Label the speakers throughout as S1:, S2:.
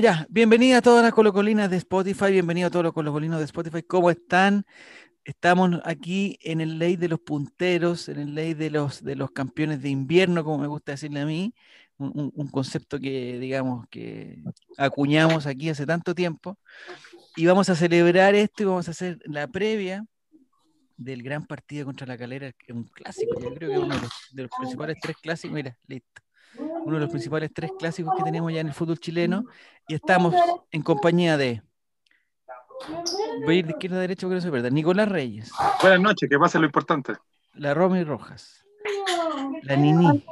S1: Ya, bienvenida a todas las colocolinas de Spotify, bienvenido a todos los colocolinos de Spotify. ¿Cómo están? Estamos aquí en el ley de los punteros, en el ley de los, de los campeones de invierno, como me gusta decirle a mí, un, un- un concepto que, digamos, que acuñamos aquí hace tanto tiempo. Y vamos a celebrar esto y vamos a hacer la previa del gran partido contra la calera, que es un clásico, yo creo que es uno de los, de los principales tres clásicos, mira, listo, uno de los principales tres clásicos que tenemos ya en el fútbol chileno. Y estamos en compañía de. Voy a ir de izquierda a derecha porque no se pierda. Nicolás Reyes,
S2: Buenas noches, que pase lo importante.
S1: la Romy Rojas, la Nini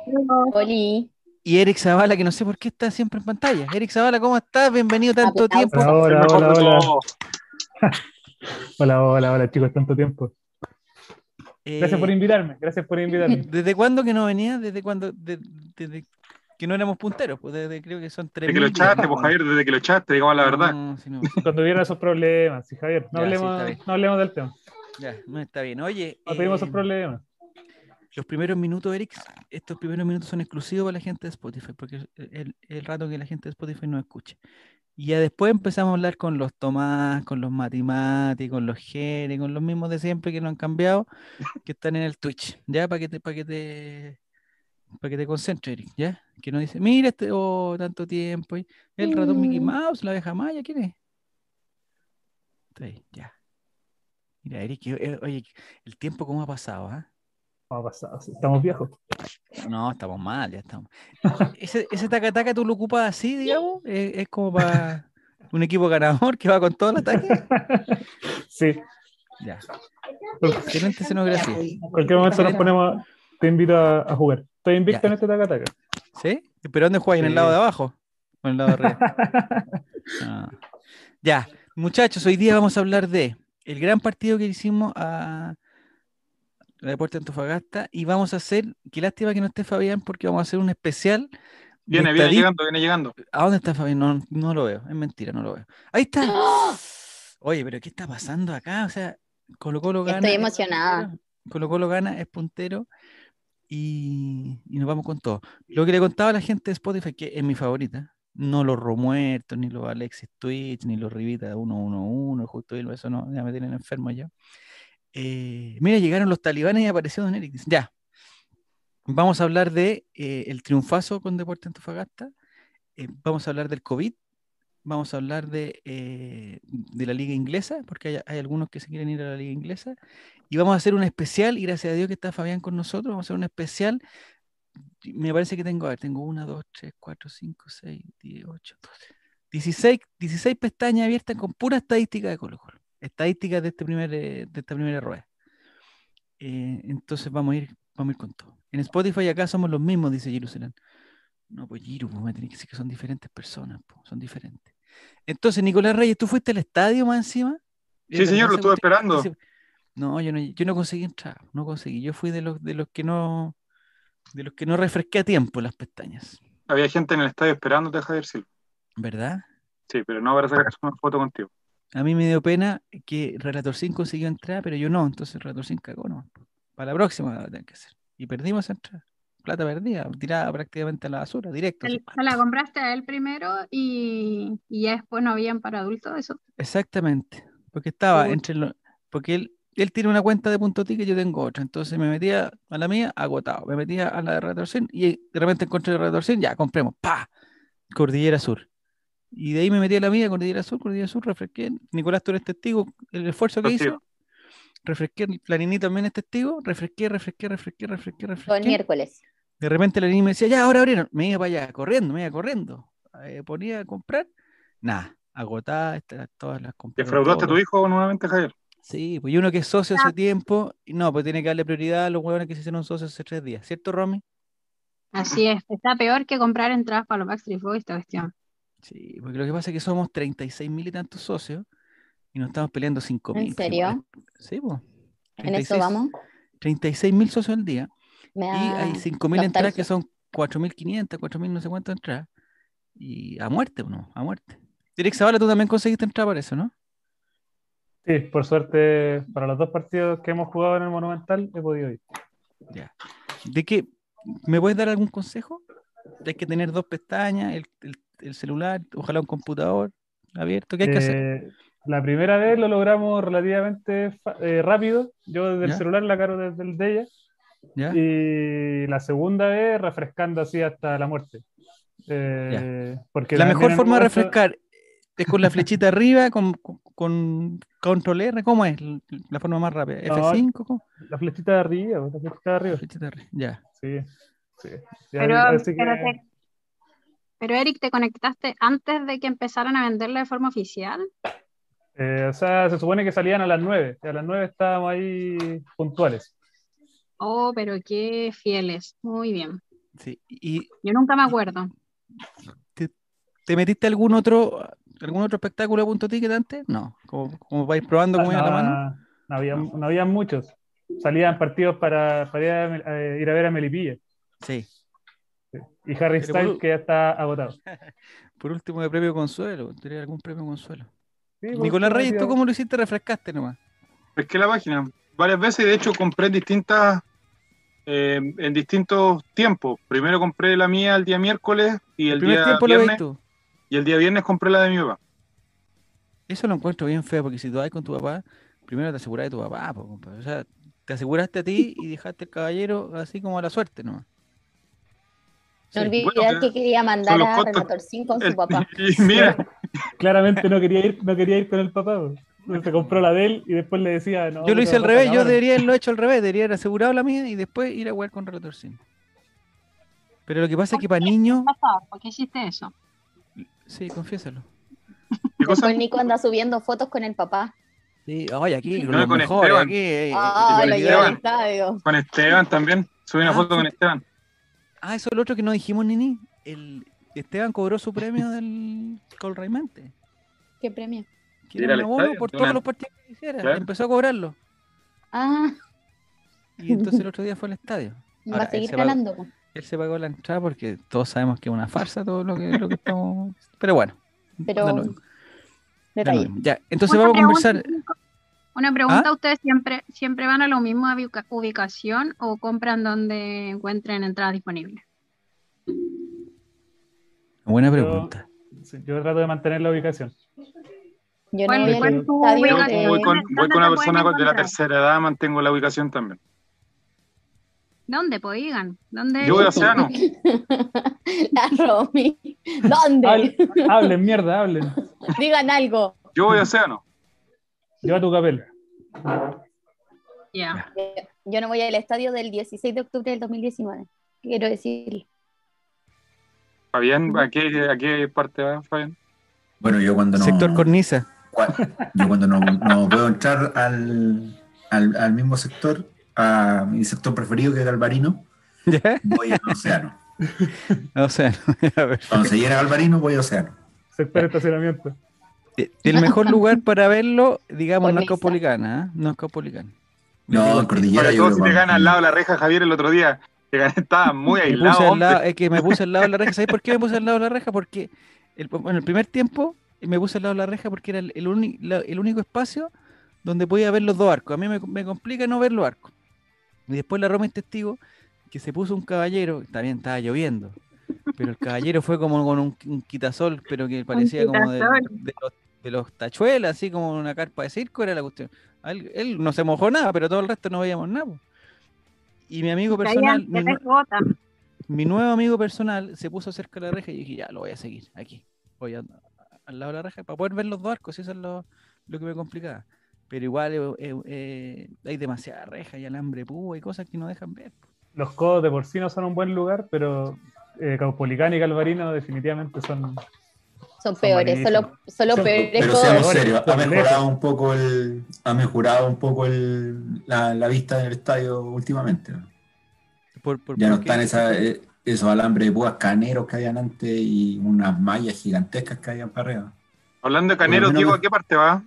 S3: Oli,
S1: y Eric Zavala, que no sé por qué está siempre en pantalla. Eric Zavala, ¿cómo estás? Bienvenido tanto tiempo.
S2: El
S4: Hola,
S2: mejor
S4: hola,
S2: de
S4: hola.
S2: todos.
S4: Hola, hola, hola, chicos, tanto tiempo.
S1: Eh,
S4: Gracias por invitarme, gracias por invitarme.
S1: ¿Desde cuándo que no venías? ¿Desde cuándo? de- desde que no éramos punteros, pues desde creo que son tres.
S2: Desde que lo
S1: mil días,
S2: echaste,
S1: ¿no?
S2: pues Javier, desde que lo echaste, digamos
S1: Mm,
S2: la verdad.
S1: No, sí, no.
S4: Cuando hubiera esos problemas, sí, Javier,
S1: Ya,
S4: no
S1: sí,
S4: hablemos,
S1: está bien.
S4: no hablemos del tema.
S1: Ya, no está bien. Oye,
S4: No tuvimos
S1: eh,
S4: esos problemas.
S1: los primeros minutos, Eric, estos primeros minutos son exclusivos para la gente de Spotify, porque es el, el rato que la gente de Spotify no escuche. Y ya después empezamos a hablar con los Tomás, con los Matimati, con los Jere, con los mismos de siempre que no han cambiado, que están en el Twitch, ¿ya? Para que te, para que te, para que te concentres, Eric, ¿ya? Que no dice, mira, este, oh, tanto tiempo, y el ratón Mickey Mouse, la abeja Maya, ¿quién es? Está ahí, ya. Mira, Eric, yo- eh, oye, el tiempo cómo ha pasado, ¿ah?
S4: No ha pasado, sí, estamos viejos.
S1: No, estamos mal, ya estamos. Ese, ese taca-taca tú lo ocupas así, digamos, es, es como para un equipo ganador que va con todo el ataque.
S4: Sí,
S1: Ya,
S4: en
S1: excelente escenografía.
S4: cualquier momento nos ponemos, te invito a, a jugar. Estoy invicto
S1: Ya.
S4: en este taca-taca.
S1: ¿Sí? ¿Pero dónde juegas? ¿En el
S4: Sí.
S1: lado de abajo? ¿O en el lado de arriba? Ah. Ya, muchachos, hoy día vamos a hablar de el gran partido que hicimos a la Deporte Antofagasta y vamos a hacer, qué lástima que no esté Fabián porque vamos a hacer un especial. de
S2: Viene, viene
S1: estadística.
S2: llegando, viene llegando.
S1: ¿A dónde está Fabián? No, no lo veo. Es mentira, no lo veo. Ahí está. Oye, pero ¿qué está pasando acá? O sea, Colo Colo gana.
S3: Estoy
S1: es
S3: emocionada.
S1: puntero, Colo Colo gana, es puntero. Y, y nos vamos con todo. Lo que le contaba a la gente de Spotify, que es mi favorita, no los Romuertos, ni los Alexis Twitch, ni los Rivita 111, justo y eso no, ya me tienen enfermo ya. Eh, mira, llegaron los talibanes y apareció Don Eric. Dice, Ya. Vamos a hablar de eh, el triunfazo con Deporte Antofagasta. eh, vamos a hablar del COVID. Vamos a hablar de, eh, de la liga inglesa, porque hay, hay algunos que se quieren ir a la liga inglesa. Y vamos a hacer un especial, y gracias a Dios que está Fabián con nosotros, vamos a hacer un especial. y Me parece que tengo, a ver, tengo 1, 2, 3, 4, 5, 6, 10, 8, 12, 16, 16 pestañas abiertas con pura estadística de Colo Colo. Estadísticas de, este primer, eh, de esta primera rueda. Eh, entonces vamos a ir, vamos a ir con todo. En Spotify acá somos los mismos, dice Jerusalén. No, pues Giru, pues, me tenés que decir que son diferentes personas, po, son diferentes. Entonces, Nicolás Reyes, ¿tú fuiste al estadio más encima?
S2: Sí, señor, lo estuve
S1: esperando.
S2: esperando.
S1: Ese- No, yo no, yo no conseguí entrar, no conseguí. Yo fui de los de los que no de los que no refresqué a tiempo las pestañas,
S2: Había gente en el estadio esperándote, Javier Silva.
S1: ¿verdad?
S2: Sí, pero no para sacarse una foto contigo.
S1: A mí me dio pena que Relator 5 consiguió entrar, pero yo no, entonces Relator 5 cagó nomás, po. Para la próxima la tengo que hacer. Y perdimos esa entrada. Plata perdida, tirada prácticamente a la basura, directo.
S5: Se
S1: así,
S5: la-
S1: pa.
S5: se la compraste a él primero y, y ya después no habían para adultos, eso.
S1: Exactamente, porque estaba
S5: Uy.
S1: entre los, porque él, él tiene una cuenta de punto ticket, yo tengo otra, entonces me metía a la mía agotado, me metía a la de retorsión y de repente encontré la retorsión, ya compremos, pa, Cordillera Sur. Y de ahí me metí a la mía, Cordillera Sur, Cordillera Sur, refresqué, Nicolás tú eres testigo, el esfuerzo que hizo,
S2: Testigo.
S1: refresqué, Planinito también es testigo, refresqué, refresqué, refresqué, refresqué,
S3: todo el
S1: refresqué.
S3: miércoles.
S1: De repente la niña me decía, ya, ahora abrieron. Me iba para allá corriendo, me iba corriendo. Eh, ponía a comprar. Nada, agotada, esta- todas las compras.
S2: ¿Defraudaste a tu hijo nuevamente, Javier?
S1: Sí, pues y uno que es socio
S3: Ah.
S1: hace tiempo, y no, pues tiene que darle prioridad a los huevones que se hicieron socios hace tres días, ¿cierto, Romy?
S5: Así es, está peor que comprar entradas para los Backstreet Boys esta cuestión.
S1: Sí, porque lo que pasa es que somos 36 mil y tantos socios y nos estamos peleando 5 mil.
S3: ¿En serio?
S1: Sí, pues.
S3: ¿En eso vamos?
S1: 36 mil socios al día.
S3: Me
S1: Y
S3: da-
S1: hay 5.000 entradas que
S3: nostalgia.
S1: son 4.500, 4.000 no sé cuántas entradas. Y a muerte, pues, no, a muerte. Direct Zavala, tú también conseguiste entrar para eso, ¿no?
S4: Sí, por suerte, para los dos partidos que hemos jugado en el Monumental, he podido ir.
S1: ¿De qué? ¿Me puedes dar algún consejo? Hay que tener dos pestañas, el, el- el celular, ojalá un computador abierto. ¿Qué hay que hacer?
S4: Eh, La primera vez lo logramos relativamente fa- eh, rápido. Yo desde el
S1: ¿Ya?
S4: celular, la caro desde el de ella.
S1: ¿Ya?
S4: Y la segunda vez refrescando así hasta la muerte. Eh, porque
S1: la
S4: también
S1: mejor
S4: en
S1: forma de
S4: un momento-
S1: refrescar es con la flechita arriba, con, con- con control R. ¿Cómo es la forma más rápida?
S4: No,
S1: F5, ¿cómo?
S4: La flechita de arriba, la flechita de arriba.
S1: Flechita arriba. Ya.
S4: Sí, sí. Ya,
S5: Pero,
S4: así que-
S5: pero te- pero, Eric, ¿te conectaste antes de que empezaran a venderla de forma oficial?
S4: eh, o sea, se supone que salían a las 9. A las 9 estábamos ahí puntuales.
S5: Oh, pero qué fieles. Muy bien.
S1: Sí. ¿Y
S5: Yo nunca me acuerdo.
S1: te metiste a algún otro algún otro espectáculo de punto ticket antes? No. Como, como vais probando como iba la mano.
S4: no había, no había muchos. Salían partidos para, para ir, a, Mel- eh, ir a ver a Melipilla.
S1: Sí.
S4: Y Harry
S1: Pero
S4: Styles,
S1: por-
S4: que ya está agotado. Sí,
S1: Por último, de premio consuelo. ¿Tenés algún premio consuelo?
S4: pues,
S1: Nicolás Reyes,
S4: rápido.
S1: ¿tú cómo lo hiciste? Refrescaste nomás.
S2: Pesqué la página varias veces y de hecho compré en distintas. eh, en distintos tiempos. Primero compré la mía el día miércoles y el,
S1: El primer
S2: día
S1: tiempo lo veis
S2: viernes.
S1: tú.
S2: Y el día viernes compré la de mi papá.
S1: Eso lo encuentro bien feo, porque si tú vas con tu papá, primero te aseguras de tu papá, po, compadre. O sea, te aseguraste a ti y dejaste el caballero así como a la suerte nomás.
S3: No
S1: Sí.
S3: olvidar
S2: Bueno,
S3: que quería mandar
S2: son los
S3: a
S2: costos.
S3: Relator 5 con su papá.
S2: Y mira,
S4: Claramente no quería ir, no quería ir con el papá. pues. Se compró la de él y después le decía. No,
S1: Yo lo
S4: puta,
S1: hice al
S4: papá,
S1: revés, yo
S4: ahora.
S1: debería haberlo hecho al revés, debería haber asegurado la mía y después ir a jugar con Relator Sim. Pero lo que pasa es que para niños,
S5: ¿Por qué hiciste eso?
S1: sí, confiésalo.
S2: ¿qué cosa?
S3: Después Nico anda subiendo fotos con el papá.
S1: Sí, ay, aquí,
S2: No,
S1: los
S2: con
S1: mejores,
S2: Esteban.
S1: aquí. eh, eh,
S3: Ah,
S1: eh,
S3: lo
S2: igual
S3: lleva al
S2: Esteban.
S3: estadio.
S2: Con Esteban también. Subí una
S1: Ah,
S2: foto con
S1: puta.
S2: Esteban.
S1: Ah, eso es lo otro que no dijimos, Nini. El Esteban cobró su premio del Col Raimante.
S3: ¿Qué premio?
S1: Que
S2: Ir
S1: era
S2: al
S1: un abono
S2: estadio,
S1: por
S2: de
S1: todos
S2: una-
S1: los partidos que hiciera.
S2: Claro.
S1: Empezó a cobrarlo.
S3: Ah,
S1: Y entonces el otro día fue al estadio.
S3: va
S1: Ahora,
S3: a seguir
S1: ese va-
S3: ganando. po.
S1: Él se pagó la entrada porque todos sabemos que es una farsa todo lo que, lo que estamos. Pero bueno.
S3: Pero-
S1: da lo mismo, da lo
S3: Detalle.
S1: mismo. Ya, entonces
S5: Una
S1: vamos a
S5: pregunta,
S1: conversar. ¿Ah?
S5: Nico. Una pregunta, ¿ustedes siempre, siempre van a la misma ubica- ubicación o compran donde encuentren entradas disponibles?
S1: Buena
S4: Yo-
S1: pregunta.
S4: Sí, yo trato de mantener la ubicación.
S3: Yo
S5: ¿Cuál-
S3: no voy
S4: cuál
S3: al
S5: tu
S3: estadio.
S5: ubicación?
S3: que-
S2: Yo voy con, voy
S5: ¿Dónde
S2: con una
S5: te pueden
S2: persona de la
S5: encontrar?
S2: tercera edad, mantengo la ubicación también.
S5: ¿Dónde, pues, digan? ¿Dónde?
S2: Yo voy a Océano.
S3: La Romy. ¿Dónde?
S4: Hablen, hablen, mierda, hablen.
S3: Digan algo.
S2: Yo voy a Océano.
S4: Yo a tu capel.
S5: Ya.
S3: Yo no voy al estadio del 16 de octubre del 2019. Quiero decir.
S2: Fabián, ¿a qué, a qué parte va Fabián?
S6: Bueno, yo cuando no,
S1: Sector cornisa.
S6: cua- yo cuando no, no puedo entrar al, al, al mismo sector, a mi sector preferido que es Galvarino,
S1: ¿Ya?
S6: voy a Océano.
S1: O sea, a ver.
S6: Cuando se llega a Galvarino, voy a Océano.
S4: Sector estacionamiento.
S1: Eh, El mejor lugar para verlo, digamos, no es
S3: Cornisa.
S1: Caupolicana, ¿ah? No es Caupolicana.
S6: No, en Cordillera
S2: Sobre
S6: yo
S2: todo
S6: creo
S2: si te
S6: que-
S2: gana al lado de la reja Javier el otro día. Te gané, estaba muy
S1: Me puse
S2: aislado.
S1: al lado-
S2: hombre.
S1: es que me puse al lado de la reja. ¿Sabes por qué me puse al lado de la reja? Porque el, bueno, el primer tiempo me puse al lado de la reja porque era el, el uni- la- el único espacio donde podía ver los dos arcos. A mí me, me complica no ver los arcos. Y después la Roma es testigo que se puso un caballero, también estaba lloviendo, pero el caballero fue como con un, un quitasol, pero que parecía como de,
S5: quitasol.
S1: de los, de los tachuelas, así como una carpa de circo era la cuestión. A Él, él no se mojó nada, pero todo el resto no veíamos nada. po. Y mi amigo personal,
S5: Brian, te
S1: mi-
S5: desbotan.
S1: mi nuevo amigo personal se puso cerca de la reja y dije, ya, lo voy a seguir aquí. Voy a- al lado de la reja para poder ver los dos arcos, y eso es lo, lo que me complicaba. Pero igual eh, eh, eh, hay demasiada reja y alambre púa y cosas que no dejan ver.
S4: Los codos de porcino son un buen lugar, pero eh, Caupolicán y Galvarino definitivamente son.
S3: Son peores, son los, son los
S4: Son-
S3: peores
S6: Pero
S4: Lejos.
S3: codos.
S6: seamos serios, ha
S4: Lejos.
S6: mejorado un poco el, ha mejorado un poco el, la, la vista del estadio últimamente. ¿no?
S1: Por, por-
S6: Ya no
S1: porque-
S6: están esa- eh, esos alambres de púas caneros que habían antes y unas mallas gigantescas que habían para arriba.
S2: Hablando de Caneros,
S6: Por lo menos
S2: Diego,
S6: me-
S2: ¿a qué parte va?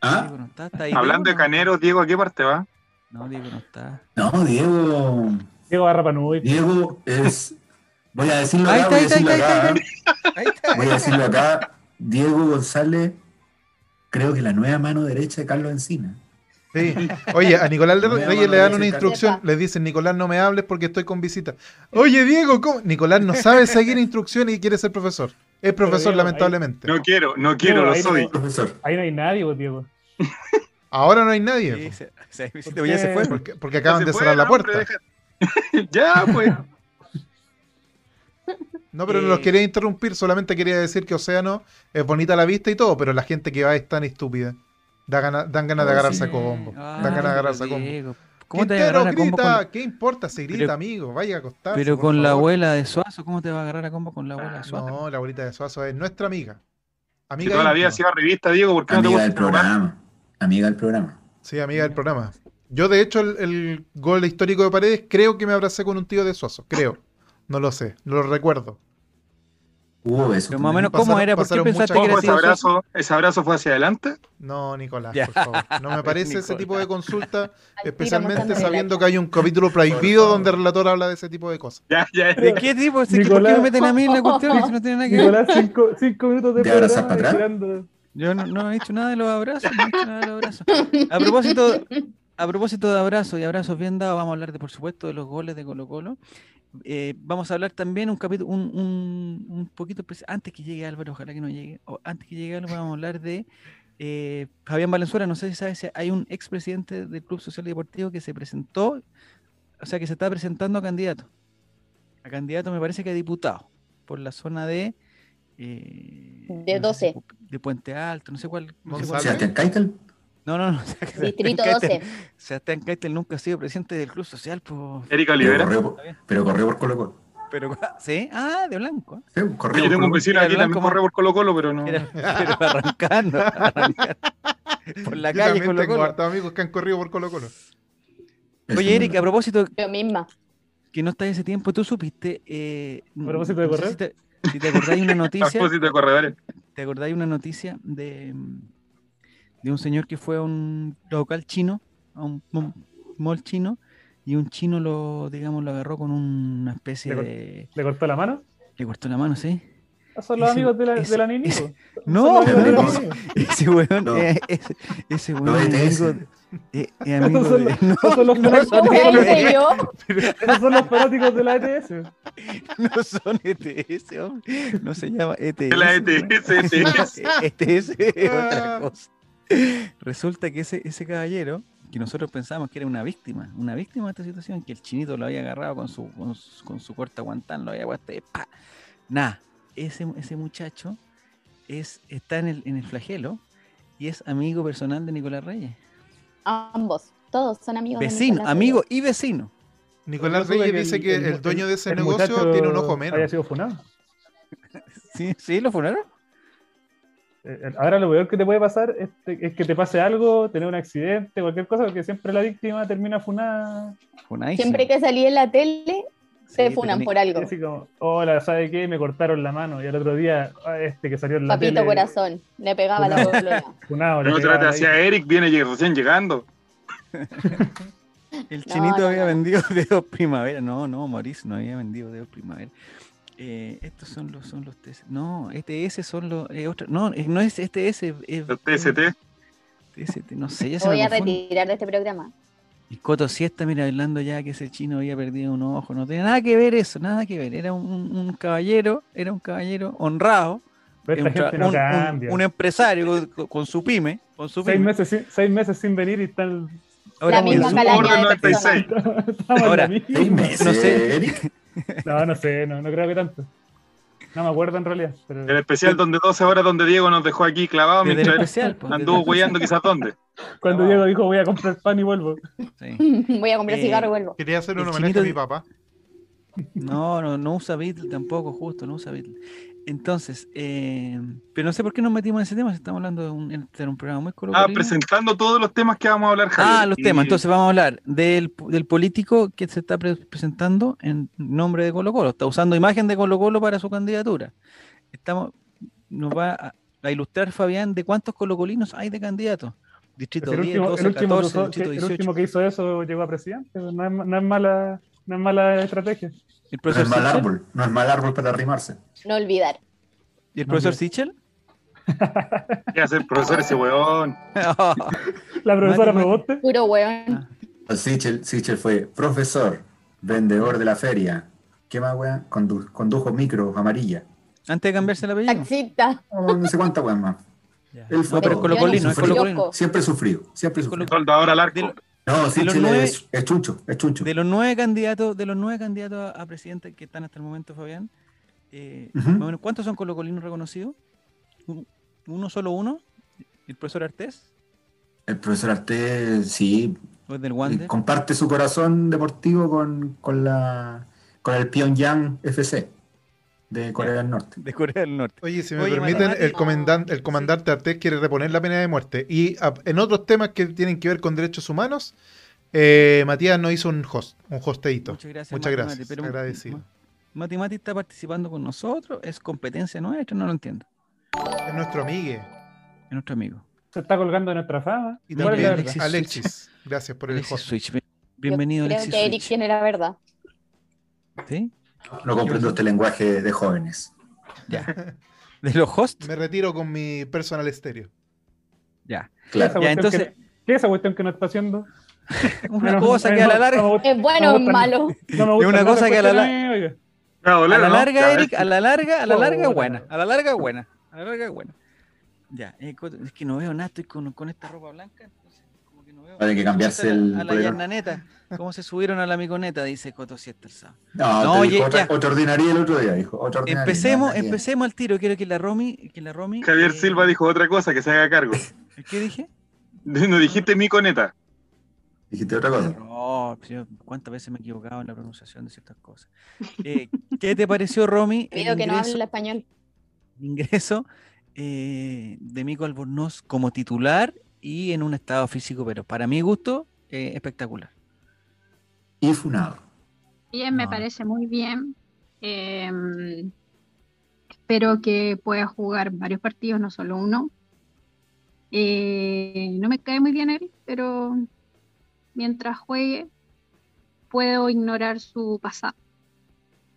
S6: ¿Ah?
S1: Diego no está, está ahí,
S2: Hablando de
S1: Diego, no.
S2: Caneros, Diego, ¿a qué parte va?
S1: No, Diego no está.
S6: No, Diego.
S4: Diego Barra Panuy.
S6: Diego es. Voy a decirlo
S1: Ahí
S6: acá,
S1: está,
S6: voy a
S1: ahí está,
S6: decirlo
S1: ahí está,
S6: acá.
S1: ahí está. Ahí está.
S6: Voy a decirlo acá. Diego González, creo que la nueva mano derecha de Carlos Encina.
S7: Sí. Oye, a Nicolás le,
S6: No me
S7: oye,
S6: llaman
S7: le
S6: a
S7: dan
S6: la
S7: una
S6: visita.
S7: instrucción,
S3: Epa.
S7: le dicen, Nicolás, no me hables porque estoy con visita. Oye, Diego, ¿cómo? Nicolás no sabe seguir instrucciones y quiere ser profesor. Es profesor,
S4: Diego, ahí-
S7: lamentablemente.
S2: No quiero, no quiero,
S4: No,
S2: lo
S4: ahí no.
S2: soy.
S6: Profesor.
S4: Ahí no hay nadie, pues, Diego.
S7: Ahora no hay nadie.
S1: Sí,
S7: po,
S1: se- se-
S4: ¿Por
S1: ya se
S4: qué?
S1: fue.
S7: Porque, porque
S2: No
S7: acaban
S2: se
S7: de
S2: puede,
S7: cerrar la
S2: hombre,
S7: puerta.
S2: deja- ya, pues.
S7: No, pero no los
S1: Eh.
S7: quería interrumpir, solamente quería decir que Océano es bonita a la vista y todo, pero la gente que va es tan estúpida. Da gana- dan ganas de
S6: Oh,
S7: agarrarse
S6: sí.
S7: a combo.
S1: Ah,
S7: dan ganas de
S1: pero
S7: agarrarse a combo.
S1: Diego, ¿Cómo te vas a
S7: Quintero,
S1: agarrar a combo
S7: grita,
S1: con,
S7: ¿qué importa? Se grita,
S1: Pero-
S7: amigo, vaya a acostarse.
S1: pero
S7: por
S1: con la
S7: favor.
S1: abuela de Suazo? ¿Cómo te vas a agarrar a combo con la abuela de Suazo?
S7: No, la abuelita de Suazo es nuestra amiga.
S2: Si
S7: Amiga
S2: toda la
S7: íntima.
S2: vida ha sido revista, Diego, ¿por qué no te
S6: Amiga
S2: gusta este
S6: del
S2: esta weá?
S6: programa. Amiga del programa.
S7: Sí, amiga del programa. Yo, de hecho, el, el gol histórico de Paredes, creo que me abracé con un tío de Suazo. Creo. No lo sé, no lo recuerdo.
S6: Hubo besos.
S1: Pero
S6: también.
S1: más o menos, ¿cómo
S7: pasaron-
S1: era? ¿Por qué
S7: pasaron
S1: pensaste
S7: muchas
S1: que era
S2: Ojo,
S7: cosas.
S2: ese
S1: tío Suazo?
S2: abrazo, ese abrazo fue hacia adelante.
S7: No, Nicolás,
S1: Ya.
S7: por favor. No me parece ese tipo de consulta,
S3: Al tiro
S7: especialmente
S3: mandándole
S7: sabiendo
S3: la-
S7: que hay un capítulo prohibido donde el relator habla de ese tipo de cosas.
S2: Ya, ya.
S1: ¿De qué tipo? Si es que ¿Por qué
S4: Nicolás-
S1: me meten a mí en la cuestión? Si no tiene nada que ver.
S4: Nicolás, cinco, cinco minutos de
S6: ¿Te abrazas para atrás?
S4: tirando-
S1: Yo no, no he dicho nada de los abrazos. No he dicho nada de los abrazos. A propósito, a propósito de abrazos y abrazos bien dados, vamos a hablar, de, por supuesto, de los goles de Colo Colo. Eh, vamos a hablar también un capítulo, un, un, un poquito, especi- antes que llegue Álvaro, ojalá que no llegue, o antes que llegue Álvaro, vamos a hablar de eh, Fabián Valenzuela. No sé si sabes, hay un expresidente del Club Social y Deportivo que se presentó, o sea, que se está presentando a candidato. A candidato, me parece que a diputado, por la zona de... eh,
S3: De
S1: no sé si
S3: 12.
S1: Pu- de Puente Alto, no sé cuál. No, sé cuál-
S7: Gonzalo.
S6: Sebastián Keitel.
S1: no, no, no.
S3: Distrito
S1: Sebastián Keitel-
S3: 12.
S1: Sebastián Keitel nunca ha sido presidente del Club Social, po,
S2: Erika
S6: Pero
S2: Olivera.
S6: corrió, pero corrió por Colo Colo.
S1: pero ¿sí? Ah, de blanco. ¿eh?
S6: Sí, corrió
S2: Yo
S6: por
S2: tengo
S6: Colo
S2: un
S6: Colo.
S2: vecino aquí
S1: Mira,
S2: también
S1: Blanco,
S2: corre por Colo Colo, pero no.
S1: Era- pero arrancando, arrancando. Por la
S7: Yo
S1: calle
S7: también
S1: con
S7: tengo hartos amigos que han corrido por Colo Colo.
S6: Eso,
S1: Oye, Eric, a propósito
S3: Yo misma.
S1: que no estás ese tiempo, tú supiste. Eh,
S4: ¿A propósito de
S1: no sé
S4: correr?
S1: Si te, si te acordáis una
S2: A
S1: noticia,
S2: propósito de corredores.
S1: ¿te acordáis una noticia de, mm, de un señor que fue a un local chino, a un mo- mall chino, y un chino lo, digamos, lo agarró con una especie
S4: Le cor-
S1: de.
S4: ¿Le cortó la mano?
S1: Le cortó la mano, ¿sí?
S4: Ah, Son los
S1: Ese-
S4: amigos de la,
S1: ese-
S4: de la Nini,
S1: ese-
S4: po.
S1: No,
S4: Son los amigos de la
S6: no.
S4: Nini.
S1: Ese weón,
S6: No.
S1: eh, ese, ese weón es
S6: Los ETS.
S1: amigo, eh, es amigo
S4: No son
S1: de-
S4: los-
S1: no,
S4: no son los
S1: no son
S3: ¿Cómo
S1: héroes,
S3: hice yo?
S4: No son los fanáticos de la ETS.
S1: no son ETS, hombre, E no se llama E ETS.
S2: La E
S1: weón.
S2: ETS, ETS.
S1: ETS este es otra
S3: Ah.
S1: cosa. Resulta que ese, ese caballero, que nosotros pensábamos que era una víctima, una víctima de esta situación, que el chinito lo había agarrado con su, con su, con su corta guantán, lo había puesto y ¡pa! Nah, ese, ese muchacho es, está en el, en el flagelo y es amigo personal de Nicolás Reyes.
S3: Ambos. Todos son amigos. de
S1: Vecino,
S3: Nicolás
S1: amigo y vecino.
S7: Nicolás
S4: Yo supe
S7: Reyes
S4: que
S7: dice que el, dueño de ese
S4: el
S7: negocio
S4: muchacho
S7: tiene un ojo
S4: Había
S7: menos.
S4: sido funado.
S1: ¿Sí, sí lo funaron?
S4: Eh, eh, Ahora lo peor que te puede pasar es, te- es que te pase algo, tener un accidente, cualquier cosa, porque siempre la víctima termina funada.
S3: Reyes.
S1: Funadísimo.
S3: Siempre que salí en la tele, se
S1: Sí,
S3: funan
S1: pero
S3: por algo.
S4: Y así como, hola, ¿sabe qué? Me cortaron la mano. Y al otro día, ah, este que salió en la
S3: Papito
S4: tele,
S3: corazón. Le pegaba la
S4: Funado.
S3: bolona.
S4: Funado, le
S2: No
S4: pegaba
S2: trate
S4: ahí.
S2: hacia Eric, viene lleg- recién llegando.
S1: El
S3: No,
S1: chinito
S3: no,
S1: había
S3: no.
S1: vendido dedos primavera. No, no, Mauricio no había vendido dedos primavera. Eh, estos son los son los TS. No, ETS son los eh, otra- no, eh, no es ETS, es, es
S2: Los TST.
S1: TST, no sé, ya se
S3: Voy
S1: me
S3: a
S1: confunde.
S3: retirar de este programa.
S1: Y Coto Siesta, mira, hablando ya que ese chino había perdido un ojo, no tenía nada que ver eso, nada que ver. Era un, un- un caballero, era un caballero honrado,
S4: Pero
S1: un,
S4: esta gente
S1: tra-
S4: no
S1: un- un-
S4: cambia.
S1: un empresario con, con- con su pyme, con su
S4: seis,
S7: em-
S1: pyme.
S4: meses sin, seis meses sin venir y están.
S1: Ahora
S3: La misma
S1: en su-
S3: calaña
S2: Orden
S3: de
S2: 96.
S4: estaban
S1: Ahora,
S4: la misma.
S6: Seis meses,
S1: No sé.
S6: Eric.
S4: No, no sé, no, no creo que tanto. No me acuerdo en realidad. Pero...
S2: El especial donde 12 horas donde Diego nos dejó aquí clavado
S1: desde el
S2: mientras
S1: especial, pues, desde
S2: anduvo
S1: el especial.
S2: hueando quizás dónde.
S4: Cuando Diego dijo voy a comprar pan y vuelvo.
S1: Sí.
S3: Voy a comprar
S1: Eh,
S3: cigarro y vuelvo.
S7: Quería hacer un
S1: El
S7: homenaje
S1: chinito
S7: a
S1: de-
S7: mi papá.
S1: No, no, no usa Beatle tampoco, justo, no usa Beatle. Entonces, eh, pero no sé por qué nos metimos en ese tema, si estamos hablando de un, de un programa muy
S2: Ah,
S1: coloquial.
S2: presentando todos los temas que vamos a hablar, Javier.
S1: Ah, los temas.
S2: Y-
S1: Entonces vamos a hablar del, po- del político que se está pre- presentando en nombre de Colo Colo. Está usando imagen de Colo Colo para su candidatura. Estamos, nos va a, a ilustrar Fabián de cuántos colocolinos hay de candidatos. Distrito
S4: el
S1: 10,
S4: último,
S1: 12,
S4: el último
S1: 14,
S4: que usó-
S1: distrito
S4: que- el
S1: 18.
S4: último que hizo eso llegó a presidente. No es, ma- no es mala, no es mala estrategia.
S1: El
S6: No
S1: profesor
S6: es mal
S1: Sichel.
S6: árbol. No es mal árbol para arrimarse.
S3: No olvidar.
S1: ¿Y el
S4: No,
S1: profesor
S4: mira.
S1: Sichel?
S2: ¿Qué hace el profesor ese weón?
S4: La
S1: Mate, mate.
S4: profesora Proboste.
S3: Puro weón.
S1: Ah.
S6: Sichel, Sichel fue profesor, vendedor de la feria. ¿Qué más, weón? Condu- condujo micro amarilla.
S1: Antes de cambiarse el apellido.
S3: Taxista.
S6: Oh, no sé cuánta weón más.
S1: Ya.
S6: Él fue
S1: No, pero es
S6: todo.
S1: colocolino, es
S6: Fue loco.
S1: colocolino.
S6: Siempre sufrido, siempre sufrido.
S2: Soldador al arco.
S1: Dilo.
S6: No,
S1: los
S6: Sichel
S1: nueve-
S6: es, es chuncho, es chuncho.
S1: De los nueve candidatos, de los nueve candidatos a, a presidente que están hasta el momento, Fabián, eh,
S6: Ujú.
S1: más o menos, ¿cuántos son colocolinos reconocidos? Un- ¿Uno solo uno? ¿El profesor Artés?
S6: El profesor Arte, sí,
S1: ¿O es del
S6: eh,
S1: Wander?
S6: comparte su corazón deportivo con, con, la, con el Pyongyang FC de Corea del Norte.
S1: De Corea del Norte.
S7: Oye, si me
S1: Oye,
S7: permiten, el,
S1: matemático.
S7: comandante, el comandante Artés quiere reponer la pena de muerte. Y a- en otros temas que tienen que ver con derechos humanos, eh, Matías nos hizo un host, un hosteito.
S1: Muchas gracias.
S7: Muchas
S1: Mati
S7: gracias,
S1: Mati, pero-
S7: agradecido.
S1: Ma- Mati Mati está participando con nosotros, es competencia nuestra, no lo entiendo.
S7: Es nuestro amigue.
S1: Es nuestro amigo.
S4: Se está colgando de nuestra fama.
S7: Y
S4: ¿Cuál es
S7: también
S4: la
S1: Alexis
S4: verdad?
S7: Alexis. Gracias por el
S1: Alexis
S7: host.
S1: Switch, bien- bienvenido
S3: Yo Creo
S1: Alexis
S3: que Eric
S1: Switch.
S3: tiene la verdad.
S1: ¿Sí?
S6: No comprendo este lenguaje de jóvenes.
S1: Ya. De los hosts,
S7: Me retiro con mi personal estéreo.
S1: ya.
S4: ¿Qué es esa
S1: Ya,
S6: Claro.
S4: cuestión que-
S1: entonces-
S4: ¿Qué es esa cuestión que no está haciendo?
S1: Una
S4: No,
S1: cosa
S4: no,
S1: que a la
S4: no,
S1: larga,
S4: no me
S3: ¿Es bueno o es
S4: gusta-
S3: malo?
S4: no me
S1: Es una
S4: gusta
S1: cosa que a la
S4: cuestión mí, oiga.
S2: Ya,
S1: a
S2: bolero,
S1: la
S2: ¿no?
S1: larga,
S2: Ya,
S1: Eric, a la larga, a la larga
S4: Puta.
S1: buena, a la larga buena, a la larga buena. Ya, eh, co- es que no veo nada, estoy con, con esta ropa blanca, entonces como que no veo.
S6: Ahora hay que cambiarse
S1: A la-
S6: el
S1: A la
S6: bolero.
S1: yarnaneta, ¿cómo se subieron a la miconeta? Dice Coto Siesta el sábado.
S6: No,
S1: No,
S6: te
S1: oye,
S6: dijo otra,
S1: ya.
S6: otra ordinaria el otro día, dijo. Otra ordinaria,
S1: Empecemos,
S6: nada que-
S1: empecemos al tiro, quiero que la Romy, que la Romy.
S2: Javier
S1: eh,
S2: Silva dijo otra cosa que se haga cargo.
S1: ¿Qué dije?
S2: No dijiste mi coneta.
S6: Dijiste otra cosa.
S1: No, señor, cuántas veces me he equivocado en la pronunciación de ciertas cosas. Eh, ¿Qué te pareció, Romy? el
S3: Miedo que no
S1: ingreso-
S3: habla español.
S1: el ingreso eh, de Mico Albornoz como titular y en un estado físico, pero para mi gusto, eh, espectacular.
S6: Y funado.
S5: Bien, me
S1: No.
S5: parece muy bien. Eh, espero que pueda jugar varios partidos, no solo uno. Eh, no me cae muy bien él, pero mientras juegue, puedo ignorar su pasado.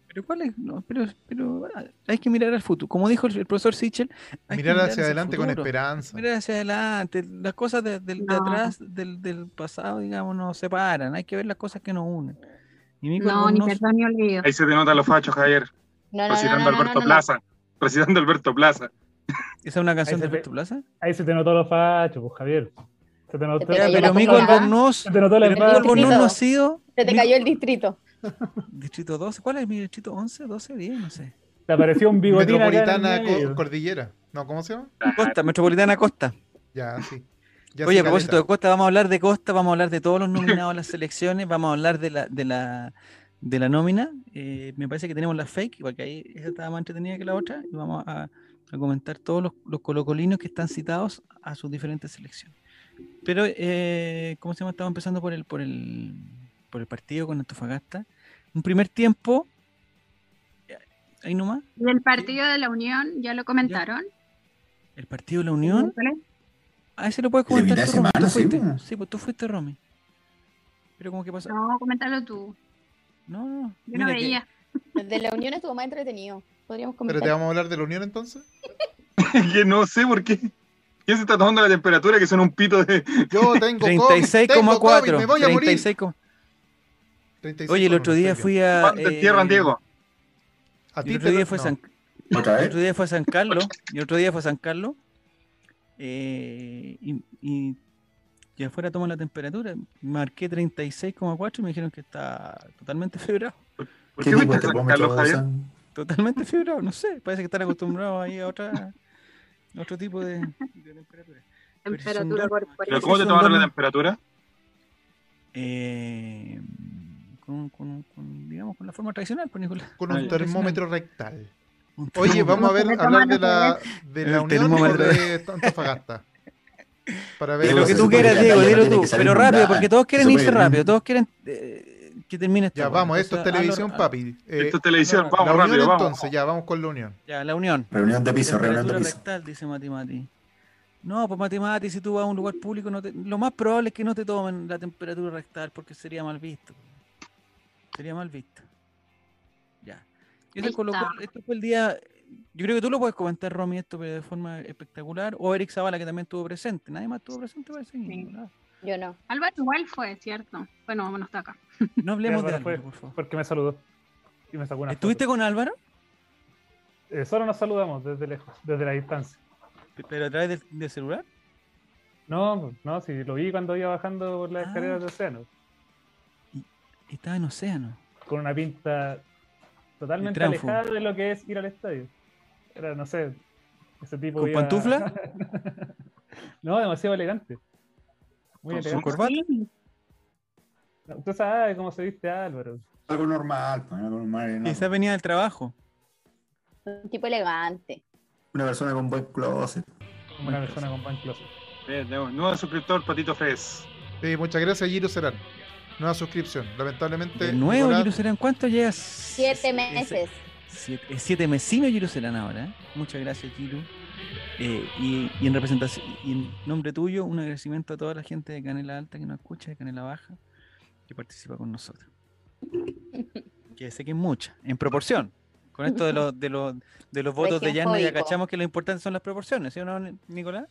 S1: Pero cuál es, No, pero, pero ah, hay que mirar al futuro. Como dijo el, el profesor Sichel, hay que
S7: Mirar hacia
S1: el
S7: adelante con
S1: futuro.
S7: esperanza.
S1: Mirar hacia adelante, las cosas de, del- de
S5: No.
S1: atrás, del, del pasado, digamos, nos separan. Hay que ver las cosas que nos unen. Y Mico
S5: No, ni
S1: Albornoz-
S5: perdón ni olvido.
S2: Ahí se te nota los fachos, Javier.
S3: No, no, no,
S2: Recitando
S3: no, no,
S2: Alberto
S3: no, no.
S2: Plaza. Recitando Alberto Plaza.
S1: ¿Esa es una canción
S4: se
S1: de
S4: ve.
S1: Alberto Plaza?
S4: Ahí se te notó los fachos, pues, Javier. Se te notó,
S3: Pero
S1: Ya,
S3: ahí
S1: pero
S3: la
S1: Mico
S3: popular.
S1: Albornoz,
S4: se te notó la
S1: pero Mico
S4: espalda.
S1: Albornoz no
S3: Distrito.
S1: ha sido.
S3: Se te
S1: Mico-
S3: cayó el distrito.
S1: Distrito 12, ¿cuál es mi distrito? 11, 12, 10, no sé.
S4: Te apareció un bigotín acá en el
S7: Metropolitana Co-
S4: medio.
S7: Cordillera. No, ¿cómo se llama?
S1: Costa, Metropolitana Costa.
S7: Ya, sí. Ya
S1: Oye,
S7: sí,
S1: a propósito de
S7: caleta.
S1: Costa, vamos a hablar de Costa, vamos a hablar de todos los nominados a las selecciones, vamos a hablar de la, de la, de la nómina. Eh, me parece que tenemos la fake, porque ahí esa estaba más entretenida que la otra, y vamos a, a comentar todos los, los colocolinos que están citados a sus diferentes selecciones. Pero, eh, ¿cómo se llama? Estamos empezando por el, por el, por el partido con Antofagasta. Un primer tiempo. eh, Ahí nomás,
S5: Y el partido de la Unión, ya lo comentaron.
S1: el partido de la Unión. A ese lo puedes
S6: Y de
S1: comentar
S6: mitad de
S1: tú, Romy, tú
S6: semana, sí,
S1: fuiste.
S6: pues.
S1: Sí, pues tú fuiste, Romy. Pero como que pasó.
S5: No, comentalo tú.
S1: No, no.
S5: Yo
S1: mira
S5: no
S1: que-
S5: veía.
S3: Desde la unión estuvo más entretenido. Podríamos
S7: Pero te
S3: comentar.
S7: vamos a hablar de la Unión entonces.
S2: que no sé por qué. ¿Quién se está tomando la temperatura que son un pito de.
S7: Yo tengo COVID, tengo COVID,
S1: 36,4.
S7: me voy a morir.
S1: 36,4. Oye,
S7: 36,
S1: el otro
S7: no,
S1: día
S7: estoy
S1: fui
S7: bien.
S1: a.
S2: Juan, te entierran,
S1: eh,
S2: Diego.
S7: A
S1: El
S7: ti
S1: otro
S7: te
S1: día
S7: lo-
S1: fue
S7: no.
S1: San
S6: Otra
S1: El
S6: vez.
S1: otro día fue a San Carlos. Y el otro día fue a San Carlos. eh, y, y, y afuera toman la temperatura. Marqué 36,4 y me dijeron que está totalmente fibrado.
S2: ¿Por
S6: ¿Qué
S2: qué
S6: tipo de
S2: fuiste a San Carlos,
S6: termómetro
S2: Javier?
S6: usan?
S1: Totalmente fibrado. No sé. Parece que están acostumbrados ahí a otra, a otro tipo de, de temperatura. Pero si son
S5: Temperatura
S1: dos-
S5: corporal.
S2: ¿Pero cómo te
S1: Son
S2: tomaron la
S1: dos-
S2: temperatura?
S1: Eh, con, con- con, digamos, con la forma tradicional, pues, Nicolás.
S7: Con
S2: Ah,
S7: un
S2: ya.
S7: termómetro rectal.
S1: Un
S7: Oye,
S1: termómetro.
S7: vamos a ver
S5: Vamos a
S7: hablar de
S5: tomar
S7: la, de la
S1: El
S7: Unión o
S1: termómetro.
S7: de Antofagasta. Para ver
S6: De
S1: Lo que
S6: Se
S1: tú
S6: supone
S1: quieras,
S6: que la
S1: Diego,
S6: talla no
S1: dilo
S6: tiene
S1: tú.
S6: que salir
S1: Pero
S6: inundada,
S1: rápido, porque todos quieren
S6: se
S1: irse
S6: supone que-
S1: rápido, todos quieren eh, que termine pues, esta
S7: Ya,
S1: hueá.
S7: vamos, esto es
S1: Entonces, hazlo-
S7: televisión,
S1: hazlo.
S7: papi. Eh,
S2: Esto es televisión,
S1: no, no,
S7: la
S2: vamos
S7: Unión
S2: rápido, vamos.
S7: entonces, ya, vamos con la Unión.
S1: Ah, Ya, la unión.
S6: Reunión de piso, reunión de
S1: Temperatura
S6: piso.
S1: rectal, dice Mati Mati. No, pues Mati Mati, si tú vas a un lugar público, no te- lo más probable es que no te tomen la temperatura rectal porque sería mal visto. Sería mal visto. Ya. Y ese
S5: Ahí
S1: Colo
S5: está.
S1: Colo- esto fue el día, yo creo que tú lo puedes comentar, Romy, esto pero de forma espectacular. O Eric Zavala, que también estuvo presente. Nadie más estuvo presente, parece.
S5: Sí.
S1: ¿verdad?
S3: Yo no.
S5: Álvaro igual fue, ¿cierto? Bueno, bueno, está acá.
S1: No hablemos de
S4: Álvaro
S1: Álvaro,
S4: fue.
S1: por favor.
S4: porque me saludó. Y me sacó una
S1: ¿Estuviste con Álvaro?
S4: foto. Eh, solo nos saludamos desde lejos, desde la distancia.
S1: ¿Pero a través del, del celular?
S4: No, no, si lo vi cuando iba bajando por las
S1: Ah.
S4: escaleras de océano,
S1: Estaba en Océano.
S4: con una pinta totalmente
S1: El tránfugo.
S4: alejada de lo que es ir al estadio. Era, no sé, ese tipo.
S1: ¿Con
S4: iba-
S1: pantufla?
S4: no, demasiado elegante. Muy
S2: Con su
S1: ¿Con
S5: Ah,
S4: elegante.
S1: corbata?
S4: No, Tú sabes cómo se viste Álvaro.
S6: Algo normal, pues, algo normal. ¿no?
S1: Quizás venía del trabajo.
S3: Un tipo elegante.
S6: Una persona con buen closet.
S4: Como una persona con pan closet.
S2: Bien, tenemos Eh, un nuevo suscriptor, Patito Fez.
S7: Sí, muchas gracias, Giro Serán. Nueva suscripción. Lamentablemente.
S1: De nuevo,
S7: Nicolás-
S1: Jerusalén. ¿Cuánto llegas?
S3: Siete meses.
S1: Siete, eh, siete mesino Jerusalén ahora. ¿eh? Muchas gracias, Giru. Eh, y, y en representación, y en nombre tuyo, un agradecimiento a toda la gente de Canela Alta que nos escucha, de Canela Baja, que participa con nosotros. Que sé que es mucha, en proporción. Con esto de los, de los, de los votos de
S3: Recién
S1: Yarna ya
S3: fóbico.
S1: cachamos que lo importante son las proporciones, ¿sí o no, Ni- Nicolás?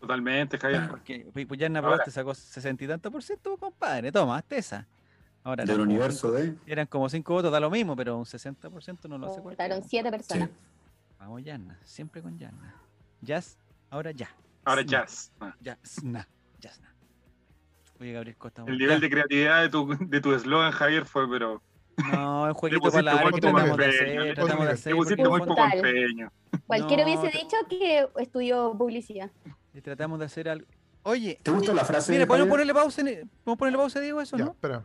S2: Totalmente, Javier.
S1: Porque pues, pues, Yarna
S2: Ahora.
S1: Proboste sacó sesenta y tantos por ciento, compadre. Toma, hazte esa. Ahora,
S6: Del
S1: no,
S6: universo de.
S1: eran como cinco votos, da lo mismo, pero un 60% no lo hace cualquiera.
S3: Votaron siete
S6: Sí.
S3: personas.
S1: Vamos, Yanna, siempre con Yanna. Jazz, ahora ya.
S2: Ahora jazz. Ah,
S1: Yazna, Yazna. Oye, Gabriel Costa.
S2: El
S1: bueno,
S2: nivel
S1: ya.
S2: de creatividad de tu de tu eslogan, Javier, fue, pero
S1: No, es
S2: Le
S1: jueguito
S2: pusiste
S1: para la
S2: muy
S1: que
S2: poco
S1: tratamos de
S2: empeño, le
S1: hacer. tratamos de
S7: pusiste-
S1: hacer
S2: te pusiste
S1: porque
S2: muy
S1: en
S2: poco
S1: fondo
S2: empeño.
S3: Cualquiera
S1: No,
S3: hubiese
S1: te-
S3: dicho que estudió publicidad.
S1: le Tratamos de hacer algo. Oye,
S6: ¿Te gusta la frase?
S1: mira, podemos
S6: Javier?
S1: ponerle pausa, en- podemos ponerle pausa, Diego, eso,
S7: Ya,
S1: ¿no?
S7: espérame.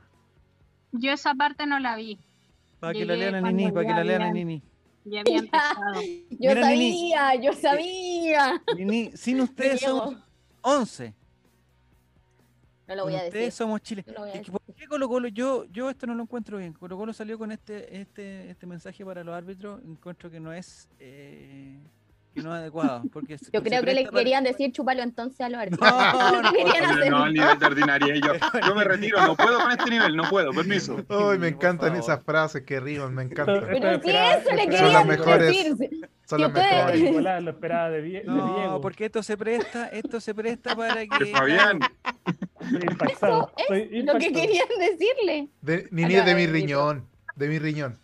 S5: Yo esa parte no la vi.
S1: Para que la
S5: llegué
S1: lean a
S5: cuando
S1: Nini, para que
S5: ya
S1: la lean a
S5: habían-
S1: Nini.
S5: Ya había empezado.
S3: Yo
S1: Mira, Nini.
S3: sabía, yo sabía.
S1: Nini, sin ustedes somos
S3: Diego.
S1: 11.
S3: No lo voy a
S1: Con
S3: decir.
S1: Ustedes somos Chile.
S3: No lo voy a
S1: Es que, ¿por qué Colo Colo? Yo, yo esto no lo encuentro bien. Colo Colo salió con este, este, este mensaje para los árbitros. Encuentro que no es, eh, que no es adecuado. Porque se-
S3: Yo
S1: se
S3: creo que le
S1: presta para-
S3: querían decir chúpalo entonces a los árbitros.
S1: No, no,
S3: querían
S2: Pero
S3: hacer.
S2: no al nivel de ordinaria. Yo, yo me retiro, no puedo con este nivel, no puedo, permiso.
S7: Ay, me
S1: Por
S7: encantan
S1: favor.
S7: esas frases que riman, me
S4: Esto-
S7: encantan.
S4: esto
S3: Pero si
S4: esperaba-
S3: eso le
S4: esperaba-
S7: Son las
S3: querían
S7: mejores.
S3: decir.
S7: Son las
S3: si ustedes-
S4: esperaba de
S7: mejores.
S4: Nicolás, lo esperaba de, Vie- de
S1: No,
S4: Diego.
S1: porque esto se presta, esto se presta para
S2: De
S1: que.
S2: Fabián,
S4: Estoy impactado.
S3: Eso es
S4: Estoy
S3: Lo que
S4: impactado.
S3: querían decirle.
S7: De, Nini es de mi riñón. De mi riñón.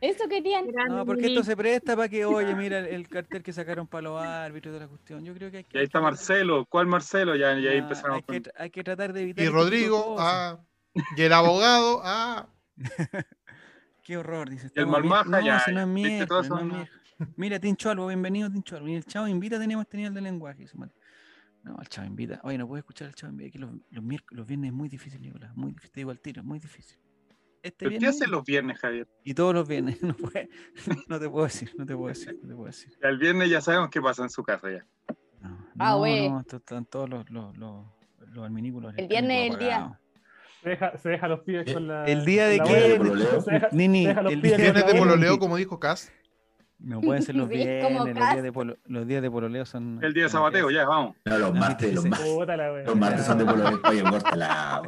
S3: Eso querían.
S1: No, porque esto se presta para que, oye, mira el, el cartel que sacaron para los árbitros de la cuestión. Yo creo que hay que.
S2: y ahí está Marcelo. ¿Cuál Marcelo? Ya, y ahí
S1: Ah,
S2: empezamos
S1: Hay que,
S2: con.
S1: hay que tratar de evitar.
S7: Y
S1: este tipo de
S7: Rodrigo,
S1: cosas.
S7: ah. Y el abogado, ah.
S1: Qué horror, dice.
S2: Y el
S1: estamos a mier-
S2: Marmaja,
S1: no,
S2: ya,
S1: si no es
S2: viste,
S1: miércoles,
S2: todas
S1: no es
S2: son-
S1: miércoles. Mira, Tincho Albo, bienvenido, Tincho Albo. Y el Chavo Invita tenemos este nivel de lenguaje. dice Mati. No, el Chavo Invita. Oye, no puedo escuchar al Chavo Invita. Que los, los, miércoles, los viernes es muy difícil, Nicolás. Muy difícil. Te digo al tiro, es muy difícil. Este
S2: ¿Pero ¿Qué
S1: viernes
S2: hacen los viernes, Javier?
S1: y todos los viernes. No, puede- no te puedo decir, no te puedo decir, no te puedo decir.
S2: El viernes ya sabemos qué pasa en su casa ya.
S1: No,
S3: Ah,
S1: no,
S3: güey.
S1: no, esto están todos los, los, los, los adminículos
S3: El viernes
S1: electrónicos
S3: es el día.
S1: apagados.
S4: Se deja, se deja los pibes con la.
S1: Eh, el día de
S4: con la
S1: qué?
S4: abuela.
S6: De pololeo.
S4: Se deja-
S1: Nini,
S4: se deja los
S1: el
S4: pibes con
S1: viernes
S4: la
S7: Vienes de
S4: abuela.
S7: pololeo, como dijo Cass.
S1: No pueden ser los
S3: Sí,
S1: viernes,
S3: como
S1: los
S3: Cas.
S1: días, de polo- los días de pololeo son...
S2: El día de
S1: son los días-
S2: sabateo, ya, vamos.
S6: No, los
S1: No,
S6: martes, los
S1: sí.
S6: martes.
S4: Puta la wea.
S6: Los martes son de pololeo. Oye, córtala.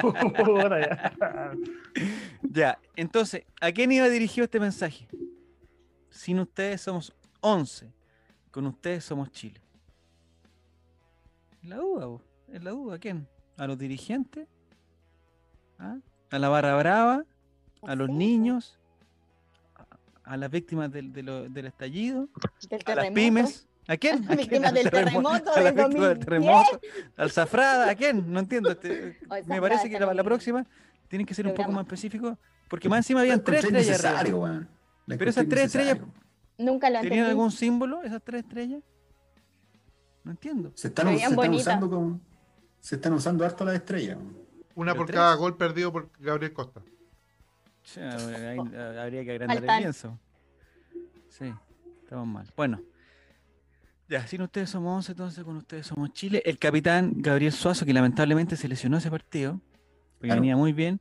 S4: Puta ya.
S1: Ya, entonces, ¿a quién iba dirigido este mensaje? Sin ustedes somos 11, con ustedes somos Chile. La duda, vos, es la duda, ¿a quién? ¿A los dirigentes? ¿Ah? ¿A la barra brava? ¿A los
S3: Sí,
S1: niños? ¿A- ¿A las víctimas del, de lo- del estallido?
S3: Del
S1: ¿A las
S3: terremoto.
S1: pymes? ¿A quién?
S3: Las
S1: ¿A quién?
S3: víctimas
S1: ¿Al
S3: del terremoto
S1: ¿A las
S3: del
S1: víctimas del
S3: 2010?
S1: terremoto? ¿Al Zafrada? ¿A quién? No entiendo. este-
S3: O el
S1: me
S3: Zafrada
S1: parece que la,
S3: también.
S1: la próxima tienen que ser un poco
S3: Programa.
S1: más específicos, porque más encima
S6: La
S1: habían tres
S6: encontré
S1: estrellas arriba.
S6: innecesario, weón. La
S1: Pero
S6: encontré
S1: esas tres
S6: innecesario.
S1: estrellas-
S3: Nunca lo entendí.
S1: ¿Tenían algún símbolo esas tres estrellas? No entiendo.
S6: Se están,
S3: Se
S6: se
S3: veían
S6: están
S3: bonitas.
S6: usando como. Se están usando harto las estrellas. weón.
S7: Una
S1: Pero
S7: por cada
S1: tres.
S7: gol perdido por Gabriel Costa.
S1: O sea, ahí
S3: Oh.
S1: habría que agrandar el
S3: Faltan.
S1: lienzo. Sí, estamos mal. Bueno. Ya, sin ustedes somos 11, entonces con ustedes somos Chile. El capitán Gabriel Suazo, que lamentablemente se lesionó ese partido, porque
S6: Claro.
S1: venía muy bien.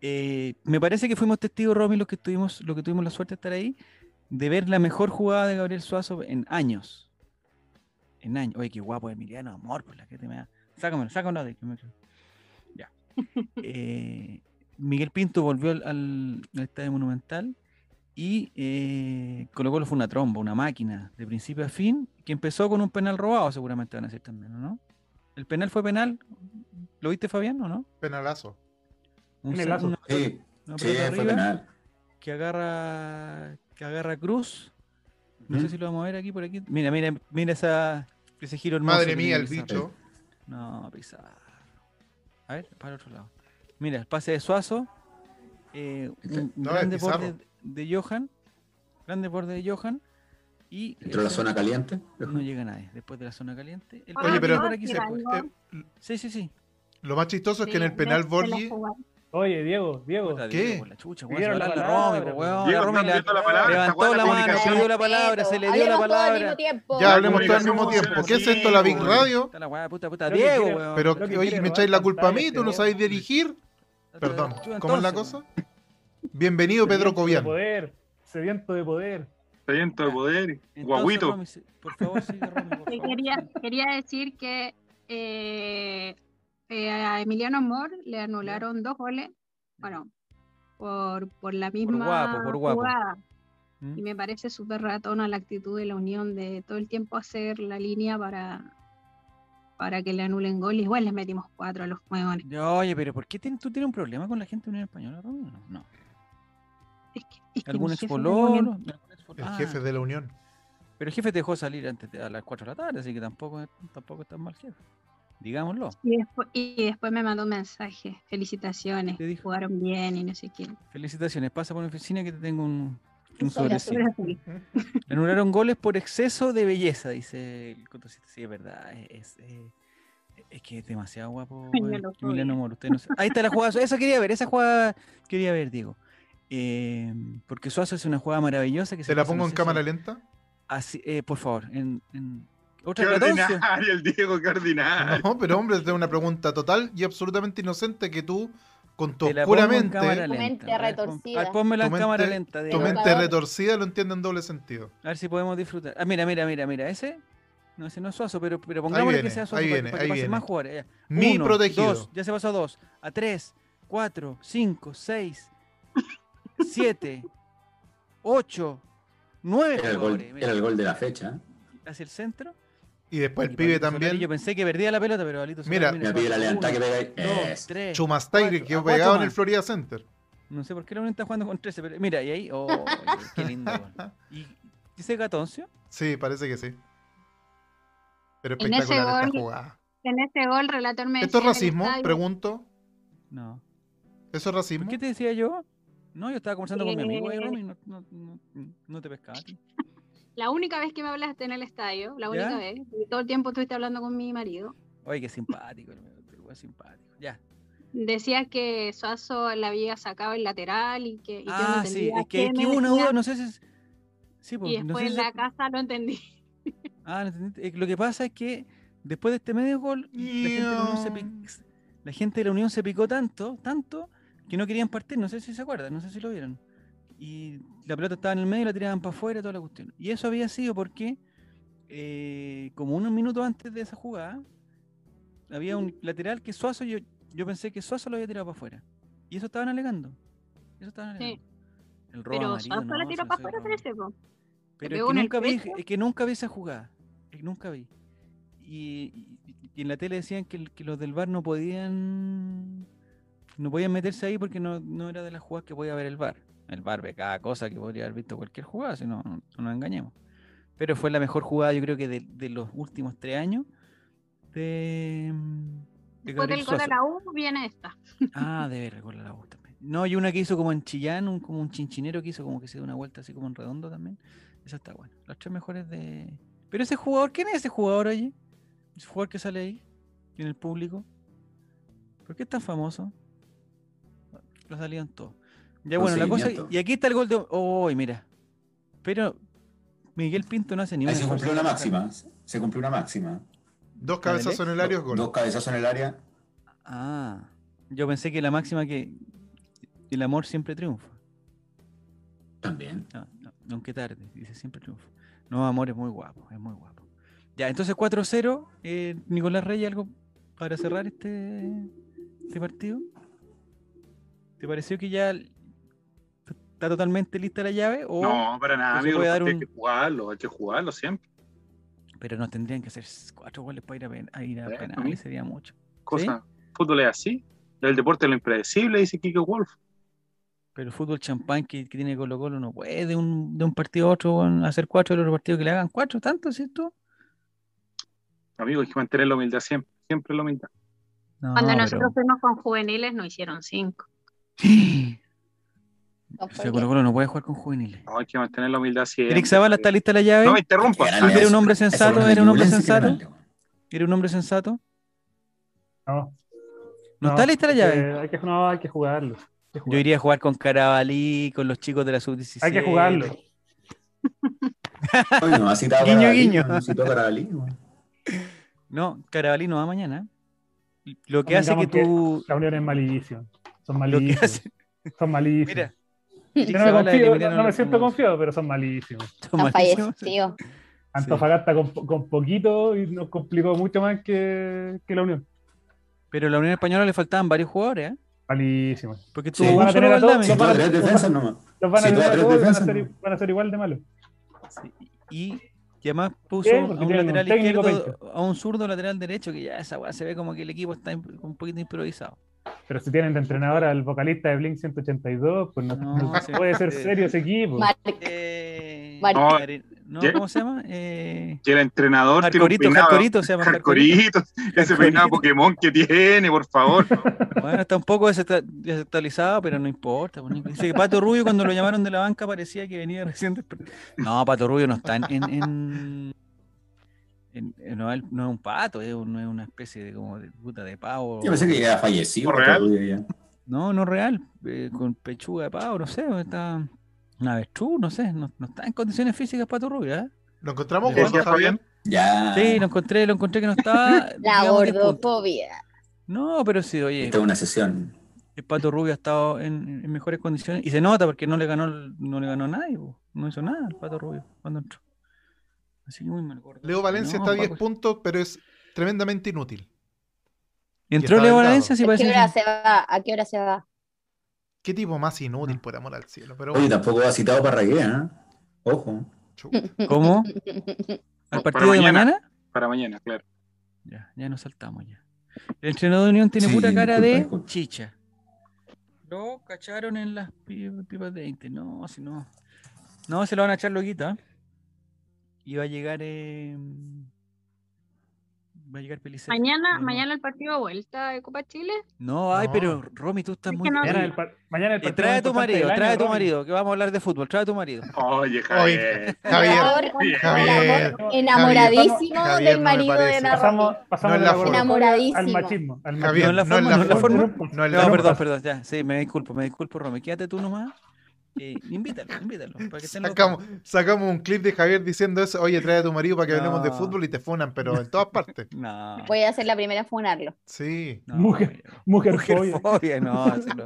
S1: Eh, me parece que fuimos testigos, Romy, los que, estuvimos, los que tuvimos la suerte de estar ahí, de ver la mejor jugada de Gabriel Suazo en años. En años. Oye, qué guapo, Emiliano, amor, por la que te me da. Sácamelo, sácamelo de que me- Ya. Eh, Miguel Pinto volvió al, al, al estadio monumental Y eh, Colo Colo fue una tromba, una máquina, de principio a fin, que empezó con un penal robado, seguramente van a decir también, ¿o ¿no? ¿El penal fue penal? ¿Lo viste, Fabián, o no?
S7: Penalazo.
S1: Un
S4: Penalazo.
S1: una-
S6: Sí,
S1: una
S6: sí,
S1: pelota
S6: fue
S1: arriba
S6: penal.
S1: Que agarra, que agarra Cruz. No sé
S6: Ujú.
S1: si lo vamos a ver aquí, por aquí. Mira, mira, mira esa, ese giro hermoso.
S7: Madre
S1: que
S7: mía,
S1: tiene
S7: el
S1: Pizarro.
S7: bicho.
S1: No, Pizarro. A ver, para el otro lado. Mira, el pase de Suazo. eh, un
S7: Este, No,
S1: gran
S7: es
S1: deporte
S7: Pizarro.
S1: de Johan. Gran deporte de Johan. Y
S6: Entró a la
S1: ese-
S6: zona caliente.
S1: No llega nadie. Después de la zona caliente. El
S5: Ah,
S1: penal
S7: Oye, pero-
S1: para aquí
S5: sí,
S1: se
S5: vale.
S1: fue.
S5: No.
S7: eh,
S1: Sí, sí, sí.
S7: lo más chistoso es que en
S5: Sí,
S7: el penal
S5: de- de la
S7: Borghi
S5: jugada.
S4: Oye, Diego, Diego.
S1: Puta,
S7: ¿Qué?
S1: Diego, por La chucha, weón, se
S4: Dieron
S1: va a
S4: la
S1: hablar la
S4: palabra,
S1: Romy, po,
S4: weón.
S1: weón,
S2: Diego,
S1: la Romy
S2: están
S1: la-
S2: viendo la palabra, esta
S1: levantó
S2: weá,
S1: la
S2: la
S1: mano, se
S2: comunicación.
S1: le dio la palabra, se le dio la
S3: Hablemos todo al
S1: palabra.
S3: mismo tiempo.
S7: Ya hablemos todo al
S2: comunicación
S7: mismo tiempo. ¿Qué es
S2: funciona
S7: esto, la
S2: así,
S7: Big
S2: weón.
S7: Radio?
S1: Está la weá, puta, puta,
S4: Creo que
S1: Diego,
S4: quiere-
S1: weón.
S7: Pero,
S4: Creo que
S7: oye,
S4: quiere
S7: me
S4: robar
S7: echáis la culpa a mí,
S4: pantallas,
S7: tú no
S4: creo.
S7: sabes dirigir. Perdón,
S1: Ayuda
S7: ¿cómo es la
S1: entonces,
S7: cosa? Bienvenido, Pedro
S4: Sediento
S7: Cobian.
S4: De poder, sediento de poder.
S2: Sediento de poder,
S1: Entonces,
S2: guaguito.
S1: Romy, sí, por favor, sigue, Romy, por
S5: Que
S1: favor.
S5: Quería, quería decir que eh, eh, a Emiliano Amor le anularon dos goles, bueno, por, por la misma
S1: guapo, por guapo.
S5: jugada.
S1: ¿Mm?
S5: Y me parece súper ratona la actitud de la Unión de todo el tiempo hacer la línea para, para que le anulen gol. Igual les metimos cuatro a los huevones.
S1: Ya, Oye, pero ¿por qué ten- tú tienes un problema con la gente de Unión Española, Romy? No, No.
S5: Es que, es que
S1: ¿Algún
S5: el jefe de la
S1: exfoloro?
S5: Unión-
S1: ¿Algún exfoloro?
S7: El
S1: Ah,
S7: jefe de la Unión.
S1: Pero el jefe te dejó salir antes de- a las 4 de la tarde, así que tampoco, es- tampoco es tan mal jefe. Digámoslo.
S5: Y después, y después me mandó un mensaje, felicitaciones,
S1: ¿Qué dijo?
S5: jugaron bien y no sé qué.
S1: Felicitaciones, pasa por mi oficina que te tengo un, un
S3: Un
S1: sobrecito.
S5: Pero sí,
S1: Le Anularon goles por exceso de belleza, dice el Contocito. Sí, es verdad. Es, es- es que es demasiado guapo.
S5: Ay,
S1: weón.
S5: ya lo soy.
S1: Emiliano Moro, usted no sabe. Ahí está la jugada. Esa quería ver, esa jugada quería ver, Diego. Eh, porque Suazo es una jugada maravillosa que se
S7: ¿Te la
S1: pasa,
S7: pongo
S1: no
S7: en
S1: sé
S7: cámara
S1: si-
S7: lenta?
S1: así- eh, por favor, en, en-
S2: Qué
S1: otra ratoncia.
S7: Ah,
S2: ordinario el Diego, qué ordinario.
S7: No, pero hombre, es una pregunta total y absolutamente inocente que tú, con tu
S1: Te la pongo en
S7: oscura mente,
S1: cámara
S3: Tu
S1: lenta.
S3: mente
S1: A ver, pon-
S3: retorcida.
S1: a ver, pónmela
S7: Tu
S1: en cámara
S7: mente-
S1: lenta.
S7: tu
S1: Diego.
S7: mente retorcida lo entiende en doble sentido.
S1: A ver si podemos disfrutar. Ah, mira, mira, mira, mira. Ese. No, ese no es Suazo, pero, pero pongámosle que
S7: viene,
S1: sea Suazo. para
S7: ahí
S1: que-
S7: viene,
S1: para que
S7: ahí
S1: pasen
S7: viene.
S1: más jugadores. Ya.
S7: Mi
S1: Uno,
S7: protegido.
S1: dos, ya se pasó a dos. A tres, cuatro, cinco, seis, siete, ocho, nueve
S6: Era el gol,
S1: jugadores. Mira,
S6: era el gol de la fecha. ¿eh?
S1: hacia el centro.
S7: Y después Pues el
S1: Y
S7: pibe
S1: Pablito Solari,
S7: también.
S1: Yo pensé que perdía la pelota, pero Alito
S7: Mira.
S6: La pibe la levantada que pega ahí.
S1: Dos,
S6: Eso.
S1: tres,
S7: Chumastaire
S1: cuatro.
S7: que
S1: Ah,
S7: pegado en
S1: Guatemala.
S7: el Florida Center.
S1: No sé por qué la Unión está jugando con 13, pero mira, y ahí, oh, qué lindo. gol. ¿Y dice Gatoncio?
S7: Sí, parece que sí. Pero
S5: En ese
S7: espectacular esta
S5: gol-
S7: jugada.
S5: En ese gol, relator me
S7: ¿Esto es
S5: decía en el
S7: racismo?
S5: estadio-
S7: Pregunto.
S1: No.
S7: ¿Eso es
S1: ¿Por
S7: racismo?
S1: qué te decía yo? No, yo estaba conversando con mi amigo ahí,
S5: Eh.
S1: Romy, no, no, no, no te pescaba.
S5: La única vez que me hablaste en el estadio, la única
S1: ¿Ya?
S5: vez, y todo el tiempo estuviste hablando con mi marido,
S1: Oye, qué simpático, el el güey es simpático. Ya.
S5: decías que Suazo la había sacado el lateral y que... y yo no
S1: Ah, sí,
S5: entendía
S1: es que
S5: qué
S1: aquí
S5: me
S1: hubo una
S5: decía,
S1: duda, no sé si. es- Sí,
S5: Y
S1: pues, no
S5: después
S1: sé
S5: en
S1: si-
S5: la casa no entendí.
S1: Ah, no entendiste. Eh, Lo que pasa es que después de este medio gol, la gente, de la, Unión se
S7: Yo.
S1: pic- la gente de la Unión se picó tanto, tanto, que no querían partir. No sé si se acuerdan, no sé si lo vieron. Y la pelota estaba en el medio y la tiraban para afuera, toda la cuestión. Y eso había sido porque, eh, como unos minutos antes de esa jugada, había un lateral que Suazo, yo, yo pensé que Suazo lo había tirado para afuera. Y eso estaban alegando. Eso estaban
S5: Sí.
S1: alegando. El robo
S5: Pero
S1: amarillo,
S5: Suazo
S1: no,
S5: la
S1: si
S5: tiró
S1: no
S5: para
S1: soy
S5: afuera,
S1: robo.
S5: parece. po.
S1: Pero
S5: Le
S1: es
S5: pegó
S1: que,
S5: en el
S1: nunca vi,
S5: pecho.
S1: es que nunca vi esa jugada. Es que nunca vi. Y, y- y en la tele decían que, el- que los del bar no podían no podían meterse ahí porque no, no era de las jugadas que podía ver el bar. El bar ve cada cosa que podría haber visto cualquier jugada, si no, no no nos engañemos. Pero fue la mejor jugada, yo creo que de, de los últimos tres años de, de
S5: Después
S1: Gabriel
S5: del gol de
S1: Suazo.
S5: la U viene esta.
S1: Ah, de ver, recuerda la voz también. No, y una que hizo como en Chillán, un, como un chinchinero que hizo como que se dio una vuelta así como en redondo también. Esa está buena. Las tres mejores de. Pero ese jugador, ¿quién es ese jugador, oye? Ese jugador que sale ahí, en el público. ¿Por qué es tan famoso? Lo salían todos. Ya bueno, la cosa.
S6: Procedimiento.
S1: Y aquí está el gol de. ¡Oh, mira! Pero Miguel Pinto no hace ni
S6: Ahí se
S1: esfuerzo
S6: cumplió
S1: para
S6: una
S1: sacar.
S6: máxima. Se cumplió una máxima.
S7: Dos cabezazos en el área, es gol.
S6: Dos cabezazos en el área.
S1: Ah, yo pensé que la máxima que. El amor siempre triunfa.
S6: También.
S1: No, no, aunque tarde, dice siempre triunfo. No, amor, es muy guapo, es muy guapo. Ya, entonces 4-0, eh, Nicolás Reyes, algo para cerrar este, este partido. ¿Te pareció que ya l- ¿Está totalmente lista la llave? O,
S2: No, para nada,
S1: se
S2: amigo.
S1: puede
S2: los
S1: dar
S2: partidos
S1: un-
S2: Hay que jugarlo, hay que jugarlo siempre.
S1: Pero nos tendrían que hacer cuatro goles para ir a, pen- a ir a
S2: Bueno,
S1: penales,
S2: mira.
S1: sería mucho.
S2: Cosa, fútbol es así. El deporte es lo impredecible, dice Kike Wolf.
S1: Pero el fútbol champán que, que tiene Colo Colo no puede de un, de un partido a otro weón, hacer cuatro de los partidos que le hagan cuatro, tanto, ¿cierto?
S2: Amigo, hay que mantener la humildad siempre, siempre la humildad.
S1: No,
S5: Cuando
S1: pero-
S5: nosotros fuimos con juveniles nos hicieron cinco.
S1: O sea, Colo Colo no puede jugar con juveniles.
S2: No, hay que mantener la humildad siempre.
S1: Eric Zavala, ¿está lista la llave?
S2: No me interrumpas.
S6: Era la-
S1: Era un hombre
S6: esa
S1: sensato,
S6: buena
S1: era un hombre
S6: violencia que
S1: sensato.
S6: era,
S1: ¿Era un hombre sensato?
S4: No,
S1: ¿No, está lista la
S4: hay que-
S1: llave?
S4: hay que, no, hay que jugarlo. Hay que
S1: Yo
S4: jugarlo.
S1: iría a jugar con Carabalí, con los chicos de la sub-16.
S4: Hay que jugarlo.
S6: weón. Oye, no, así estaba
S1: Guiño,
S6: Carabalí,
S1: guiño.
S6: weón, así estaba Carabalí, weón.
S1: No, Carabalí no va mañana. Lo que
S4: No,
S1: hace que
S4: digamos que-
S1: tú.
S4: La unión es malísima.
S1: Lo
S4: Son
S1: que
S4: malísimos.
S1: hace.
S4: Son malísimos.
S1: Mira.
S4: Yo no me, confío, no me siento confiado, pero son malísimos.
S3: Está fallecido.
S4: Antofagasta con, con poquito y nos complicó mucho más que, que la unión.
S1: Pero a la Unión Española le faltaban varios jugadores, ¿eh?
S4: Malísimos.
S1: Porque
S6: Sí,
S1: tuvo
S6: van
S1: un
S4: a
S1: solo
S4: tener a todos,
S1: Valdame.
S4: los van
S6: Dos,
S4: a-
S6: tres defensas nomás.
S4: Los van a
S6: Sí,
S4: tener a
S6: tres
S4: todos y van a
S6: defensas,
S4: ser,
S6: ¿no?
S4: van a ser igual de malos.
S1: Sí, Y, y además puso
S4: ¿Qué?
S1: a
S4: Porque
S1: un
S4: tienen un
S1: lateral
S4: técnico
S1: izquierdo, a un zurdo lateral derecho, que ya esa weá se ve como que el equipo está imp- un poquito improvisado.
S4: Pero si tienen de entrenador al vocalista de Blink 182, pues no,
S1: No,
S4: no
S1: sí.
S4: puede ser serio ese equipo.
S3: Marc,
S1: Eh,
S3: Vale.
S2: No,
S1: Are- no,
S2: ya-
S1: ¿cómo se llama? Eh,
S2: Y el entrenador
S1: Jarcorito,
S2: tiene un peinado.
S1: Jarcorito se llama. Jarcorito.
S2: Jarcorito, ese peinado Pokémon que tiene, por favor.
S1: Bueno, está un poco desacta- desactualizado, pero no importa. pues, no importa. Dice que Pato Rubio cuando lo llamaron de la banca parecía que venía recién despertado. No, Pato Rubio no está en... en- en- en- en- no, es- no es un pato, es, un- es una especie de como de puta de pavo.
S6: Yo pensé que ya fallecido.
S2: ¿Real?
S6: todo, ya.
S1: No, no real, eh, con pechuga de pavo, no sé, está una avestruz, no sé, no, no está en condiciones físicas Pato Rubio, ¿eh?
S7: ¿Lo encontramos,
S1: Decía
S7: Juan Javier?
S6: Ya.
S1: Sí, lo encontré, lo encontré que no estaba.
S3: La
S1: digamos, 10 puntos.
S3: gordofobia.
S1: No, pero sí, oye,
S6: Esta es una sesión.
S1: el Pato Rubio ha estado en, en mejores condiciones y se nota porque no le ganó, el- no le ganó a nadie, po. no hizo nada el Pato Rubio cuando entró. Así que muy mal gordo.
S7: Leo Valencia
S1: No,
S7: está a 10
S1: Paco.
S7: puntos, pero es tremendamente inútil.
S1: Entró
S7: está
S1: Leo
S7: vendado.
S1: Valencia, sí
S3: ¿A qué
S1: parece.
S3: hora se va? ¿A qué hora se va?
S7: ¿Qué tipo más inútil, por amor al cielo? Pero
S6: Oye, tampoco ha citado para ¿eh? Ojo.
S7: chuta.
S1: ¿Cómo? ¿Al
S2: Para
S1: partido de
S2: mañana.
S1: mañana?
S2: Para mañana, claro.
S1: Ya, ya nos saltamos ya. El entrenador de Unión tiene
S6: Sí,
S1: pura cara
S6: disculpa,
S1: de
S6: disculpa.
S1: chicha. Lo cacharon en las pi- pipas de 20. No, si no. No, se lo van a echar loquita. Y va a llegar. eh, va a llegar Pelicero.
S5: Mañana,
S1: No,
S5: mañana el partido de vuelta de Copa Chile.
S1: No, ay,
S7: No.
S1: pero Romy, tú estás
S5: Es
S1: muy.
S5: que no-
S1: frío.
S4: Mañana el, par- mañana el
S1: Eh,
S4: partido
S1: trae
S4: más
S1: a tu
S4: importante
S1: marido,
S4: del año,
S1: trae a tu
S4: Robin.
S1: marido, que vamos a hablar de fútbol. Trae a tu marido.
S2: Oye, Javier.
S7: Oye, Javier,
S3: Por favor,
S2: Javier,
S7: Javier.
S3: enamor- Enamoradísimo
S7: Javier,
S3: del
S7: no me
S3: marido de
S7: parece.
S3: la
S4: Pasamos,
S3: Romy.
S4: pasamos
S7: No
S4: de
S7: es
S4: la
S7: la forma.
S4: gordofobia al
S3: Enamoradísimo.
S4: machismo. Al
S7: Javier,
S1: No
S4: machismo.
S1: es la
S7: no es
S1: forma,
S7: la
S1: no es la
S7: forma.
S4: forma.
S7: No es la
S1: No,
S4: Claro,
S7: forma.
S1: perdón,
S4: pasa.
S1: perdón, ya, sí, me disculpo, me disculpo, Romy. Quédate tú nomás. Eh, invítalo, invítalo. Para que estén los dos.
S7: Sacamos, sacamos un clip de Javier diciendo eso. Oye, trae a tu marido para que hablemos de
S1: No.
S7: fútbol y te funan, pero en todas partes.
S1: No.
S3: Voy a ser la primera en funarlo.
S7: Sí.
S1: no,
S4: Mujer-
S1: pero-
S4: Mujerfobia.
S1: Mujerfobia, no, así no.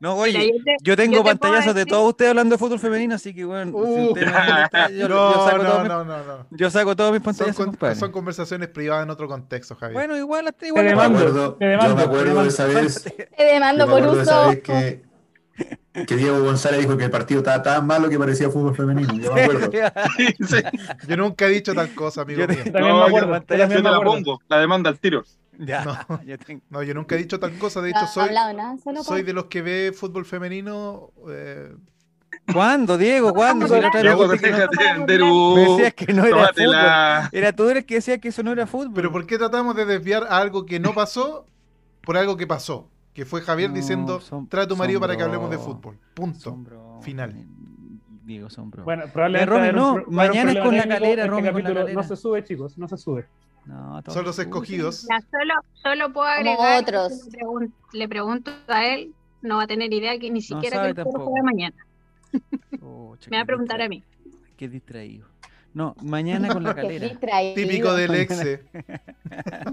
S1: No,
S5: Mira,
S1: oye,
S5: yo te-
S1: yo tengo
S5: yo te puedo
S1: pantallazos de
S5: decir-
S1: todos ustedes hablando de fútbol femenino, así que bueno, si
S7: Uh.
S1: usted me molesta, yo,
S7: no,
S1: yo saco todos
S7: no,
S1: mis-
S7: no, no, no.
S1: yo saco todos mis
S7: Son,
S1: pantallazos,
S7: con-
S1: compadre.
S7: son conversaciones privadas en otro contexto, Javier.
S1: Bueno, igual, hasta igual.
S4: Te
S6: Yo me
S4: demando,
S6: acuerdo,
S4: te demando,
S6: yo me
S4: te
S6: acuerdo de
S4: demando.
S6: esa vez.
S3: Te demando
S6: yo me
S3: por
S6: acuerdo de esa
S3: uso.
S6: vez que, que Diego González dijo que el partido estaba tan malo que parecía fútbol femenino. Yo me acuerdo.
S2: Sí, sí.
S7: Yo nunca he dicho tal cosa, amigo
S1: Yo te-
S7: mío.
S4: También
S2: No,
S4: me
S2: yo
S4: acuerdo.
S1: levanté
S4: yo
S1: la
S2: Yo
S4: también me
S2: te la
S4: acuerdo.
S2: pongo, la demanda al tiro.
S1: Ya,
S7: No.
S1: yo tengo.
S7: No, yo nunca he dicho tal cosa. De
S3: No
S7: hecho,
S3: ha
S7: soy,
S3: hablado nada, solo
S7: soy
S3: por-
S7: de los que ve fútbol femenino. eh,
S1: ¿Cuándo, Diego? ¿Cuándo? Si la otra vez
S2: Ya,
S5: Yo,
S1: dijiste que no-
S5: déjate.
S2: déjate,
S5: no-
S1: me
S2: Derú.
S7: Uh,
S1: decías que no era fútbol.
S2: Tómatela.
S1: Era tú el que decía que eso no era fútbol.
S7: Pero ¿por qué tratamos de desviar a algo que no pasó por algo que pasó? Que fue Javier
S1: No,
S7: diciendo,
S1: Uh, son-
S7: trae a tu
S1: son
S7: marido para que hablemos de
S1: bro-
S7: fútbol. Punto.
S1: Son bromas,
S7: Final.
S1: eh, Diego, son bromas.
S4: Bueno, probablemente.
S1: Romy,
S4: va a haber un
S1: no,
S4: pro- va a haber un
S1: mañana es
S4: problema
S1: con la
S4: técnico,
S1: calera,
S4: este
S1: Romy, con la
S4: capítulo
S1: calera.
S4: No se sube, chicos, no se sube.
S1: No, todo
S7: Son los
S1: sucio.
S7: escogidos.
S5: Ya, solo, solo puedo agregar. que
S3: otros.
S5: Le, pregun- le pregunto a él, no va a tener idea que ni siquiera
S1: sabe
S5: que el Colo
S1: tampoco.
S5: juega mañana.
S1: Oh, cha,
S5: Me va a
S1: qué
S5: preguntar
S1: distra-
S5: a mí.
S1: Qué distraído. No, mañana con la
S3: Qué
S1: calera.
S3: distraído.
S7: Típico del exe.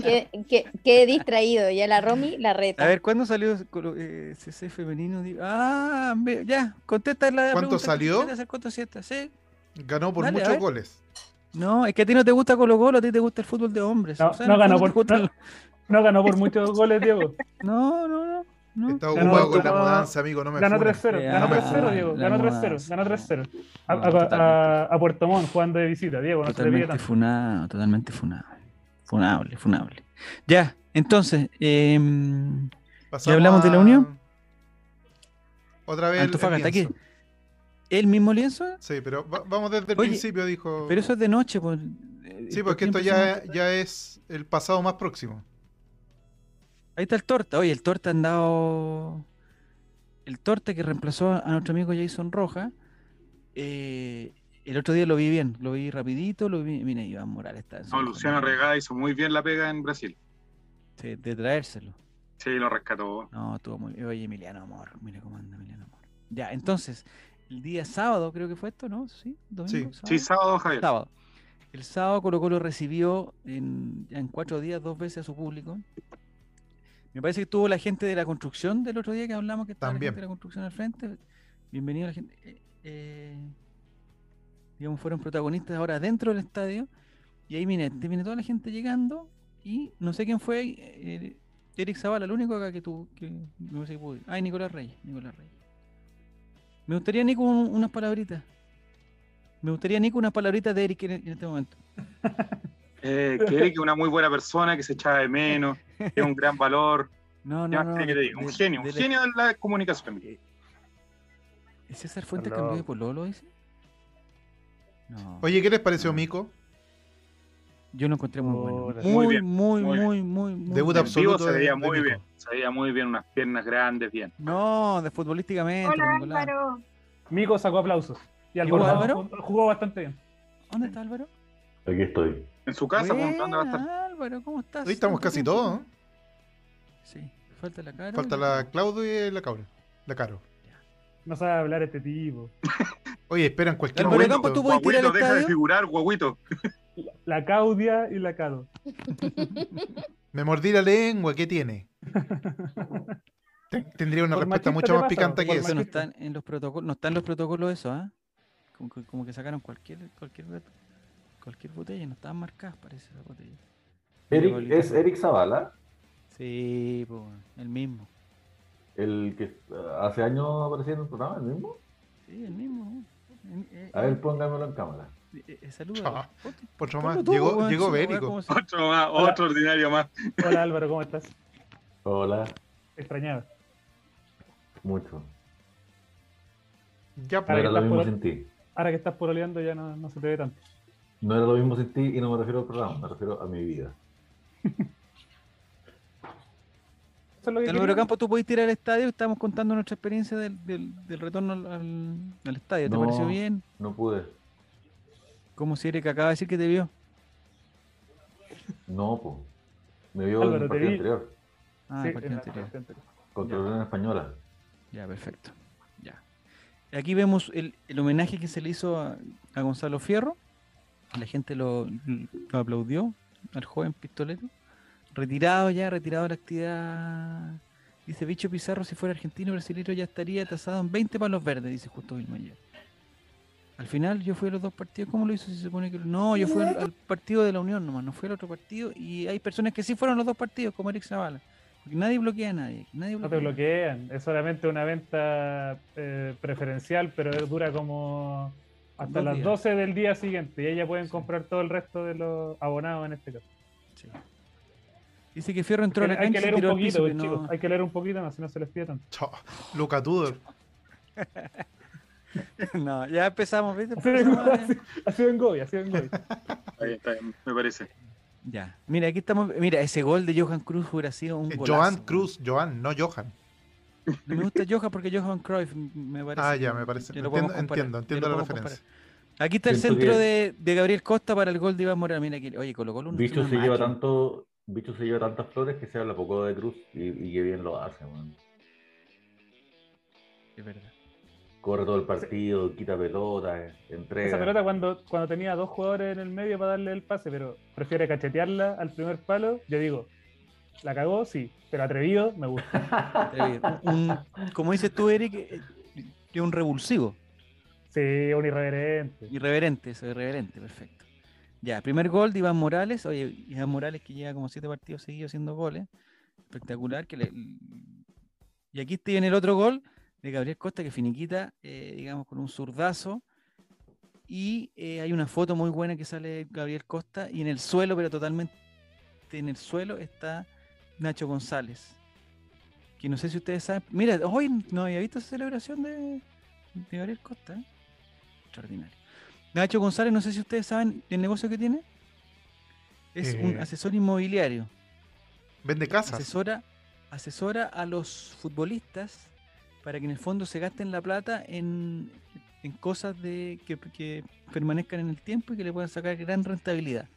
S3: Qué, qué- qué distraído. Y a la Romy la reta.
S1: A ver, ¿cuándo salió Colo- eh, CC femenino? Di- Ah, ve- ya, contesta la
S7: ¿Cuánto
S1: pregunta que
S7: salió?
S1: quieres hacer, ¿Cuánto siesta? Sí.
S7: Ganó por
S1: Dale, a
S7: muchos
S1: ver.
S7: goles.
S1: No, es que a ti no te gusta Colo Colo, a ti te gusta el fútbol de hombres.
S4: No,
S1: O sea,
S4: no
S1: en el
S4: ganó
S1: fondo te
S4: por-
S1: gusta
S4: no. No ganó por muchos goles, Diego.
S1: el- No, no, no.
S4: ¿no?
S7: Está
S4: Ganó
S7: ocupado con la
S4: como-
S7: mudanza, amigo. No me
S4: Ganó
S7: funes.
S4: 3-0,
S1: Ya,
S4: ganó
S7: no me
S4: 3-0, Diego,
S1: la
S4: ganó
S1: mudanza.
S4: 3-0, ganó 3-0. A,
S1: No,
S4: a- a,
S1: totalmente.
S4: a Puerto Montt jugando de visita, Diego, no se le pide
S1: Totalmente
S4: tanto.
S1: funado, totalmente funado. Funable, funable. Ya, entonces, em,
S7: Pasamos
S1: hablamos de la
S7: a-
S1: Unión?
S7: Otra vez. el- el
S1: Antofagasta, ¿qué?
S7: lienzo.
S1: ¿El mismo lienzo?
S7: Sí, pero va- vamos desde el
S1: Oye,
S7: principio, dijo.
S1: Pero eso es de noche, pues.
S7: Sí, porque esto ya, ya es el pasado más próximo.
S1: Ahí está el torta. Oye, el torta han dado. El torta que reemplazó a nuestro amigo Jason Roja. eh, el otro día lo vi bien, lo vi rapidito, lo vi. Mira, Iván Morales está. en su
S2: No,
S1: mejor
S2: Luciano
S1: momento.
S2: Regada hizo muy bien la pega en Brasil.
S1: Sí, de traérselo.
S2: Sí, lo rescató.
S1: No, estuvo muy bien. Oye, Emiliano Amor, mira cómo anda Emiliano Amor. Ya, entonces, el día sábado creo que fue esto, ¿no? Sí, domingo,
S2: Sí, sábado, Javier.
S1: Ah. sábado. El sábado Colo Colo recibió en, ya en cuatro días dos veces a su público. Me parece que tuvo la gente de la construcción del otro día que hablamos que estaba la
S7: También.
S1: gente de la construcción al frente. Bienvenido a la gente. eh, eh, digamos, fueron protagonistas ahora dentro del estadio. Y ahí viene, viene toda la gente llegando. Y no sé quién fue. eh, Eric Zavala, el único acá que tuvo. Que, no sé si pudo ir. Ay, Nicolás Reyes. Nicolás Reyes. Me gustaría, Nico, un- unas palabritas. Me gustaría, Nico, unas palabritas de Eric en, en este momento.
S2: Eh, que Eric es una muy buena persona, que se echaba de menos, que es un gran valor.
S1: No,
S2: ¿Qué
S1: no,
S2: más
S1: no. eh,
S2: querés que te
S1: de-
S2: diga? Un
S1: de-
S2: genio, un
S1: de-
S2: genio de la comunicación.
S1: ¿César Fuentes
S4: Aló.
S1: cambió de pololo, dice? No.
S7: Oye, ¿qué les pareció,
S1: Ah.
S7: Mico?
S1: yo lo encontré muy bueno.
S4: Hola.
S1: Muy,
S2: Muy
S1: muy,
S2: bien,
S1: muy,
S2: muy
S1: muy, muy,
S7: Debut
S1: bueno.
S2: En vivo
S7: absoluto.
S2: se
S7: de-
S2: veía
S7: de
S2: muy
S7: Mico.
S2: bien, se veía muy bien, unas piernas grandes, bien.
S1: No, de futbolísticamente.
S5: Hola
S1: Nicolás.
S5: Álvaro.
S4: Mico sacó aplausos. Y
S1: ¿Llegó
S4: Álvaro
S1: Álvaro?
S4: jugó- jugó bastante bien.
S1: ¿Dónde está Álvaro?
S8: Aquí estoy.
S2: En su casa, pues, ¿dónde va a
S1: Buena,
S2: estar?
S1: Álvaro, ¿cómo estás?
S7: Hoy estamos
S1: ¿Tanto
S7: casi
S1: tiempo?
S7: todos. ¿no?
S1: Sí, falta la cara.
S7: Falta la Claudio y la Cabro. La Caro.
S4: No sabe hablar este tipo.
S7: Oye, esperan cualquier
S1: Álvaro
S7: momento.
S1: Campos, tú puedes tirar
S2: Guaguito,
S1: al
S2: deja de
S1: estadio.
S2: figurar, guaguito.
S4: La Caudia y la Cado.
S7: Me mordí la lengua, ¿qué tiene? Ten- Tendría una
S4: Por
S7: respuesta
S4: machista
S7: mucho
S4: te
S7: más
S4: pasa,
S7: picante que
S4: por
S1: Eso
S7: esa.
S1: no
S4: machista.
S1: están en los protocolos, no están los protocolos eso, ¿ah? Como, que- como que sacaron cualquier, cualquier, bot- cualquier botella, no estaban marcadas, parece la botella.
S8: Eric, ¿Es Eric Zavala?
S1: Sí, po, el mismo.
S8: El que eh, hace años aparecía en el programa, el mismo.
S1: Sí, el mismo. Eh, eh,
S8: A ver, póngamelo en cámara.
S1: eh, eh, eh, saluda. Ponte- ponlo
S7: Otro más.
S1: tú,
S7: Llegó,
S1: weón,
S7: llegó
S1: si no, weón,
S7: Bérico.
S1: ¿cómo se-
S2: Otro más, otro ordinario más.
S4: Hola Álvaro, ¿cómo estás?
S8: Hola,
S4: Te Extrañaba.
S8: mucho.
S7: Ya,
S8: No
S4: Ahora
S8: era
S4: que
S8: lo
S4: estás
S8: mismo
S4: por-
S8: sin ti.
S4: Ahora que estás pololeando ya no, no se te ve tanto.
S8: No era lo mismo sin ti y no me refiero al programa, me refiero a mi vida.
S4: Eso es lo que
S1: Álvaro
S4: quería.
S1: Campo, tú podés tirar al estadio, estamos contando nuestra experiencia del, del- del retorno al, al- al estadio. ¿Te
S8: No.
S1: pareció bien?
S8: No pude.
S1: ¿Cómo si Eric acaba de decir que te vio?
S8: No, pues. Me vio en
S4: Álvaro,
S8: el
S4: te
S8: partido
S4: vi.
S8: anterior,
S1: Ah,
S4: Sí,
S1: el partido
S4: en la
S1: anterior.
S4: parte anterior.
S8: contra
S1: Ya.
S8: la Unión Española.
S1: Ya, perfecto. Ya. Aquí vemos el, el homenaje que se le hizo a, a Gonzalo Fierro. La gente lo, lo aplaudió al joven pistolero. Retirado ya, retirado de la actividad. Dice Bicho Pizarro, si fuera argentino brasileño ya estaría tasado en 20 palos verdes, dice Justo Vilmayer. Al final yo fui a los dos partidos, ¿cómo lo hizo? Si se supone que... No, yo fui al, al partido de la Unión nomás, no fui al otro partido. Y hay personas que sí fueron a los dos partidos, como Eric Zavala. Porque nadie bloquea a nadie. aquí, Nadie
S4: No te
S1: bloquea.
S4: bloquean, es solamente una venta eh, preferencial, pero dura como hasta
S1: Dos
S4: las
S1: días.
S4: 12 del día siguiente y ahí ya pueden
S1: Sí.
S4: comprar todo el resto de los abonados en este caso.
S1: Sí. Dice que Fierro entró a la
S4: hay
S1: cancha
S4: que
S1: y
S4: leer un
S1: tiró al
S4: poquito,
S1: piso, que
S4: pues,
S1: no,
S4: chicos, hay que leer un poquito más, si no se les pide tanto.
S7: Chao. Luca Tudor.
S1: no, ya empezamos, ¿viste?
S4: Así vengo,
S1: Empezamos,
S4: así, así vengo, y así vengo. y.
S2: Ahí está, me parece.
S1: ya. Mira, aquí estamos, mira, ese gol de Johan Cruz hubiera sido un
S7: Eh,
S1: golazo.
S7: Joan Cruz. Joan, no Johan.
S1: No me gusta Johan porque Johan Cruyff me parece.
S7: Ah, ya,
S1: que-
S7: me parece.
S1: que lo
S7: Entiendo-
S1: podemos comparar,
S7: entiendo,
S1: que
S7: entiendo
S1: lo
S7: la
S1: podemos
S7: referencia.
S1: comparar. Aquí está el
S8: Siento
S1: centro
S8: que-
S1: de, de Gabriel Costa para el gol de Iván Morales. Mira que, oye, colocó uno.
S8: Bicho se lleva tanto, Bicho se lleva tantas flores que se habla poco de Cruz y, y que bien lo hace, weón. Corre todo el partido, quita pelotas, entrega.
S4: Esa pelota cuando, cuando tenía dos jugadores en el medio para darle el pase, pero prefiere cachetearla al primer palo, yo digo, la cagó, sí, pero atrevido, me gusta.
S1: como dices tú, Eric, eh, es un revulsivo.
S4: Sí, un irreverente.
S1: Irreverente, eso, irreverente, perfecto. Ya, primer gol de Iván Morales. Oye, Iván Morales que lleva como siete partidos seguidos haciendo goles. Espectacular, que le- Y aquí tiene el otro gol de Gabriel Costa que finiquita, eh, digamos, con un zurdazo. Y eh, hay una foto muy buena que sale de Gabriel Costa y en el suelo, pero totalmente en el suelo, está Nacho González. Que no sé si ustedes saben. Mira, hoy no había visto esa celebración de, de Gabriel Costa. ¿eh? Extraordinario. Nacho González, no sé si ustedes saben el negocio que tiene. Es un
S7: Eh.
S1: asesor inmobiliario.
S7: Vende casas.
S1: Asesora, asesora a los futbolistas para que en el fondo se gasten la plata en, en cosas de, que, que permanezcan en el tiempo y que le puedan sacar gran rentabilidad.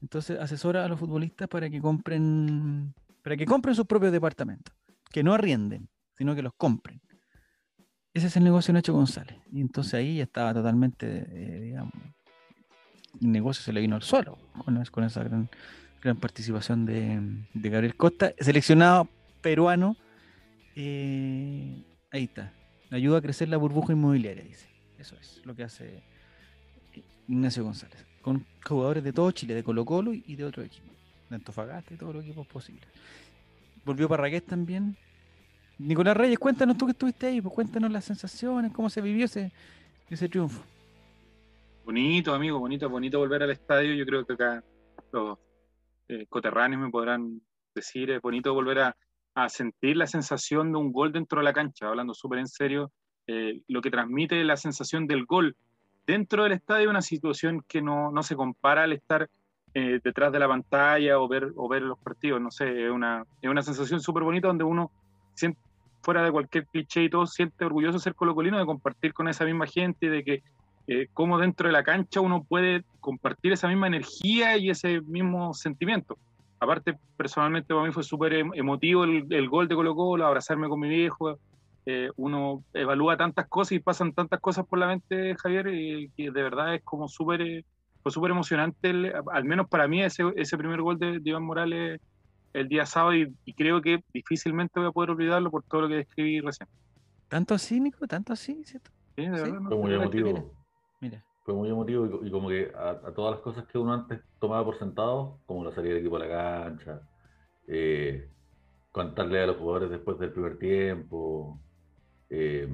S1: Entonces asesora a los futbolistas para que compren, para que compren sus propios departamentos, que no arrienden, sino que los compren. Ese es el negocio de Nacho González. Y entonces ahí ya estaba totalmente, eh, digamos, el negocio se le vino al suelo con, con esa gran gran participación de, de Gabriel Costa, seleccionado peruano. eh, ahí está. Ayuda a crecer la burbuja inmobiliaria, dice. Eso es lo que hace Ignacio González. Con jugadores de todo Chile, de Colo Colo y de otro equipo. De Antofagasta y todos los equipos posibles. Volvió Parragués también. Nicolás Reyes, cuéntanos tú que estuviste ahí, pues cuéntanos las sensaciones, cómo se vivió ese, ese triunfo.
S2: Bonito, amigo, bonito, bonito volver al estadio. Yo creo que acá los eh, coterráneos me podrán decir, es bonito volver a, a sentir la sensación de un gol dentro de la cancha, hablando súper en serio, eh, lo que transmite la sensación del gol dentro del estadio, una situación que no, no se compara al estar eh, detrás de la pantalla o ver, o ver los partidos, no sé, es una, es una sensación súper bonita donde uno, sien- fuera de cualquier cliché y todo, siente orgulloso de ser colocolino, de compartir con esa misma gente, de que eh, cómo dentro de la cancha uno puede compartir esa misma energía y ese mismo sentimiento. Aparte, personalmente para mí fue súper em- emotivo el, el gol de Colo Colo, abrazarme con mi viejo. Eh, uno evalúa tantas cosas y pasan tantas cosas por la mente, Javier, y, que de verdad es como súper eh, fue súper emocionante, el- al menos para mí, ese, ese primer gol de, de Iván Morales el día sábado y, y creo que difícilmente voy a poder olvidarlo por todo lo que describí recién.
S1: Tanto así, Nico, tanto así, ¿cierto?
S2: Sí, de
S1: Sí.
S2: verdad, no
S8: Fue muy
S2: sé,
S8: emotivo.
S1: Mira.
S8: fue muy emotivo y, co- y como que a, a todas las cosas que uno antes tomaba por sentado, como la salida del equipo a la cancha, eh, contarle a los jugadores después del primer tiempo, eh,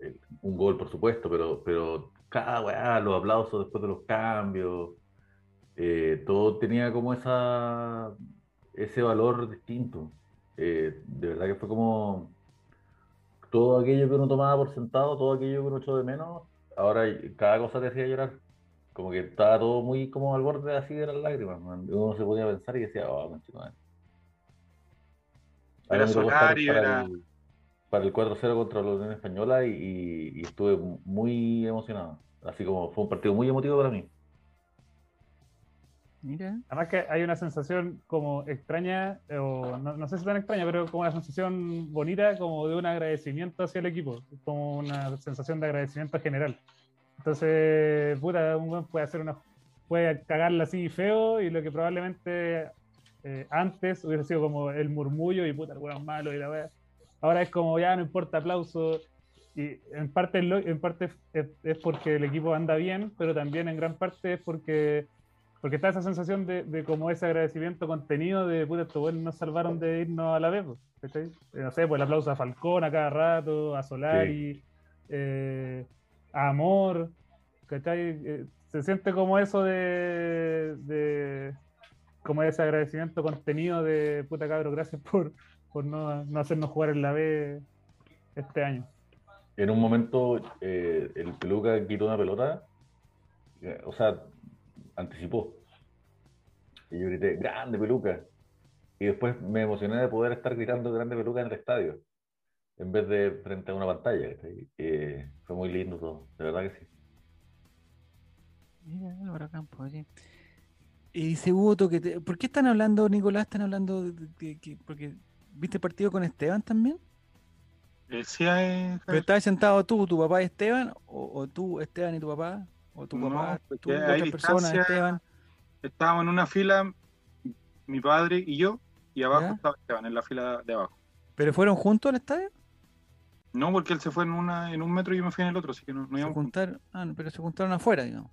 S8: el- un gol por supuesto, pero, pero cada weá, los aplausos después de los cambios, eh, todo tenía como esa, ese valor distinto. Eh, de verdad que fue como todo aquello que uno tomaba por sentado, todo aquello que uno echó de menos, ahora cada cosa te hacía llorar. Como que estaba todo muy como al borde así de las lágrimas, man. Uno se podía pensar y decía, oh, conchetumare".
S2: Era
S8: Ahora me tocó
S2: Solari,
S8: estar
S2: era-
S8: el- para el 4-0 contra la Unión Española y, y- y estuve muy emocionado. Así como fue un partido muy emotivo para mí.
S1: Mira.
S4: Además que hay una sensación como extraña, eh, o no, no sé si tan extraña, pero como una sensación bonita, como de un agradecimiento hacia el equipo, como una sensación de agradecimiento general. Entonces, puta, un weón puede hacer una puede cagarla así feo y lo que probablemente eh, antes hubiese sido como el murmullo y puta, el weón malo y la wea. Ahora es como ya no importa aplauso. Y en parte, es lo- en parte es, es porque el equipo anda bien, pero también en gran parte es porque, porque está esa sensación de, de como ese agradecimiento contenido de puta, estos buenos nos salvaron de irnos a la vez. po, ¿cachai? Eh, No sé, pues el aplauso a Falcón a cada rato, a Solari, eh, a Amor. ¿cachai? Eh, se siente como eso de, de- como ese agradecimiento contenido de puta cabro, gracias por, por no, no hacernos jugar en la B este año.
S8: En un momento eh, el peluca quitó una pelota, eh, o sea, anticipó. Y yo grité, grande peluca. Y después me emocioné de poder estar gritando grande peluca en el estadio, en vez de frente a una pantalla. ¿cachai? Eh, fue muy lindo todo, de verdad que sí.
S1: Mira, Álvaro Campo, oye. Y dice Hugo Toquete, ¿por qué están hablando, Nicolás? ¿Están hablando de, de- que- porque viste partido con Esteban también?
S2: Eh, sí, eh,
S1: ¿Pero estabas sentado tú, tu papá y Esteban? ¿O, o tú, Esteban y tu papá? ¿O tu
S2: No,
S1: papá,
S2: porque
S1: tú,
S2: hay
S1: otra persona,
S2: distancia.
S1: Esteban?
S2: estábamos en una fila, mi padre y yo, y abajo
S1: ¿Ya?
S2: estaba Esteban, en la fila de abajo.
S1: ¿Pero fueron juntos al estadio?
S2: No, porque él se fue en, una, en un metro y yo me fui en el otro, así que no, no
S1: Se
S2: íbamos juntos.
S1: juntaron, ah, no, pero se juntaron afuera, digamos.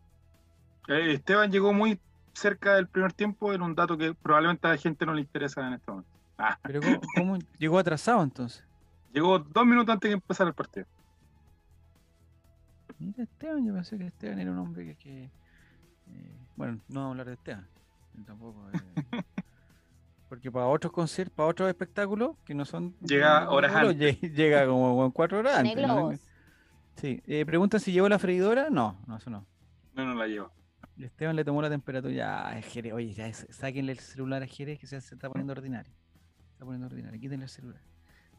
S2: Eh, Esteban llegó muy cerca del primer tiempo, era un dato que probablemente a la gente no le interesa en este momento.
S1: Pero ¿cómo, cómo llegó atrasado entonces?
S2: Llegó dos minutos antes que empezara el partido.
S1: Mira, Esteban, yo pensé que Esteban era un hombre que. que, eh, bueno, no vamos a hablar de Esteban. él Tampoco. eh, porque para otros conciertos, para otros espectáculos que no son.
S2: Llega horas
S1: Llega-
S2: antes.
S1: Llega como en cuatro horas
S3: Tiene
S1: antes. ¿no?
S3: globos.
S1: Sí. Eh, preguntan si llevó la freidora. No, no, eso no.
S2: No, no la lleva.
S1: Esteban le tomó la temperatura. Ya, el Jerez, oye, ya es- sáquenle el celular a Jerez que se, se está poniendo ordinario. Está poniendo ordinario. Quítenle el celular.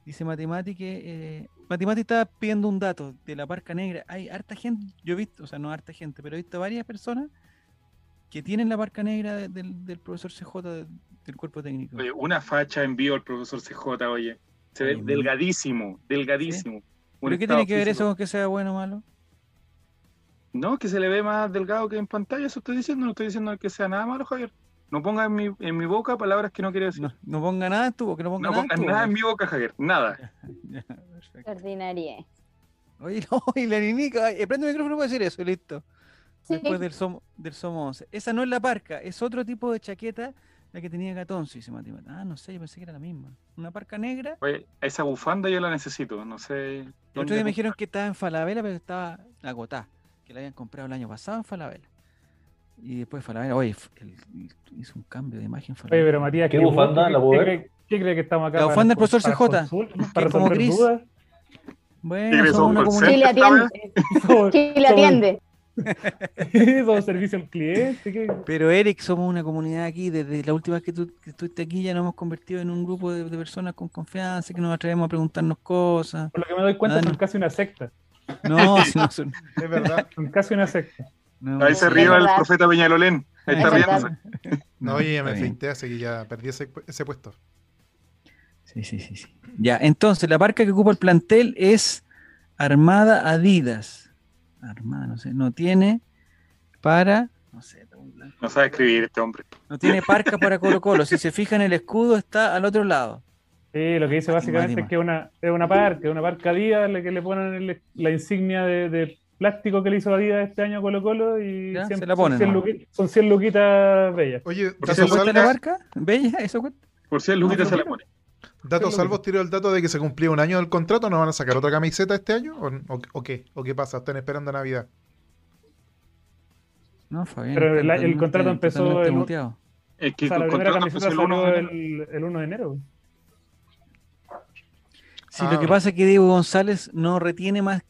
S1: Dice Matemati que. Eh, Matemati está pidiendo un dato de la Parca Negra. Hay harta gente, yo he visto, o sea, no harta gente, pero he visto varias personas que tienen la Parca Negra de- del, del profesor CJ de- del cuerpo técnico.
S2: Oye, una facha en vivo al profesor CJ, oye. Se ve
S1: Oye, muy-
S2: delgadísimo, delgadísimo. Un
S1: ¿Pero qué
S2: estado
S1: tiene que ver eso
S2: físico-
S1: con que sea bueno o malo?
S2: No, que se le ve más delgado que en pantalla, eso estoy diciendo. No estoy diciendo que sea nada malo, Javier. No ponga en mi, en mi boca palabras que no quiero decir.
S1: No, no ponga nada en tu boca, no ponga
S2: No,
S1: nada en
S2: pongas
S1: tu
S2: nada en
S1: boca.
S2: mi boca, Javier. Nada.
S1: pues, Ya, perfecto.
S3: Ordinaria.
S1: Oye, no, y la ninica, eh, prende el micrófono para decir eso, y listo.
S3: Sí.
S1: Después del Somo, del Somo 11. Esa no es la parca, es otro tipo de chaqueta la que tenía Gatonzo, dice Mati Mati. Ah, no sé, yo pensé que era la misma. Una parca negra.
S2: Oye, esa bufanda yo la necesito, no sé.
S1: El otro día me dijeron que estaba en Falabella, pero estaba agotada, que la habían comprado el año pasado en Falabella. Y después Falabella, oye, f- el- el- hizo un cambio de imagen
S4: Oye,
S1: Falabella.
S4: pero Matías,
S8: ¿Qué bufanda?
S4: cree-
S8: ¿La puedo
S4: qué
S8: ver?
S4: cree- ¿Qué cree que estamos acá?
S1: La
S4: para-
S1: bufanda del profesor
S4: para
S1: CJ,
S4: consultas,
S1: que
S4: Para
S1: es como
S4: resolver
S1: gris.
S4: dudas.
S1: bueno,
S2: Tigres
S1: somos
S2: son
S1: una
S2: call
S1: comunidad.
S3: ¿Quién le atiende?
S4: Somos-
S3: ¿Quién le
S4: somos-
S3: atiende?
S4: somos servicio al cliente. ¿qué?
S1: Pero Eric, somos una comunidad aquí, desde la última vez que tú que estuviste aquí ya nos hemos convertido en un grupo de, de personas con confianza, que nos atrevemos a preguntarnos cosas.
S4: Por lo que me doy cuenta,
S1: No, no.
S4: son casi una secta.
S1: No, si no son...
S7: Es verdad.
S4: Son casi una secta.
S1: no,
S2: Ahí se
S1: sí.
S2: ríe
S3: Es
S2: el
S3: verdad.
S2: profeta Peñalolén. Ahí
S1: Es
S2: está
S3: verdad.
S2: riéndose.
S7: No, yo ya me
S1: está bien.
S7: feité, así que ya perdí ese, pu- ese puesto.
S1: Sí, sí, sí, sí. Ya, entonces, la marca que ocupa el plantel es Armada Adidas. Armada, no sé, no tiene para. No sé, tengo un blanco.
S2: No sabe escribir este hombre.
S1: no tiene parca para Colo Colo. Si se fijan, el escudo está al otro lado.
S4: Sí, lo que dice básicamente
S1: Dima.
S4: es que una, es una parca, una parca Adidas, la que le ponen el- la insignia de, de plástico que le hizo Adidas este año a Colo Colo y
S1: Ya,
S4: cien-
S1: se la ponen
S4: son, 100
S1: nomás.
S4: luquitas bellas.
S7: Oye,
S2: Por
S1: ¿Eso
S7: datos
S1: cuesta
S2: cierto,
S1: la
S2: salgas-
S7: salvos,
S1: marca? ¿Bella? ¿Eso cuesta?
S2: Por si el Luquita
S1: No,
S2: se
S1: no,
S2: la pone.
S7: datos salvos tiró el dato de que se cumplía un año del contrato. ¿No van a sacar otra camiseta este año? ¿O, o- o qué? ¿O qué pasa? ¿Están esperando Navidad?
S1: No, Fabián.
S4: Pero
S1: está
S4: el- el
S1: totalmente-
S4: contrato empezó
S1: totalmente
S4: el un-
S1: muteado.
S2: Es que
S4: O sea,
S2: el
S4: la primera
S2: contrato
S4: camiseta
S2: empezó el
S4: salió
S2: 1 de enero.
S4: el, el 1 de enero.
S1: Sí,
S7: Ah.
S1: lo que pasa es que Diego González no retiene más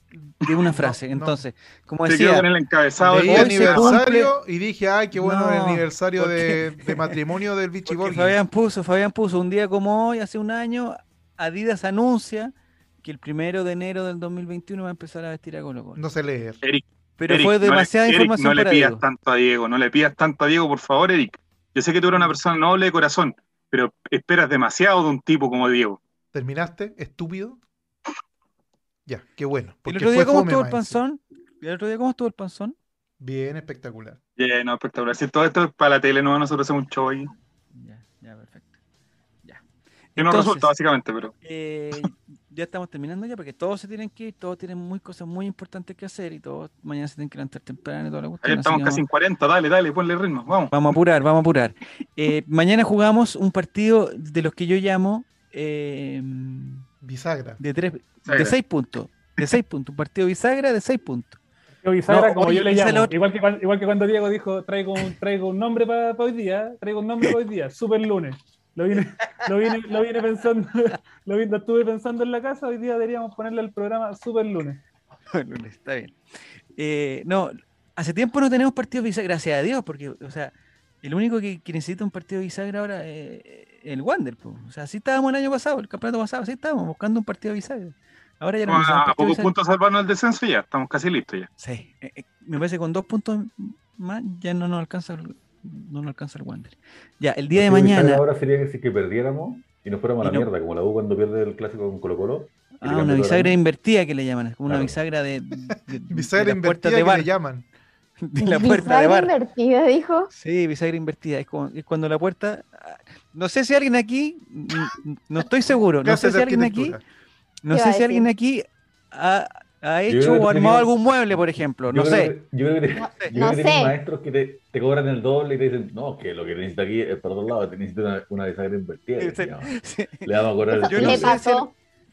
S1: de una frase.
S7: no.
S1: Entonces, como
S2: Te quedo
S1: decía,
S2: con el encabezado.
S7: Leí
S1: hoy
S2: del-
S1: se
S7: aniversario y dije, ay, qué bueno el
S1: No,
S7: aniversario de, de matrimonio del Vichy
S1: Porque
S7: Borghi.
S1: Fabián puso, Fabián puso, un día como hoy, hace un año, Adidas anuncia que el primero de enero del 2021 va a empezar a vestir a Colo Colo.
S7: No sé leer.
S2: Eric,
S1: Pero
S2: Eric,
S1: fue
S2: no le-
S1: demasiada
S2: Eric,
S1: información
S2: No le
S1: para
S2: pidas
S1: Diego.
S2: tanto a Diego, no le pidas tanto a Diego, por favor, Eric. Yo sé que tú eres
S1: Mm.
S2: una persona noble de corazón, pero esperas demasiado de un tipo como Diego.
S7: ¿Terminaste? ¿Estúpido? Ya, qué bueno.
S1: ¿El
S7: porque
S1: otro día
S7: fue
S1: cómo
S7: fome,
S1: estuvo el
S7: más encima.
S1: panzón? ¿El otro día cómo estuvo el panzón?
S7: Bien espectacular.
S2: Yeah, Eh, no, espectacular. Si todo esto es para la tele, no, nosotros hacemos un show ahí.
S1: Ya, ya, perfecto. Ya.
S2: Que no
S1: Entonces,
S2: resulta, básicamente, pero.
S1: eh, ya estamos terminando ya porque todos se tienen que ir, todos tienen muy cosas muy importantes que hacer y todos mañana se tienen que levantar temprano y toda la cuestión,
S2: Ahí
S1: así
S2: estamos
S1: que
S2: casi
S1: vamos-
S2: en 40, dale, dale, ponle ritmo, vamos.
S1: Vamos a apurar, vamos a apurar. Eh, mañana jugamos un partido de los que yo llamo eh,
S7: Bisagra.
S1: de tres, de
S2: Bisagra.
S1: seis puntos. De seis puntos. Un partido bisagra de seis puntos.
S4: Yo bisagra,
S1: No,
S4: como
S1: oye,
S4: yo le
S1: esa es la
S4: llamo.
S1: otra-
S4: Igual que, cuan- igual que cuando Diego dijo, traigo un, traigo un nombre para hoy día, traigo un nombre para hoy día, super lunes. Lo vine, lo vine, lo vine pensando, lo, vine- lo estuve pensando en la casa, hoy día deberíamos ponerle al programa super lunes.
S1: Lunes, Está bien. Eh, no, hace tiempo no tenemos partidos bisagra, gracias a Dios, porque, o sea, el único que, que necesita un partido bisagra ahora es el Wander. po. O sea, así estábamos el año pasado, el campeonato pasado, así estábamos buscando un partido bisagra. Ahora ya no
S2: Vamos
S1: necesitamos
S2: a, a
S1: partido
S2: Ah, pocos
S1: bisagra.
S2: puntos salvarnos el descenso y ya, estamos casi listos ya.
S1: Sí, eh, eh, me parece que con dos puntos más ya no nos alcanza el, no nos alcanza el Wander. Ya, el día de
S8: Partido bisagra
S1: mañana.
S8: Ahora sería que si que perdiéramos y nos fuéramos a
S1: Y no-
S8: la mierda, como la U cuando pierde el clásico con Colo Colo.
S1: Ah, una bisagra invertida que le llaman, es como una
S8: Claro.
S1: bisagra de, de- de-
S7: Bisagra
S1: de las puertas
S7: invertida
S1: de
S7: que
S1: bar,
S7: le llaman.
S1: de la puerta de
S3: Bisagra
S1: bar.
S3: invertida, dijo.
S1: Sí, bisagra invertida, es, como- es cuando la puerta ah, no sé si alguien aquí n- no estoy seguro, no
S7: Clases
S1: sé si
S7: de
S1: alguien aquí,
S7: arquitectura.
S1: no
S3: ¿Qué
S1: sé
S3: va a
S1: si alguien
S3: decir?
S1: aquí ha, ha
S8: Yo
S1: hecho
S8: creo
S1: o
S8: que
S1: armado
S8: tenía-
S1: algún mueble, por ejemplo, no
S8: Yo creo
S1: sé.
S8: que- yo creo que
S3: No,
S8: Yo
S3: no
S8: creo que tenés
S3: sé.
S8: maestros que te, te cobran el doble y te dicen, no, que lo que necesita aquí es para otro lado, te necesita una, una bisagra invertida.
S1: Sí,
S8: que se
S1: sí.
S8: llama.
S1: Sí.
S8: Le vamos a cobrar el
S1: Yo no
S3: le
S8: doble.
S1: sé si
S3: pasó.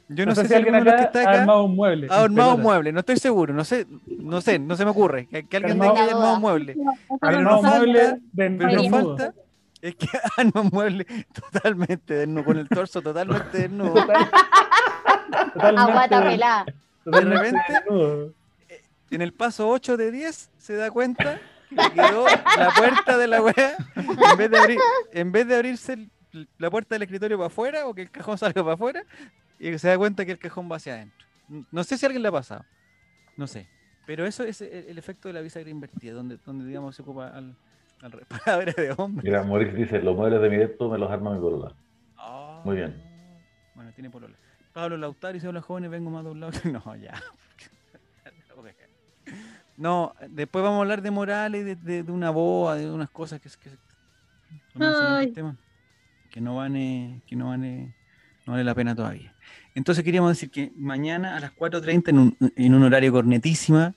S1: Yo no, sé, si alguien de los que está
S4: ha
S1: acá
S4: armado un mueble.
S1: ha
S4: en
S1: armado un
S4: pelota.
S1: mueble, no estoy seguro, no sé, no sé, no se me ocurre. Que, que alguien de
S4: Armado-
S1: acá haya armado un
S3: La
S1: mueble.
S4: Ha
S1: Pero
S4: armado un
S1: nos falta-
S4: mueble de
S1: Pero nos
S4: desnudo.
S1: falta es que arma un mueble totalmente desnudo, con el torso totalmente desnudo.
S4: Total- totalmente-
S3: Aguata pelada.
S4: totalmente
S1: De repente-
S4: desnudo.
S1: En el paso 8 de 10 se da cuenta que le quedó la puerta de la wea. En vez de, abrir, en vez de abrirse el- la puerta del escritorio para afuera o que el cajón salga para afuera, y se da cuenta que el cajón va hacia adentro. N- No sé si a alguien le ha pasado. No sé. Pero eso es el, el efecto de la bisagra invertida, donde, donde digamos se ocupa al, al re- palabra de hombre.
S8: Mira, Morix dice, los muebles de mi depto me los arma mi polola. Muy bien.
S1: Ah. Bueno, tiene polola. Pablo Lautaro dice, hola jóvenes, vengo más doblado que... No, ya. No, después vamos a hablar de morales, de, de- de una boa, de unas cosas que... que, que no son
S5: Ay.
S1: el tema, que no van, eh, que no van, eh, no vale la pena todavía. Entonces queríamos decir que mañana a las 4.30, en un, en un horario cornetísima,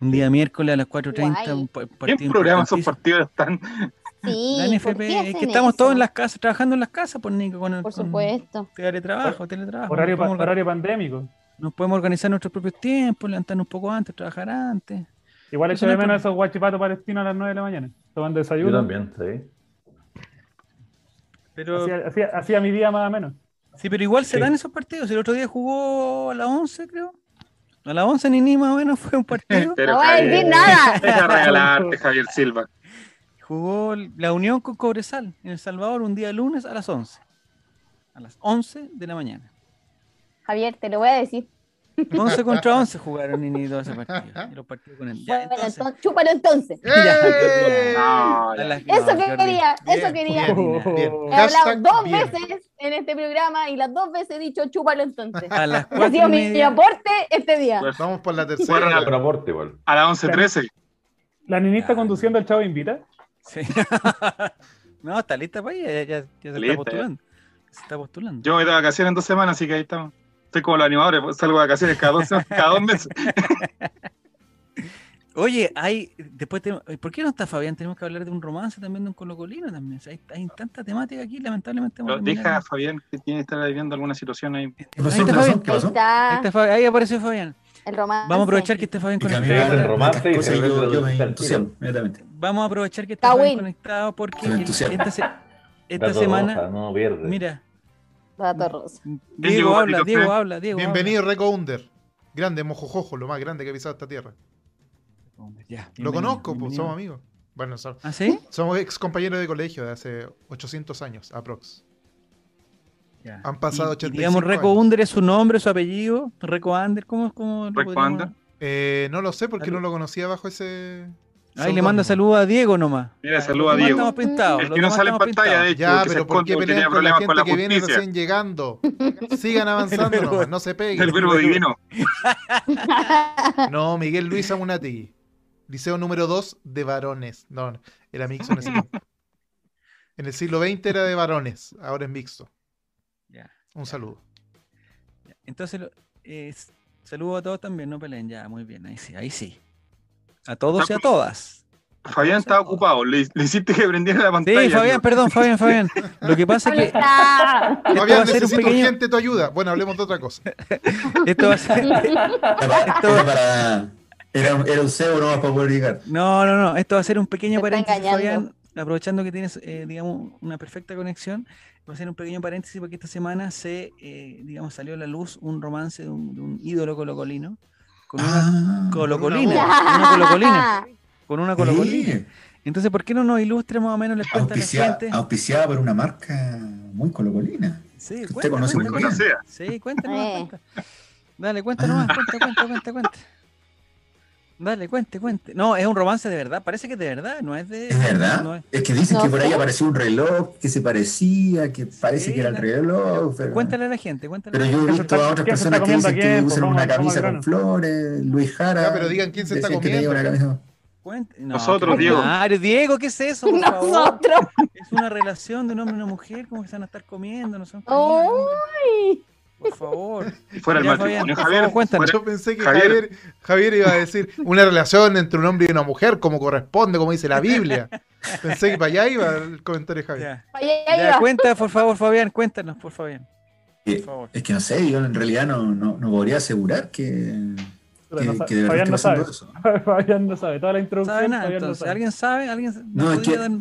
S1: un día miércoles a las 4.30,
S3: Guay.
S1: un pa- partido
S2: ¿Quién programa esos
S1: importantísimo.
S2: partidos tan
S3: Sí.
S1: La
S3: ¿por
S1: NFP,
S3: qué
S1: es que
S3: hacen
S1: estamos
S3: eso?
S1: todos en las casas, trabajando en las casas, por Nico, con el
S3: Por
S1: con-
S3: supuesto.
S1: Teletrabajo, teletrabajo.
S4: Horario,
S1: nos,
S4: pa-
S1: podemos, orga-
S4: horario pandémico.
S1: nos podemos organizar nuestros propios tiempos, levantarnos un poco antes, trabajar antes.
S4: Igual
S1: Eso
S4: echo
S1: no
S4: de
S1: es
S4: menos
S1: problema.
S4: esos guachipatos palestinos a las 9 de la mañana. Tomando
S8: Yo
S4: desayuno.
S8: también, sí.
S1: Pero,
S4: Hacía, hacía- hacía mi día más o menos.
S1: sí, pero igual se
S8: Sí.
S1: dan esos partidos. El otro día jugó a las 11, creo. A las 11 ni ni más o menos fue un partido.
S2: Pero
S3: No voy a
S2: Javier,
S3: decir nada.
S2: deja regalarte, Javier Silva.
S1: Jugó la Unión con Cobresal en El Salvador un día lunes a las 11. A las 11 de la mañana.
S3: Javier, te lo voy a decir.
S1: 11 contra 11 jugaron Nini todos esos partidos. Y los partidos con el. Ya,
S3: Bueno,
S1: entonces.
S3: entonces, chúpalo entonces.
S7: ¡Eh!
S2: No,
S1: A
S2: ya.
S1: las-
S3: Eso
S1: no, Jordi.
S3: quería, eso
S7: Bien,
S3: quería.
S7: bien, bien.
S4: Oh.
S3: He hablado
S7: Hashtag
S3: dos
S7: bien.
S3: veces en este programa y las dos veces he dicho chúpalo entonces.
S1: A las
S3: Ha
S1: 4
S3: sido mi, mi aporte este día.
S7: Vamos por la
S2: Fuera
S7: tercera.
S8: Otro aporte, igual.
S2: a las 11.13.
S4: La ninita
S1: Ya.
S4: conduciendo al chavo invita.
S1: Sí. no, está lista para ella, ya, ya- ya se
S2: Lista, ya.
S1: está postulando. Se está postulando.
S2: Yo voy de vacaciones en dos semanas, así que ahí estamos. Estoy como los animadores, pues, salgo de vacaciones cada dos, semanas- cada dos meses.
S1: Oye, hay, después tenemos- eh, ¿por qué no está Fabián? Tenemos que hablar de un romance también de un colocolino también. O sea, hay, hay tanta temática aquí, lamentablemente. vamos a
S2: Pero
S1: terminar-
S2: deja a Fabián que tiene que estar viviendo alguna situación ahí.
S6: ¿Qué
S1: Ahí
S6: pasó?
S1: está
S6: ¿Qué
S1: Fabián.
S6: pasó? ¿Qué
S3: Ahí
S6: pasó?
S1: Ahí,
S3: está
S1: está Fabián, ahí apareció Fabián.
S3: el romance.
S1: Vamos a aprovechar que está Fabián
S6: Y que a mí
S8: Sí,
S6: me
S8: es el
S1: conectado.
S6: hablan
S8: romance
S6: estas
S8: y
S6: cosas,
S8: se ve
S6: yo,
S8: el
S6: yo me
S8: tiro.
S6: entusiasmo, inmediatamente.
S1: Vamos a aprovechar que está
S3: Está
S1: Fabián
S3: bueno.
S1: conectado porque
S6: Con
S1: el-
S6: entusiasmo.
S1: esta, se- esta
S8: Dato
S1: semana,
S8: rosa, no pierde.
S1: mira,
S3: Dato rosa.
S1: Diego
S2: llegó,
S1: habla,
S2: Patito
S1: Diego
S2: Fred?
S1: habla, Diego. habla.
S7: Bienvenido, Reco Under. Grande, mojojojo, lo más grande que ha pisado esta tierra.
S1: Ya,
S7: Lo
S1: bienvenido,
S7: conozco, pues,
S1: bienvenido.
S7: somos amigos. Bueno, so-
S1: ¿Ah, sí?
S7: somos ex compañeros de colegio de hace 800 años, aprox.
S1: Ya.
S7: Han pasado
S1: Y- y
S7: 85
S1: Digamos, Reco
S7: años.
S1: Under es su nombre, su apellido. Reco Under, ¿cómo, cómo lo
S2: Reco
S1: podríamos-
S2: Under.
S7: Eh, no lo sé porque
S1: Salud.
S7: no lo conocía bajo ese.
S1: Ahí le manda
S7: seudónimo.
S1: saludos a Diego nomás.
S2: Mira,
S1: Los
S2: saluda a
S1: demás
S2: Diego.
S1: estamos pintados,
S2: El
S1: los
S2: que no
S1: demás
S2: sale en
S1: estamos
S2: pantalla, de
S1: pintados.
S2: hecho,
S7: Ya,
S2: que se
S7: pero ¿por qué
S2: esconde,
S7: pelean
S2: tenía
S7: con la
S2: problemas con
S7: gente
S2: la
S7: que viene
S2: justicia.
S7: recién llegando? Sigan avanzando nomás, no se peguen.
S2: El verbo divino.
S7: No, Miguel Luis Amunategui. Liceo número 2 de varones. No, no, era mixto en ese tiempo. En el siglo XX era de varones, ahora es mixto.
S1: Ya,
S7: Un saludo.
S1: ya. Entonces, lo- eh, s- saludos a todos también, no peleen, ya, muy bien, ahí sí, ahí sí. A todos y a todas.
S2: Fabián está ocupado, le, le hiciste que prendiera la
S1: Sí,
S2: pantalla.
S1: Fabián, perdón, Fabián, Fabián. Lo que pasa es que
S3: Está.
S1: esto va
S7: Fabián,
S1: a ser un
S7: necesito
S1: pequeño.
S7: gente tu ayuda. Bueno, hablemos de otra cosa.
S1: Esto va a ser.
S6: Era
S1: Esto-
S6: para- Era, un- era un cebo nomás para poder llegar.
S1: No, no, no, esto va a ser un pequeño
S3: Te está
S1: paréntesis,
S3: engañando.
S1: Fabián, aprovechando que tienes, eh, digamos, una perfecta conexión, va a ser un pequeño paréntesis porque esta semana se, eh, digamos, salió a la luz un romance de un, de un ídolo colocolino con una
S6: Ah,
S1: colocolina,
S7: una
S1: con una colocolina, con una colocolina.
S6: sí.
S1: Entonces, ¿por qué no nos ilustra más o menos les cuenta a la
S6: Auspicia-
S1: gente?
S6: auspiciada por una marca muy colocolina.
S1: Sí,
S6: Usted
S1: cuenta,
S6: conoce
S1: cuenta,
S6: muy bien.
S1: cuenta.
S2: Conocida.
S1: Sí, cuéntanos,
S3: Eh.
S1: cuenta. Dale, cuéntanos,
S6: Ah.
S1: cuenta, cuenta, cuenta, cuenta. Dale, cuente, cuente. No, es un romance de verdad, parece que es de verdad, no es de...
S6: ¿Es verdad?
S1: no es-
S6: Es que dicen
S3: No
S6: que por ahí
S3: sé.
S6: apareció un reloj que se parecía, que parece
S1: Sí,
S6: que era el
S1: la-
S6: reloj. Pero,
S1: Cuéntale a la gente, cuéntale. a
S6: pero
S1: la
S6: yo he
S4: ¿Quién se
S6: visto
S4: está-
S6: a otras
S4: quién se está
S6: personas que
S4: comiendo
S6: dicen que
S4: quién? Pues
S6: usan
S4: vamos-
S6: una
S4: vamos al
S6: camisa
S4: grano.
S6: con flores. Luis Jara.
S7: Ya, pero digan quién se está
S6: decían que tenía
S7: comiendo.
S6: una camisa-
S1: Cuente- no,
S2: Nosotros,
S1: qué
S2: Diego.
S1: ordinario. Diego, ¿qué es eso? por favor?
S3: Nosotros.
S1: Es una relación de un hombre y una mujer, ¿cómo que se van a estar comiendo? No son comidas, hombre.
S3: Uy.
S1: por favor.
S2: Si fuera el
S1: Ya,
S2: matrimonio,
S1: Fabián, por
S2: Javier.
S1: favor, cuéntanos.
S2: fuera-
S7: Yo pensé que
S2: Javier.
S7: Javier, Javier iba a decir una relación entre un hombre y una mujer, como corresponde, como dice la Biblia. Pensé que para allá iba el comentario de Javier.
S1: Ya,
S3: Oye,
S1: Ya,
S3: ya iba.
S1: cuenta, por favor, Fabián, cuéntanos, por favor. Por
S6: Eh,
S1: favor.
S6: Es que no sé, yo en realidad no, no, no podría asegurar que,
S4: Puta,
S6: que-
S4: no sa-
S6: que de verdad
S4: Fabián no
S6: esté pasando
S4: sabe.
S6: eso.
S4: Fabián no sabe. Toda la
S1: No
S4: introducción.
S1: sabe nada,
S4: Fabián no
S1: entonces.
S4: sabe.
S1: ¿Alguien sabe? ¿Alguien
S6: No, es
S1: podría
S6: que-
S1: dar-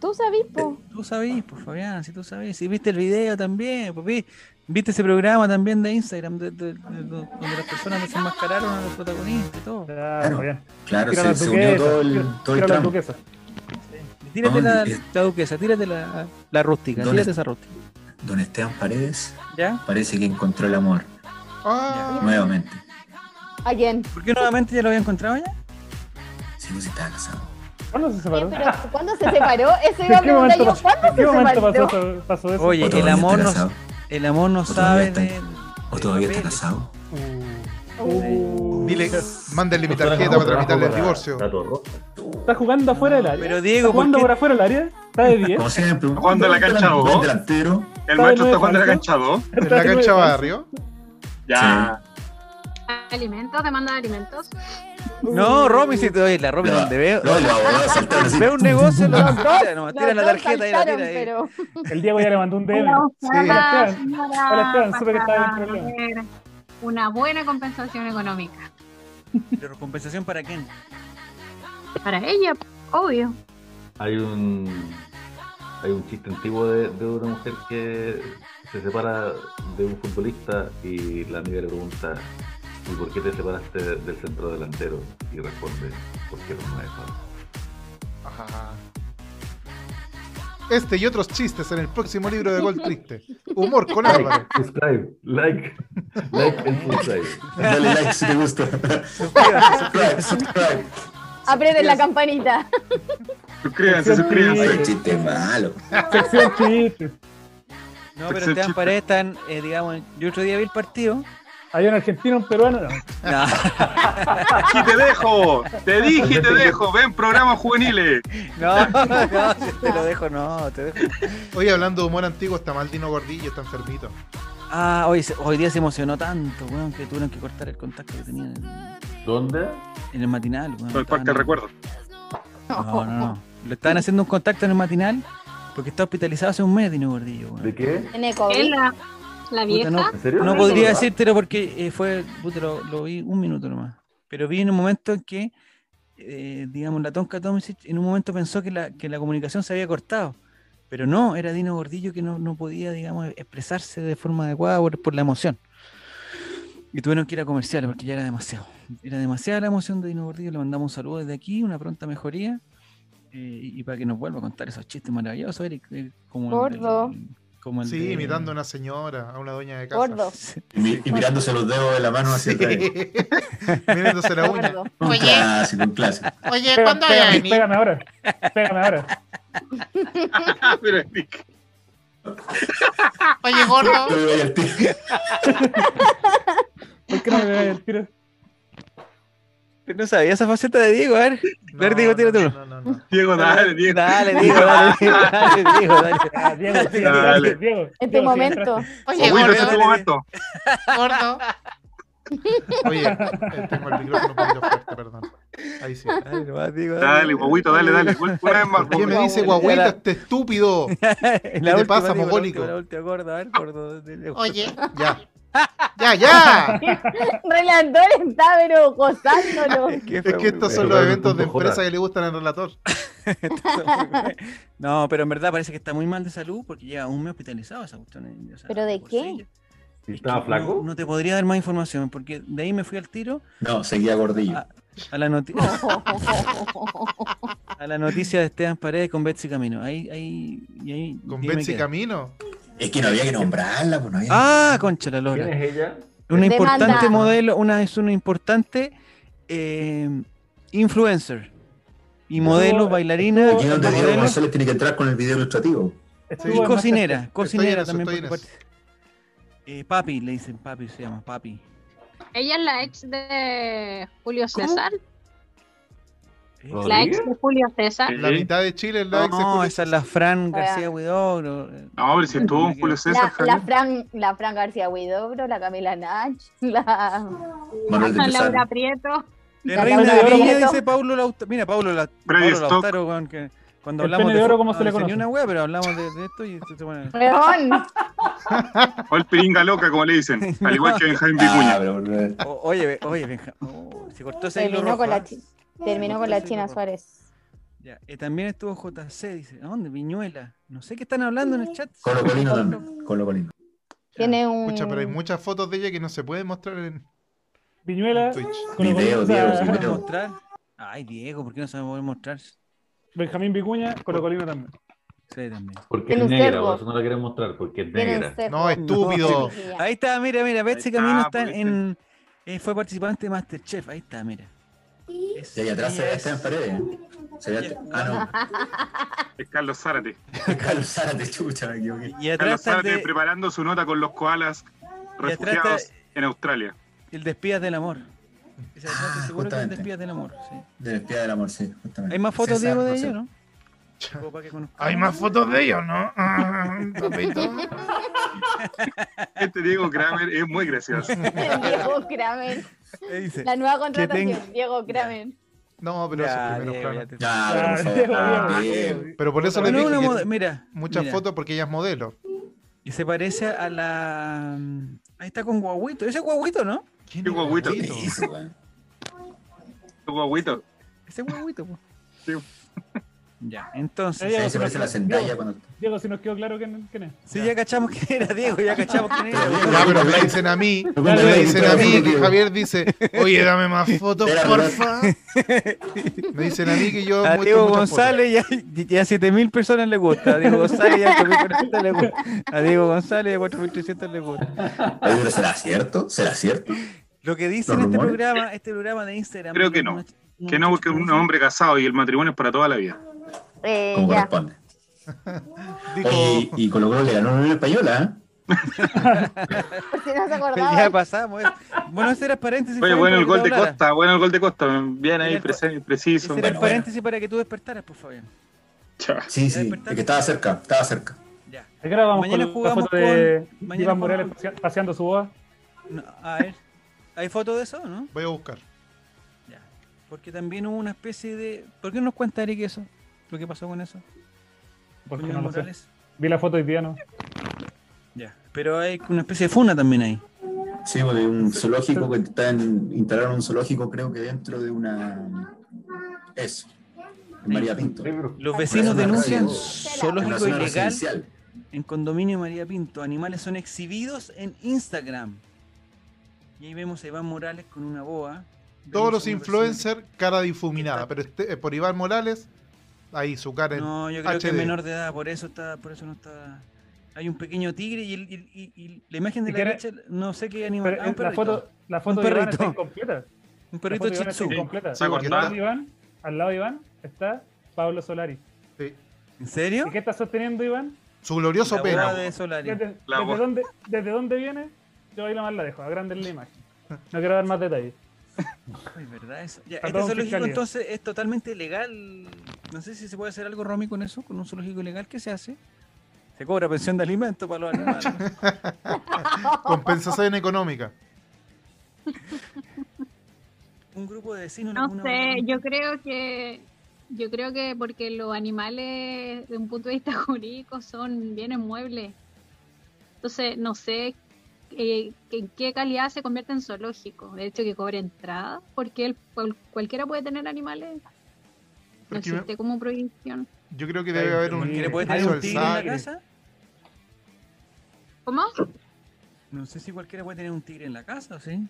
S3: Tú sabís, po.
S1: Tú sabés, pues Fabián, si tú sabés, si viste el video también, pues vi- viste ese programa también de Instagram de- de- de- de- donde las personas desenmascararon a los protagonistas y todo.
S4: Ya,
S6: Claro.
S4: Fabián.
S6: Claro,
S4: Tira la
S6: se, se unió todo el,
S4: duquesa,
S6: todo el
S4: tira la
S6: tramo.
S4: duquesa.
S1: Tírate
S6: No,
S1: la,
S6: es-
S1: la duquesa, tírate la, la rústica,
S6: ¿Dónde?
S1: tírate esa rústica.
S6: Don Esteban Paredes
S1: ¿Ya?
S6: parece que encontró el amor
S7: Ah,
S6: nuevamente.
S3: ¿A quién?
S1: ¿Por qué nuevamente ya lo había encontrado ya?
S6: Sí, pues estaba casado.
S4: ¿Cuándo se separó?
S3: Oye, pero ¿cuándo se separó? Ese iba a
S4: ¿En qué momento
S3: preguntar yo,
S4: pasó-
S3: ¿cuándo
S4: ¿En qué
S3: se
S4: momento
S3: separó?
S4: pasó eso? pasó eso?
S1: Oye,
S6: ¿O
S1: el
S6: todavía
S1: amor
S6: está
S1: no,
S6: casado?
S1: el amor no sabe
S6: todavía está-
S1: de-
S6: ¿O
S1: de
S6: todavía está
S1: papeles.
S6: casado?
S4: Uh,
S7: dile, mándale mi
S8: Nosotros
S7: tarjeta
S8: hagamos
S7: para tramitarle el
S8: trabajo
S7: divorcio.
S8: para Dato Rojo.
S4: Está jugando afuera del área.
S1: Pero Diego,
S4: ¿Está
S1: ¿por
S4: jugando
S1: qué-
S4: por afuera del área? Está de 10.
S6: Como siempre, un
S2: jugando en la
S6: buen
S2: cancha,
S6: delan-
S2: ¿o?
S6: buen delantero.
S2: El maestro está jugando en la
S4: ¿Está
S2: cancha 2.
S7: En la cancha barrio.
S2: Ya.
S5: Alimentos, demanda de alimentos.
S1: No, Romy, si te oye, la Romy,
S6: No,
S1: donde veo.
S6: No, los abogados saltaron así.
S1: Veo un negocio, lo
S3: Los dos,
S1: tira, no,
S3: los
S1: tira la
S3: dos
S1: tarjeta y la
S3: saltaron,
S1: tira ahí.
S3: pero-
S4: El Diego ya le mandó un DM.
S5: Hola, ojalá,
S4: Sí.
S5: señora,
S4: Hola, Esteban, supe que estaba
S5: para
S4: en problema.
S5: ver Una buena compensación económica.
S1: ¿Pero compensación para quién?
S5: Para ella, obvio.
S8: Hay un hay un chiste antiguo de, de una mujer que se separa de un futbolista y la amiga le pregunta ¿y por qué te separaste del centro delantero? Y responde, porque era un maestro.
S7: Ajá. Este y otros chistes en el próximo libro de Gol Triste. Humor con Álvaro.
S8: Like, subscribe, like, like and subscribe.
S6: Dale like si te gusta. subscribe, subscribe.
S3: Aprenden la campanita.
S2: Suscríbanse,
S4: Sí.
S2: suscríbanse.
S6: Ay, chiste malo.
S4: Sección chistes.
S1: No, pero Esteban Paredes está en, eh, digamos, yo otro día vi el partido.
S4: Hay un argentino, un peruano. No.
S1: No.
S2: Aquí te dejo. Te dije, te dejo. Ven programas juveniles.
S1: No, no, si te lo dejo, no, te dejo.
S7: Hoy hablando de humor antiguo está mal Dino Gordillo, está enfermito.
S1: Ah, hoy, se- hoy día se emocionó tanto, weón, que tuvieron que cortar el contacto que tenía en,
S8: ¿Dónde?
S1: en el matinal, weón.
S2: No, el
S1: Estaban-
S2: parque del recuerdo.
S1: No, no, no. Le estaban haciendo un contacto en el matinal porque está hospitalizado hace un mes, Dino Gordillo, weón.
S8: ¿De qué?
S3: Tiene
S5: Es
S3: COVID.
S5: la, la
S1: Puta,
S5: vieja.
S1: no,
S8: ¿En serio?
S1: no podría decírtelo porque eh, fue, puta, lo, lo vi un minuto nomás. Pero vi en un momento en que, eh, digamos, la Tonka Tomisic en un momento pensó que la, que la comunicación se había cortado. Pero no, era Dino Gordillo que no, no podía, digamos, expresarse de forma adecuada por, por la emoción. Y tuvieron que ir a comerciales porque ya era demasiado. Era demasiada la emoción de Dino Gordillo. Le mandamos un saludo desde aquí, una pronta mejoría. eh, y, y para que nos vuelva a contar esos chistes maravillosos, Eric. eh, como el del-
S3: Gordo.
S1: como el
S7: Sí,
S1: de-
S7: imitando a una señora, a una doña de casa.
S3: Gordo.
S1: Ah,
S6: Y, mi- y mirándose los dedos de la mano hacia
S7: Sí.
S6: atrás.
S7: Mirándose la uña.
S3: Gordo.
S6: Un
S9: Oye.
S6: clásico, un clásico.
S9: Oye,
S4: Pega-
S9: ¿cuándo
S4: pega-
S9: vaya a venir?
S4: Pégame ahora. Pégame ahora.
S2: Pero es Nick.
S5: Ah,
S9: Oye, gordo.
S6: Yo voy al tiro.
S4: ¿Por qué no me pegáis el tiro?
S1: No sabía esa faceta de Diego, a ver.
S7: No,
S1: Ver, Diego, tírate
S7: no,
S1: uno.
S7: no, no, no.
S2: Diego, dale, Diego.
S1: Dale, Diego, dale, Diego, dale, Diego, dale.
S4: Ah, Diego, Diego,
S2: Dale.
S4: Diego, Diego.
S3: En tu
S4: Diego, sí,
S3: momento.
S4: entraste.
S9: Oye,
S2: Oh, Will, ese es tu
S9: gordo.
S2: momento.
S9: Gordo.
S7: Oye, eh, tengo el micrófono un poquito fuerte, perdón. Ahí sí.
S1: Dale, nomás, Diego,
S2: Dale, guaguito, dale, dale. Una vez más,
S7: ¿Por qué me
S2: guaguito.
S7: dice guaguita este estúpido?
S1: La
S7: te
S1: última,
S7: pasa,
S1: Diego, la
S7: mogólico?
S1: última, La última, gordo, a ver, gordo. Diego.
S9: Oye,
S7: Ya. Ya, ya.
S3: Relator está, pero gozándolo.
S1: ¿Qué fue,
S7: Es que
S1: muy bueno.
S7: estos son los eventos de
S8: Punto J.
S7: empresa que le gustan al relator.
S1: No, pero en verdad parece que está muy mal de salud porque lleva un mes hospitalizado esa cuestión. eh, o sea,
S3: ¿Pero de qué?
S1: bolsillo.
S8: ¿Y
S1: Es
S8: ¿Estaba
S1: que
S8: flaco?
S1: No, no te podría dar más información porque de ahí me fui al tiro
S6: No, seguía gordillo.
S1: Ah. a la noticia. a la noticia de Esteban Paredes con Betsy Camino. Ahí, ahí, y ahí.
S7: Con
S1: y ahí me
S7: Betsy
S1: quedé.
S7: Camino.
S6: Es que no había que nombrarla, pues no había.
S1: Ah, concha la lora.
S8: ¿Quién es ella?
S1: Una
S3: Demanda.
S1: importante modelo, una es una importante eh, influencer y modelo,
S4: Estuvo-
S1: bailarina,
S4: estuvo-
S6: Aquí es donde Diego
S1: modelo
S6: González tiene que entrar con el video ilustrativo.
S4: Estuvo
S1: y
S4: en
S1: cocinera,
S7: Estoy en
S1: cocinera
S7: eso,
S1: también.
S7: estoy en
S1: por su parte. Eh, papi, le dicen papi, se llama papi.
S5: Ella es la ex de Julio
S1: ¿Cómo?
S5: César.
S1: Eh,
S8: Rodri-
S5: La ex de Julio César.
S2: Sí.
S7: La mitad de Chile es la ex de
S1: No,
S7: Julio
S1: esa es la Fran
S3: Vea.
S1: García Huidobro. eh,
S2: No, pero si estuvo un Julio César,
S3: La, la,
S2: Javier.
S3: Fran, la Fran García Huidobro, la Camila Nach, la.
S6: Manuel de
S5: Laura
S6: Quesada.
S5: Prieto.
S1: De
S3: La
S1: reina
S3: Laura
S1: de
S3: Prieto.
S1: Viña, dice Paulo Lautaro. Mira, Paulo, La-
S2: Freddy
S1: Paulo
S2: Stock.
S1: Lautaro, weón, que Cuando
S4: El
S1: hablamos
S4: pene de oro, ¿cómo
S1: no,
S4: se le
S1: dice ni
S4: conoce?
S1: una wea, pero hablamos de, de esto y se- se pone-
S3: Weón.
S2: O el piringa loca, como le dicen. Al igual que Benjamín Vicuña.
S6: Ah, pero, eh,
S1: O- oye, ve- oye, Benja- oh, se cortó ese hilo
S3: Terminó
S1: rojo,
S3: con la,
S1: ¿ah?
S3: chi- terminó con la
S1: Sí,
S3: China
S1: rojo.
S3: Suárez.
S1: Ya, eh, también estuvo JC, dice, ¿a dónde? Viñuela. No sé qué están hablando en el chat.
S6: Colo Colino también. Colo Colino.
S3: Tiene un.
S7: Escucha, pero hay muchas fotos de ella que no se pueden mostrar en
S4: Viñuela.
S7: Twitch.
S4: con la
S6: Video,
S4: colina-
S6: Diego,
S1: ¿Se puede
S6: video.
S1: mostrar? Ay, Diego, ¿por qué no se puede mostrar?
S4: Benjamín Vicuña, con la colina también.
S1: Sí, también.
S8: Porque
S3: Tiene
S8: es
S3: un
S8: negra,
S3: cerdo.
S8: por eso no la quieren mostrar, porque es
S3: tiene un
S8: negra.
S1: Eh,
S3: sesgo.
S7: No, estúpido.
S3: Sí, ya.
S1: Ahí está, mira, mira, Betsy
S2: está,
S1: Camino está
S2: pues,
S1: en...
S7: este-
S1: eh, fue participante de Masterchef, ahí está, mira. Es-
S6: Y ahí atrás se
S1: ella
S6: ve este.
S1: es-
S6: está en paredes. Se ve hasta- ah,
S2: Es Carlos Zárate.
S6: no. Carlos Zárate, chucha, me equivoqué.
S1: Y atrás
S2: Carlos
S1: está el,
S2: Zárate
S1: de-
S2: preparando su nota con los koalas
S1: y atrás
S2: refugiados
S1: está
S2: en Australia.
S1: el Despidas del Amor. Esa
S6: Ah,
S1: foto seguro que es el
S6: justamente.
S1: Despidas del Amor, sí.
S6: Del espía del amor, sí, justamente.
S1: Hay más fotos,
S6: César
S1: Diego, de
S6: Rosell.
S1: ellos, ¿no? Como para que conozcamos.
S7: Hay más fotos de ellos, ¿no? Ah, papito.
S2: Este Diego Kramer es muy gracioso.
S3: Diego Kramen.
S1: Eh, dice,
S3: La nueva
S1: Que
S3: contratación.
S1: tenga-
S3: Diego Kramen.
S7: no, pero esos
S1: ya,
S7: primeros
S1: Diego, ya
S7: planos.
S1: te-
S4: Ya,
S6: Ya,
S4: Diego,
S6: pero por favor, ah,
S4: Diego.
S6: Diego.
S7: Pero por eso
S1: No,
S7: le
S1: no,
S7: dije
S1: una
S7: que
S1: moda- mira,
S7: muchas
S1: mira.
S7: fotos porque ella es modelo.
S1: Y se parece a la. mm, Ahí está con Guaguito. Ese es Guaguito, ¿no?
S7: ¿Quién
S2: Qué
S7: es
S2: guaguito.
S6: ¿Qué hizo, weón?
S2: Tu guagüito.
S1: Ese es Guaguito, po.
S2: Sí.
S1: Ya, entonces.
S4: Ahí
S6: Ahí se parece a la Zendaya cuando.
S4: Diego, si nos quedó claro quién, quién es.
S1: Sí, ya cachamos quién era Diego, ya cachamos quién era.
S7: Ya, pero me dicen a mí,
S6: Pregúntale,
S7: me dicen a mí
S6: pregúntale,
S7: que
S6: Diego.
S7: Javier dice, oye, dame más fotos,
S6: Era
S7: porfa. Me dicen a mí que yo
S1: A
S7: muestro
S1: Diego
S7: muchas
S1: González ya, ya a 7.000 personas le gusta. A Diego González ya a 4.300 le gusta. A Diego González ya a 4.300 le gusta.
S6: Oye, pero ¿Será cierto? ¿Será cierto?
S1: Lo que dicen
S6: Los
S1: este
S6: rumores.
S1: programa, este programa de Instagram.
S2: Creo que no. Que no, porque es un hombre casado y el matrimonio es para toda la vida.
S3: Eh,
S6: Como
S3: ya.
S6: corresponde.
S7: fotos.
S6: Oye,
S7: Dijo,
S6: y Colo Colo le ganó a la Unión Española, ¿eh?
S3: Por si no se
S1: Ya
S3: acordaba.
S1: pasamos. eh. Bueno, ese era paréntesis.
S2: Oye,
S1: Fabián,
S2: bueno el
S1: para
S2: gol
S1: que
S2: de
S1: tú hablaras.
S2: Costa, bueno el gol de Costa. Bien ahí,
S1: Mira,
S2: prese-
S1: Ese
S2: preciso.
S1: era
S6: Bueno,
S1: el
S6: bueno.
S1: paréntesis para que tú despertaras, por favor.
S2: Chao.
S6: Sí, sí, es que estaba cerca, estaba cerca.
S1: Ya.
S4: ¿A qué hora vamos
S1: Mañana
S4: con la
S1: jugamos
S4: foto de
S1: con- mañana
S4: Iván Morales
S1: jugamos-
S4: pasea- paseando su boda?
S1: No, a ver, ¿hay fotos de eso o no?
S7: voy a buscar.
S1: Ya. Porque también hubo una especie de. ¿Por qué no nos cuenta Eric eso? ¿Lo que pasó con eso?
S4: Porque
S1: Con
S4: no
S1: Iván
S4: lo sé.
S1: Morales.
S4: Vi la foto hoy día, ¿no?
S1: Ya. Pero hay una especie de funa también ahí.
S6: Sí, bueno, hay un zoológico que está en, instalaron un zoológico, creo que dentro de una. Eso. En María Pinto.
S1: Los vecinos
S3: Ay,
S6: pero Ah, eso no
S1: denuncian
S6: es Una
S1: zoológico
S6: zona
S1: ilegal
S6: residencial.
S1: en condominio María Pinto. Animales son exhibidos en Instagram. Y ahí vemos a Iván Morales con una boa. Vemos
S7: Todos
S1: a
S7: los
S1: una
S7: influencers, cara difuminada, pero este- eh, por Iván Morales, ahí su cara
S1: persona-
S7: en
S1: No, yo creo que es
S7: HD.
S1: menor de edad, por eso está, por eso no está. Hay un pequeño tigre y, el- y- y- y la imagen de
S4: ¿Y
S1: la
S4: qué era?
S1: derecha, no sé qué animal.
S4: Pero
S1: Ah, un
S4: eh, la
S1: perrito.
S4: foto, la foto
S1: Un
S4: de Iván
S1: perrito.
S4: está incompleta.
S1: Un
S4: La
S1: perrito
S4: foto de Iván está
S1: chitsu.
S4: incompleta.
S7: Sí, porque
S4: al, lado
S7: está-
S4: de Iván, al lado de Iván está Pablo Solari.
S7: Sí.
S1: ¿En serio?
S4: ¿Y qué está sosteniendo Iván?
S7: Su glorioso
S1: La
S7: pene.
S1: boda de Solari.
S4: ¿Desde,
S2: La
S4: desde
S2: voz.
S4: dónde, desde dónde viene? Yo ahí la más la dejo, agranden la imagen. No quiero dar más detalles.
S1: Ay, verdad eso. Ya,
S4: Está
S1: este
S4: todo en
S1: zoológico
S4: fiscalía.
S1: entonces es totalmente legal. No sé si se puede hacer algo, Romy, con eso, con un zoológico ilegal. ¿Qué se hace? Se cobra pensión de alimento para los animales.
S7: Compensación económica.
S1: un grupo de vecinos.
S5: No
S1: una-
S5: sé,
S1: una-
S5: yo creo que yo creo que porque los animales de un punto de vista jurídico son bienes muebles. Entonces, no sé eh, que- en qué calidad se convierte en zoológico. De hecho, que cobre entrada, porque el- cual- cualquiera puede tener animales. No
S7: Porque me-
S5: existe como prohibición.
S7: Yo creo que debe
S4: Ay,
S7: haber un.
S1: ¿Que le puede
S4: puedes
S1: tener
S7: eso,
S1: un
S7: el
S1: tigre en la
S7: sangre.
S1: casa?
S5: ¿Cómo?
S1: No sé si cualquiera puede tener un tigre en la casa, ¿o ¿sí?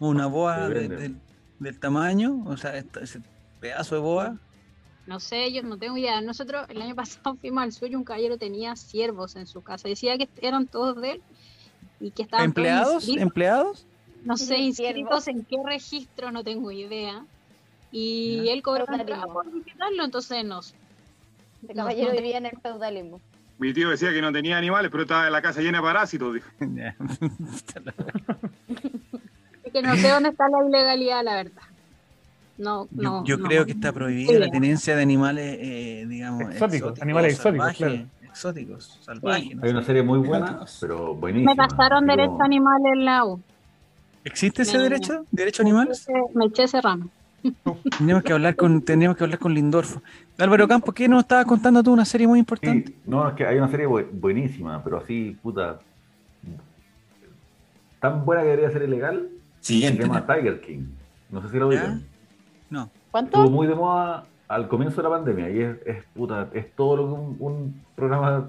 S1: O una boa de-
S8: Depende.
S1: del- del tamaño, o sea, esta- ese pedazo de boa.
S5: No sé, yo no tengo idea. Nosotros el año pasado fuimos al suyo, un caballero tenía siervos en su casa. Decía que eran todos de él y que estaban todos
S1: ¿Empleados?
S5: inscritos.
S1: ¿Empleados?
S5: no sé,
S3: Tiene siervos.
S5: inscritos en qué registro, no tengo idea. Y
S1: Ya.
S5: él cobró
S3: Otra
S5: entrada
S3: lengua.
S5: por visitarlo, entonces nos.
S3: Este caballero vivía en el feudalismo.
S2: Mi tío decía que no tenía animales, pero estaba en la casa llena de parásitos. dijo.
S1: Ya.
S5: es que no sé dónde está la ilegalidad, la verdad. No,
S1: Yo,
S5: no.
S1: yo
S5: no.
S1: creo que está prohibida
S5: Sí.
S1: la tenencia de animales, eh, digamos,
S4: Exóticos, animales exóticos,
S1: salvajes, Exóticos, salvajes. no
S8: Hay una
S1: sé.
S8: serie muy buena, pero buenísima.
S5: Me pasaron
S8: así
S5: derecho
S8: como-
S5: animal en la U.
S1: ¿Existe ese
S5: Me-
S1: derecho? ¿Derecho a animales?
S5: Me eché ese ramo.
S1: Tenemos que hablar con, tenemos que hablar con Lindorfo. Álvaro Campos, ¿qué nos estabas contando tú? Una serie muy importante.
S8: Sí, no, es que hay una serie bu- buenísima, pero así, puta. Tan buena que debería ser ilegal. Se
S6: Siguiente.
S8: llama Tiger King. No sé si lo
S1: ¿Ya?
S8: vieron. Estuvo
S3: ¿Cuánto?
S8: muy de moda al comienzo de la pandemia y es, es, puta, es todo lo que un, un programa,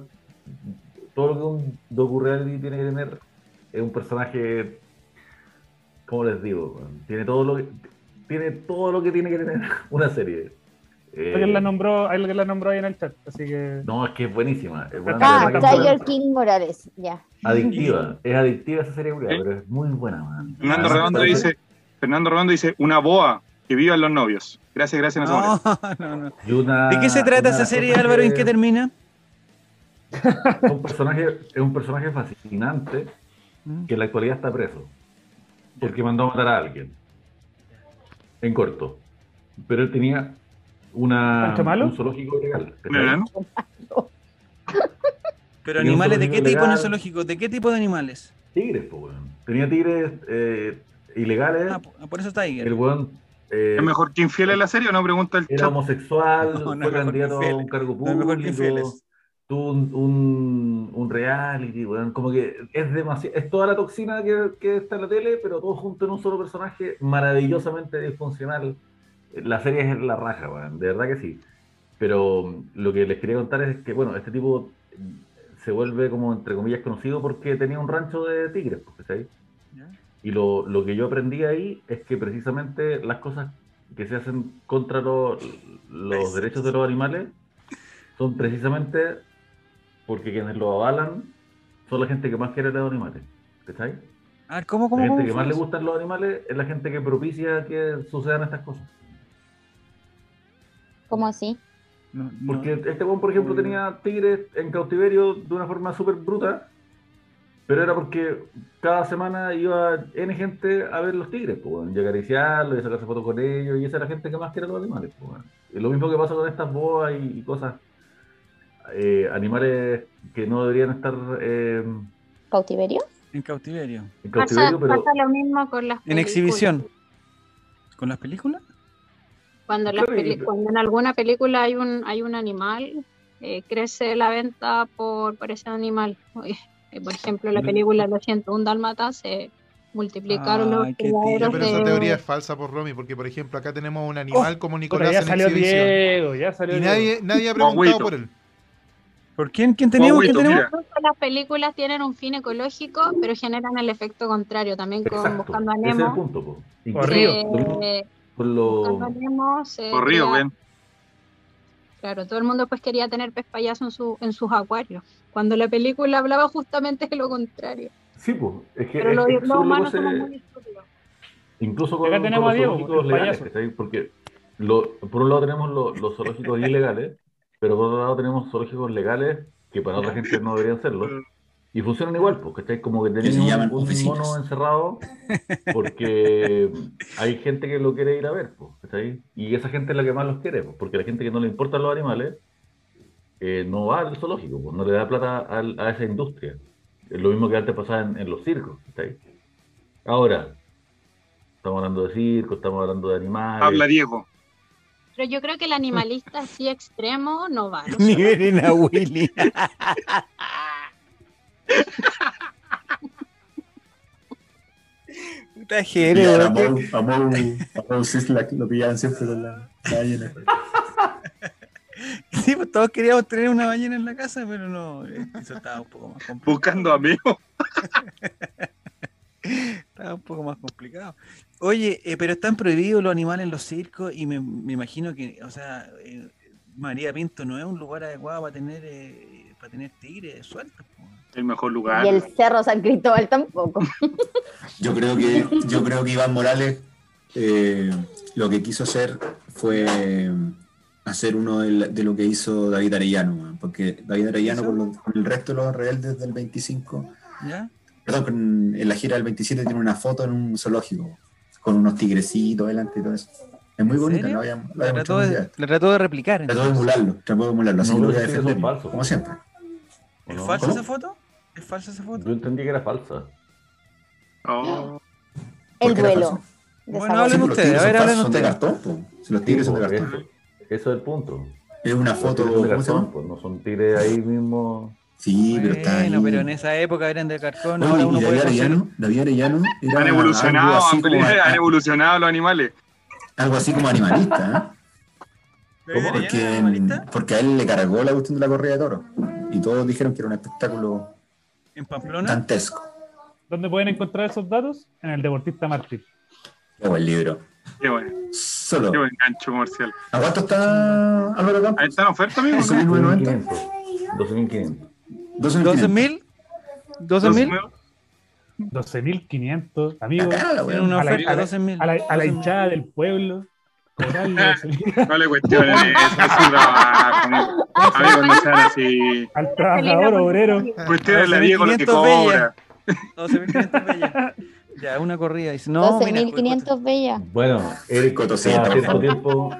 S8: todo lo que un docu-reality tiene que tener. Es un personaje, ¿cómo les digo? weón? Tiene todo lo que tiene, todo lo que, tiene, que tener una serie. Eh,
S4: Alguien la nombró, alguien la nombró ahí en el chat, así que
S8: no, es que es buenísima. es buena,
S4: Ah,
S8: de
S3: Ah,
S8: verdad que es
S4: Tiger
S3: Tiger King Morales, ya.
S8: Adictiva, es adictiva esa serie, weón, pero es muy buena. man.
S2: Fernando
S8: Además,
S2: Redondo
S8: parece-
S2: dice, Fernando Redondo dice, una boa, que vivan los novios. Gracias, gracias, no se molesta.
S1: No, no, no.
S8: y una-
S1: ¿De qué se trata
S8: una
S1: esa serie,
S8: cosa
S1: Álvaro? ¿En
S8: que-
S1: qué termina?
S8: es un personaje, es un personaje fascinante
S1: Mm.
S8: que en la actualidad está preso porque mandó a matar a alguien en corto. Pero él tenía una
S4: ¿Pancho Malo?
S8: un zoológico legal. ¿cachai?
S2: Bueno,
S1: Pero
S8: Y un
S1: animales, ¿de qué
S8: zoológico
S1: tipo en el
S8: legal.
S1: zoológico? ¿De qué tipo de animales?
S8: Tigres, po, weón. Tenía tigres eh, ilegales.
S1: Ah, po- por eso Tiger.
S8: el weón eh,
S2: ¿Es mejor que infiel en la serie o no? Pregunta el
S8: era
S2: chat.
S8: homosexual,
S1: No, no es
S8: fue
S1: mejor que
S8: candidato a
S1: infieles.
S8: un cargo
S1: No es mejor que
S8: público.
S1: infieles.
S8: Tuvo un, un, un reality, weón. Como que es demasiado. Es toda la toxina que, que está en la tele, pero todo junto en un solo personaje maravillosamente disfuncional. La serie es la raja, weón. De verdad que sí. Pero mm, lo que les quería contar es que, bueno, este tipo mm, se vuelve como, entre comillas, conocido porque tenía un rancho de tigres, pues, ¿cachai?
S1: Ya.
S8: Y lo, lo que yo aprendí ahí es que precisamente las cosas que se hacen contra lo- los derechos de los animales son precisamente porque quienes lo avalan son la gente que más quiere a los animales. ¿Cachai?
S1: A ver, ¿cómo, cómo,
S8: La gente
S1: cómo
S8: que
S1: fue
S8: más le
S1: eso?
S8: gustan los animales es la gente que propicia que sucedan estas cosas.
S3: ¿Cómo así?
S1: No, no.
S8: Porque este weón, por ejemplo, tenía tigres en cautiverio de una forma súper bruta, pero era porque cada semana iba N gente a ver los tigres, pues, weón, y acariciarlos, y sacarse fotos con ellos, y esa era la gente que más quiere los animales. Pues, weón. Y lo mismo que pasa con estas boas y, y cosas, eh, animales que no deberían estar eh,
S3: ¿Cautiverio?
S1: En cautiverio.
S8: en
S5: Pasa,
S8: cautiverio, pero
S5: pasa lo mismo con las
S1: En
S5: películas.
S1: exhibición. ¿Con las películas?
S5: Cuando, las
S8: Claro, y-
S5: peli- cuando en alguna película hay un, hay un animal, eh, crece la venta por, por ese animal. Oye, eh, por ejemplo, la
S1: Mm.
S5: película Lo siento, un dálmata se multiplicaron
S1: Ay,
S5: los
S1: qué
S7: Ya,
S1: tía,
S5: criaderos
S7: pero esa
S5: de-
S7: teoría es falsa por Romy, porque por ejemplo acá tenemos un animal como
S4: Puta,
S7: Nicolás
S4: Oh, ya
S7: en
S4: salió
S7: exhibición.
S4: Diego, ya salió
S7: Y
S4: Diego.
S7: nadie, nadie ha preguntado
S2: Guaguito.
S7: por él.
S1: ¿Por quién? ¿Quién tenemos? ¿Quién
S2: Guaguito,
S1: tenemos?
S2: mira.
S5: Incluso las películas tienen un fin ecológico, pero generan el efecto contrario. También con
S8: exacto,
S5: Buscando a
S8: ese es el
S5: Nemo.
S8: punto. po.
S4: O
S8: Incluso
S4: Río.
S5: eh,
S8: con los-
S5: Buscando a Nemo se
S2: Por Río,
S5: crea-
S2: ven.
S5: Claro, todo el mundo pues quería tener pez payaso en, su, en sus acuarios, cuando la película hablaba justamente de lo contrario.
S8: Sí, pues, es que,
S5: Pero
S8: es
S5: los,
S8: que
S5: los
S8: son
S5: humanos
S8: locos, eh,
S5: somos muy estúpidos.
S8: Incluso con,
S4: Acá
S8: con
S4: tenemos
S8: los
S4: a Diego,
S8: zoológicos
S4: el
S8: legales,
S4: payaso.
S8: ¿cachai? Porque lo- por un lado tenemos lo- los zoológicos ilegales, pero por otro lado tenemos zoológicos legales que para otra gente no deberían serlo. Y funcionan igual, pues, ¿cachai? Como que
S6: se
S8: tenemos
S6: llaman
S8: un, un
S6: oficinas.
S8: mono encerrado porque hay gente que lo quiere ir a ver, pues, ¿cachai? Y esa gente es la que más los quiere, pues, porque la gente que no le importan los animales eh, no va al zoológico, pues, no le da plata al- a esa industria. Es lo mismo que antes pasaba en, en los circos, ¿cachai? Ahora, estamos hablando de circo, estamos hablando de animales.
S2: Habla Diego.
S5: Pero yo creo que el animalista así extremo no vale.
S1: Ni a Willy. Puta jere,
S6: Mira,
S1: weón.
S6: a Paul- a Paul- a Paul Sislak lo pillaban siempre con la la ballena.
S1: Sí, pues todos queríamos tener una ballena en la casa, pero no, eh, eso estaba un poco más complicado.
S2: Buscando amigos.
S1: Estaba un poco más complicado. Oye, eh, pero están prohibidos los animales en los circos y me, me imagino que, o sea, eh, María Pinto no es un lugar adecuado para tener, eh, para tener tigres sueltos. po.
S2: El mejor lugar.
S3: Y el Cerro San Cristóbal tampoco.
S6: Yo creo que, yo creo que Iván Morales eh, lo que quiso hacer fue hacer uno de, la- de lo que hizo David Arellano, weón, porque David Arellano
S1: ¿Hizo?
S6: con, los- con el resto de los rebeldes del 25,
S1: ¿Ya?
S6: perdón, con- en la gira del 27 tiene una foto en un zoológico con unos tigrecitos delante y todo eso. Es muy
S1: ¿En
S6: bonita,
S1: serio?
S6: la voy a, la voy
S1: La
S6: a
S1: trató
S6: mostrar un
S1: de,
S6: día.
S1: la trató de replicar.
S6: Trató de emularlo, trató de emularlo, así
S8: No,
S6: que lo
S8: pero
S6: voy a
S8: sí, son
S6: defender,
S8: falsos.
S6: como siempre.
S8: ¿o
S1: ¿Es
S8: no?
S1: falsa esa
S8: ¿Cómo?
S1: foto? ¿Es falsa esa foto?
S8: Yo entendí que era falsa.
S2: Oh,
S3: El
S6: Porque era
S3: duelo.
S6: falso.
S1: Bueno, hablen
S6: Sí, pues los
S1: ustedes,
S6: tigres
S1: a ver,
S6: son
S1: hablen
S6: falsos, son de
S1: ustedes.
S6: cartón, po. Si los
S8: Sí,
S6: tigres son de
S8: pues,
S6: cartón.
S8: eso, eso es el punto.
S6: Es una
S8: Los
S6: foto,
S8: tigres son de
S6: ¿cómo se
S8: cartón,
S6: llama?
S8: pues, no son tigres ahí mismo.
S6: Sí, pero está ahí.
S1: Bueno, pero en esa época eran de cartón,
S6: Bueno,
S1: ahora
S6: y
S1: uno
S6: David
S1: puede conseguir-
S6: Arellano, David Arellano era
S2: Han
S6: algo
S2: evolucionado,
S6: así
S2: han,
S6: como,
S2: han evolucionado los animales.
S6: algo así como animalista, ¿eh?
S1: ¿David Arellano
S6: Porque,
S1: era animalista?
S6: porque a él le cargó la cuestión de la corrida de toros. Y todos dijeron que era un espectáculo
S1: En Pamplona.
S6: dantesco.
S4: ¿Dónde pueden encontrar esos datos? En el Deportista Mártir.
S6: Qué buen libro.
S2: Qué bueno,
S6: Solo.
S2: qué buen gancho comercial.
S6: ¿A cuánto está Álvaro Campos?
S2: Ahí está la oferta, amigo.
S6: Eso mismo, 90.
S8: 12.500. 12.500.
S1: 12.000. 12.000.
S4: 12.500,
S6: La
S4: amigos.
S6: cara, la
S1: Tiene
S6: weón.
S1: una
S4: A la-
S1: oferta
S4: a la-
S1: de 12.000.
S4: A la, a la
S1: 12.000.
S4: hinchada del pueblo. cobrarle 12.000.
S2: No le cuestionen eso, eh, es un trabajo, amigo. Amigos, no sean así.
S4: al trabajador obrero.
S7: Eh,
S2: Cuestionen la Diego lo que
S1: 12.500 bella.
S2: cobra.
S1: 12.500 bellas. Ya, una corrida. Dice, no, mira,
S3: 12.500 bellas.
S8: Bueno, Eric,
S6: Coto,
S8: cada
S6: sí, está
S8: cierto
S6: bajando.
S8: tiempo,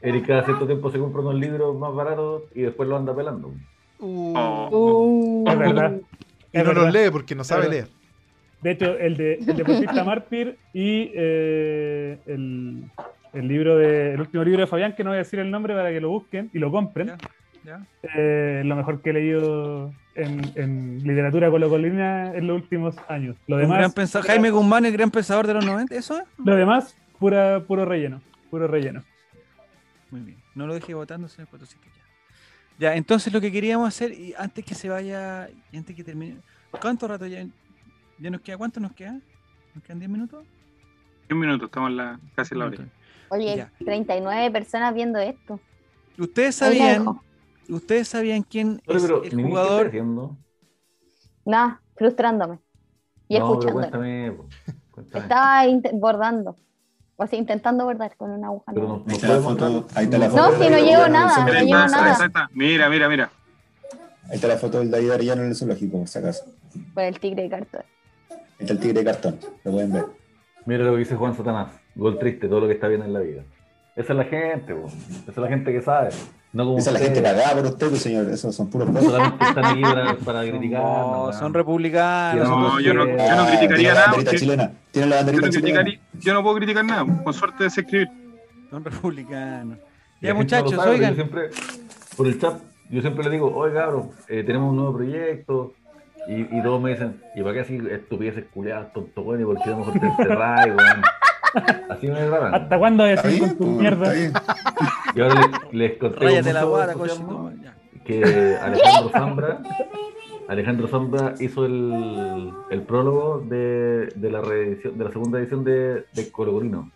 S8: Eric cada cierto tiempo se compra unos libros más baratos y después lo anda pelando.
S1: Uh,
S2: Oh.
S4: Es verdad.
S7: Y
S4: Es
S7: no los
S4: verdad.
S7: lee porque no sabe
S4: Pero-
S7: leer.
S4: De hecho, el de el Deportista Mártir y eh, el, el libro de, el último libro de Fabián, que no voy a decir el nombre para que lo busquen y lo compren.
S1: ya.
S4: Eh, lo mejor que he leído en, en literatura colocolina en los últimos años. Lo
S1: Un gran
S4: demás,
S1: pensador, Jaime Guzmán, el gran pensador de los 90, ¿eso es?
S4: lo demás pura, puro relleno. Puro relleno.
S1: Muy bien. No lo dejé votando, señor Potosito. Ya. ya, entonces lo que queríamos hacer, y antes que se vaya, y antes que termine, ¿cuánto rato ya, ya nos queda? ¿Cuánto nos queda? ¿Nos quedan 10 minutos?
S2: 10 minutos, estamos en la, casi en la hora.
S3: Oye,
S1: Ya.
S3: 39 personas viendo esto.
S1: ¿Ustedes
S3: Ahí la
S1: sabían,
S3: dejo.
S1: ¿ustedes sabían quién
S8: Oye,
S1: es
S8: pero
S1: el
S8: Mimi, ¿qué estás
S1: jugador?
S8: haciendo?
S3: No, frustrándome. Y
S8: no, pero
S3: escuchando.
S8: cuéntame. po, cuéntame.
S3: Estaba inte- bordando. O sea, intentando bordar con una aguja.
S8: Pero Ah, no-
S3: nueva.
S8: no
S6: Ahí está la
S8: puedo
S6: foto.
S8: mostrar.
S6: Ahí está la
S3: No,
S6: foto.
S3: si
S6: del
S3: no
S6: David
S3: llevo
S6: Arellano en el
S3: nada, no
S6: zoológico.
S3: llevo
S6: Ahí
S3: nada.
S6: está-
S2: exacta. Mira, mira, mira.
S6: Ahí está la foto del David Arellano en el zoológico, por si acaso.
S3: Por el tigre de cartón.
S6: Ahí está el tigre de cartón. Lo pueden ver.
S8: Mira lo que dice Juan Satanás. Gol triste, todo lo que está bien en la vida. Esa es la gente, po. esa es la gente que sabe. No como
S6: Esa es la gente
S8: ustedes,
S6: pagada por ustedes, señor. Esos son puros
S8: que
S6: pozos.
S8: solamente están aquí para, para criticar.
S1: No,
S8: nomás.
S1: son republicanos.
S8: Sí,
S1: son
S2: No, yo no, yo no
S6: Ah,
S2: criticaría
S6: tiene la
S2: nada.
S6: banderita
S2: porque-
S6: chilena. Tiene la
S2: Yo
S6: banderita
S2: no,
S6: chilena.
S2: criticaría- yo no puedo criticar nada. Con suerte de escribir.
S1: Son republicanos.
S8: Y
S1: Ya
S8: la gente no lo
S1: muchachos,
S8: sabe,
S1: oigan,
S8: Yo siempre, por el chat, yo siempre le digo, oye, cabrón, eh, tenemos un nuevo proyecto. Y, y todos me dicen, ¿y para qué así estupideces culiadas, tonto, bueno? ¿Y por qué no mejor te encerrás, y, este weón? Así me tratan.
S4: ¿Hasta cuándo voy a
S6: Está
S4: seguir
S6: bien,
S4: con tu
S6: pues,
S4: mierda?
S6: está bien.
S8: Y ahora les, les conté con
S1: ráyate la
S8: mucho
S1: guata,
S8: entusiasmo
S1: cochino. Ya.
S8: que Alejandro Zambra, Alejandro Zambra hizo el, el prólogo de, de la reedición, de la segunda edición de, de Colocolino.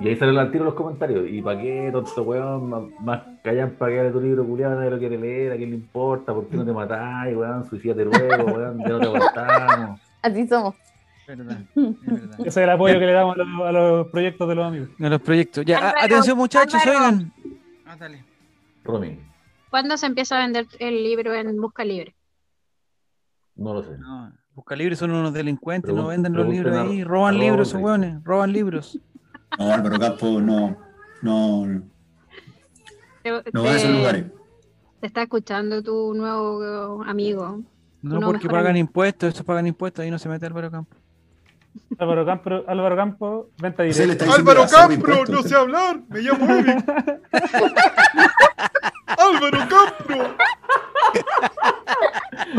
S8: Y ahí salen al tiro los comentarios. ¿Y pa' qué, tonto weón? Más, más callan para que tu libro culiado, nadie lo quiere leer, a quién le importa, ¿por qué no te matáis, weón? Suicídate luego, weón, ya no te aguantamos.
S3: Así somos.
S1: Verdad, es verdad.
S4: Ese es el apoyo que le damos a los, a los proyectos de los amigos.
S1: De los proyectos. Ya, a-
S5: Álvaro,
S1: atención muchachos,
S5: Álvaro.
S1: oigan. Ah, dale.
S8: Romy,
S5: ¿Cuándo se empieza a vender el libro en Busca Libre?
S8: no lo sé.
S1: No, Busca Libre son unos delincuentes, no
S8: Pregun-
S1: venden los libros
S8: pregunten a-
S1: ahí, roban
S8: a
S1: libros, esos
S8: Rodri.
S1: hueones, roban libros.
S6: No, Álvaro Campos no. No,
S5: Te,
S6: no va a esos
S5: te-
S6: lugares.
S5: te está escuchando tu nuevo eh, amigo.
S1: No,
S5: No,
S1: porque
S5: mejor
S1: pagan
S5: no.
S1: impuestos, estos pagan impuestos, ahí no se mete Álvaro Campo.
S4: Álvaro Campo, Álvaro Campo venta
S6: Usted le
S4: directa.
S6: está diciendo
S7: Álvaro
S6: que va a hacer
S7: Campro,
S6: impuestos,
S7: no
S6: usted.
S7: sé hablar, me llamo Eric. Álvaro Campro.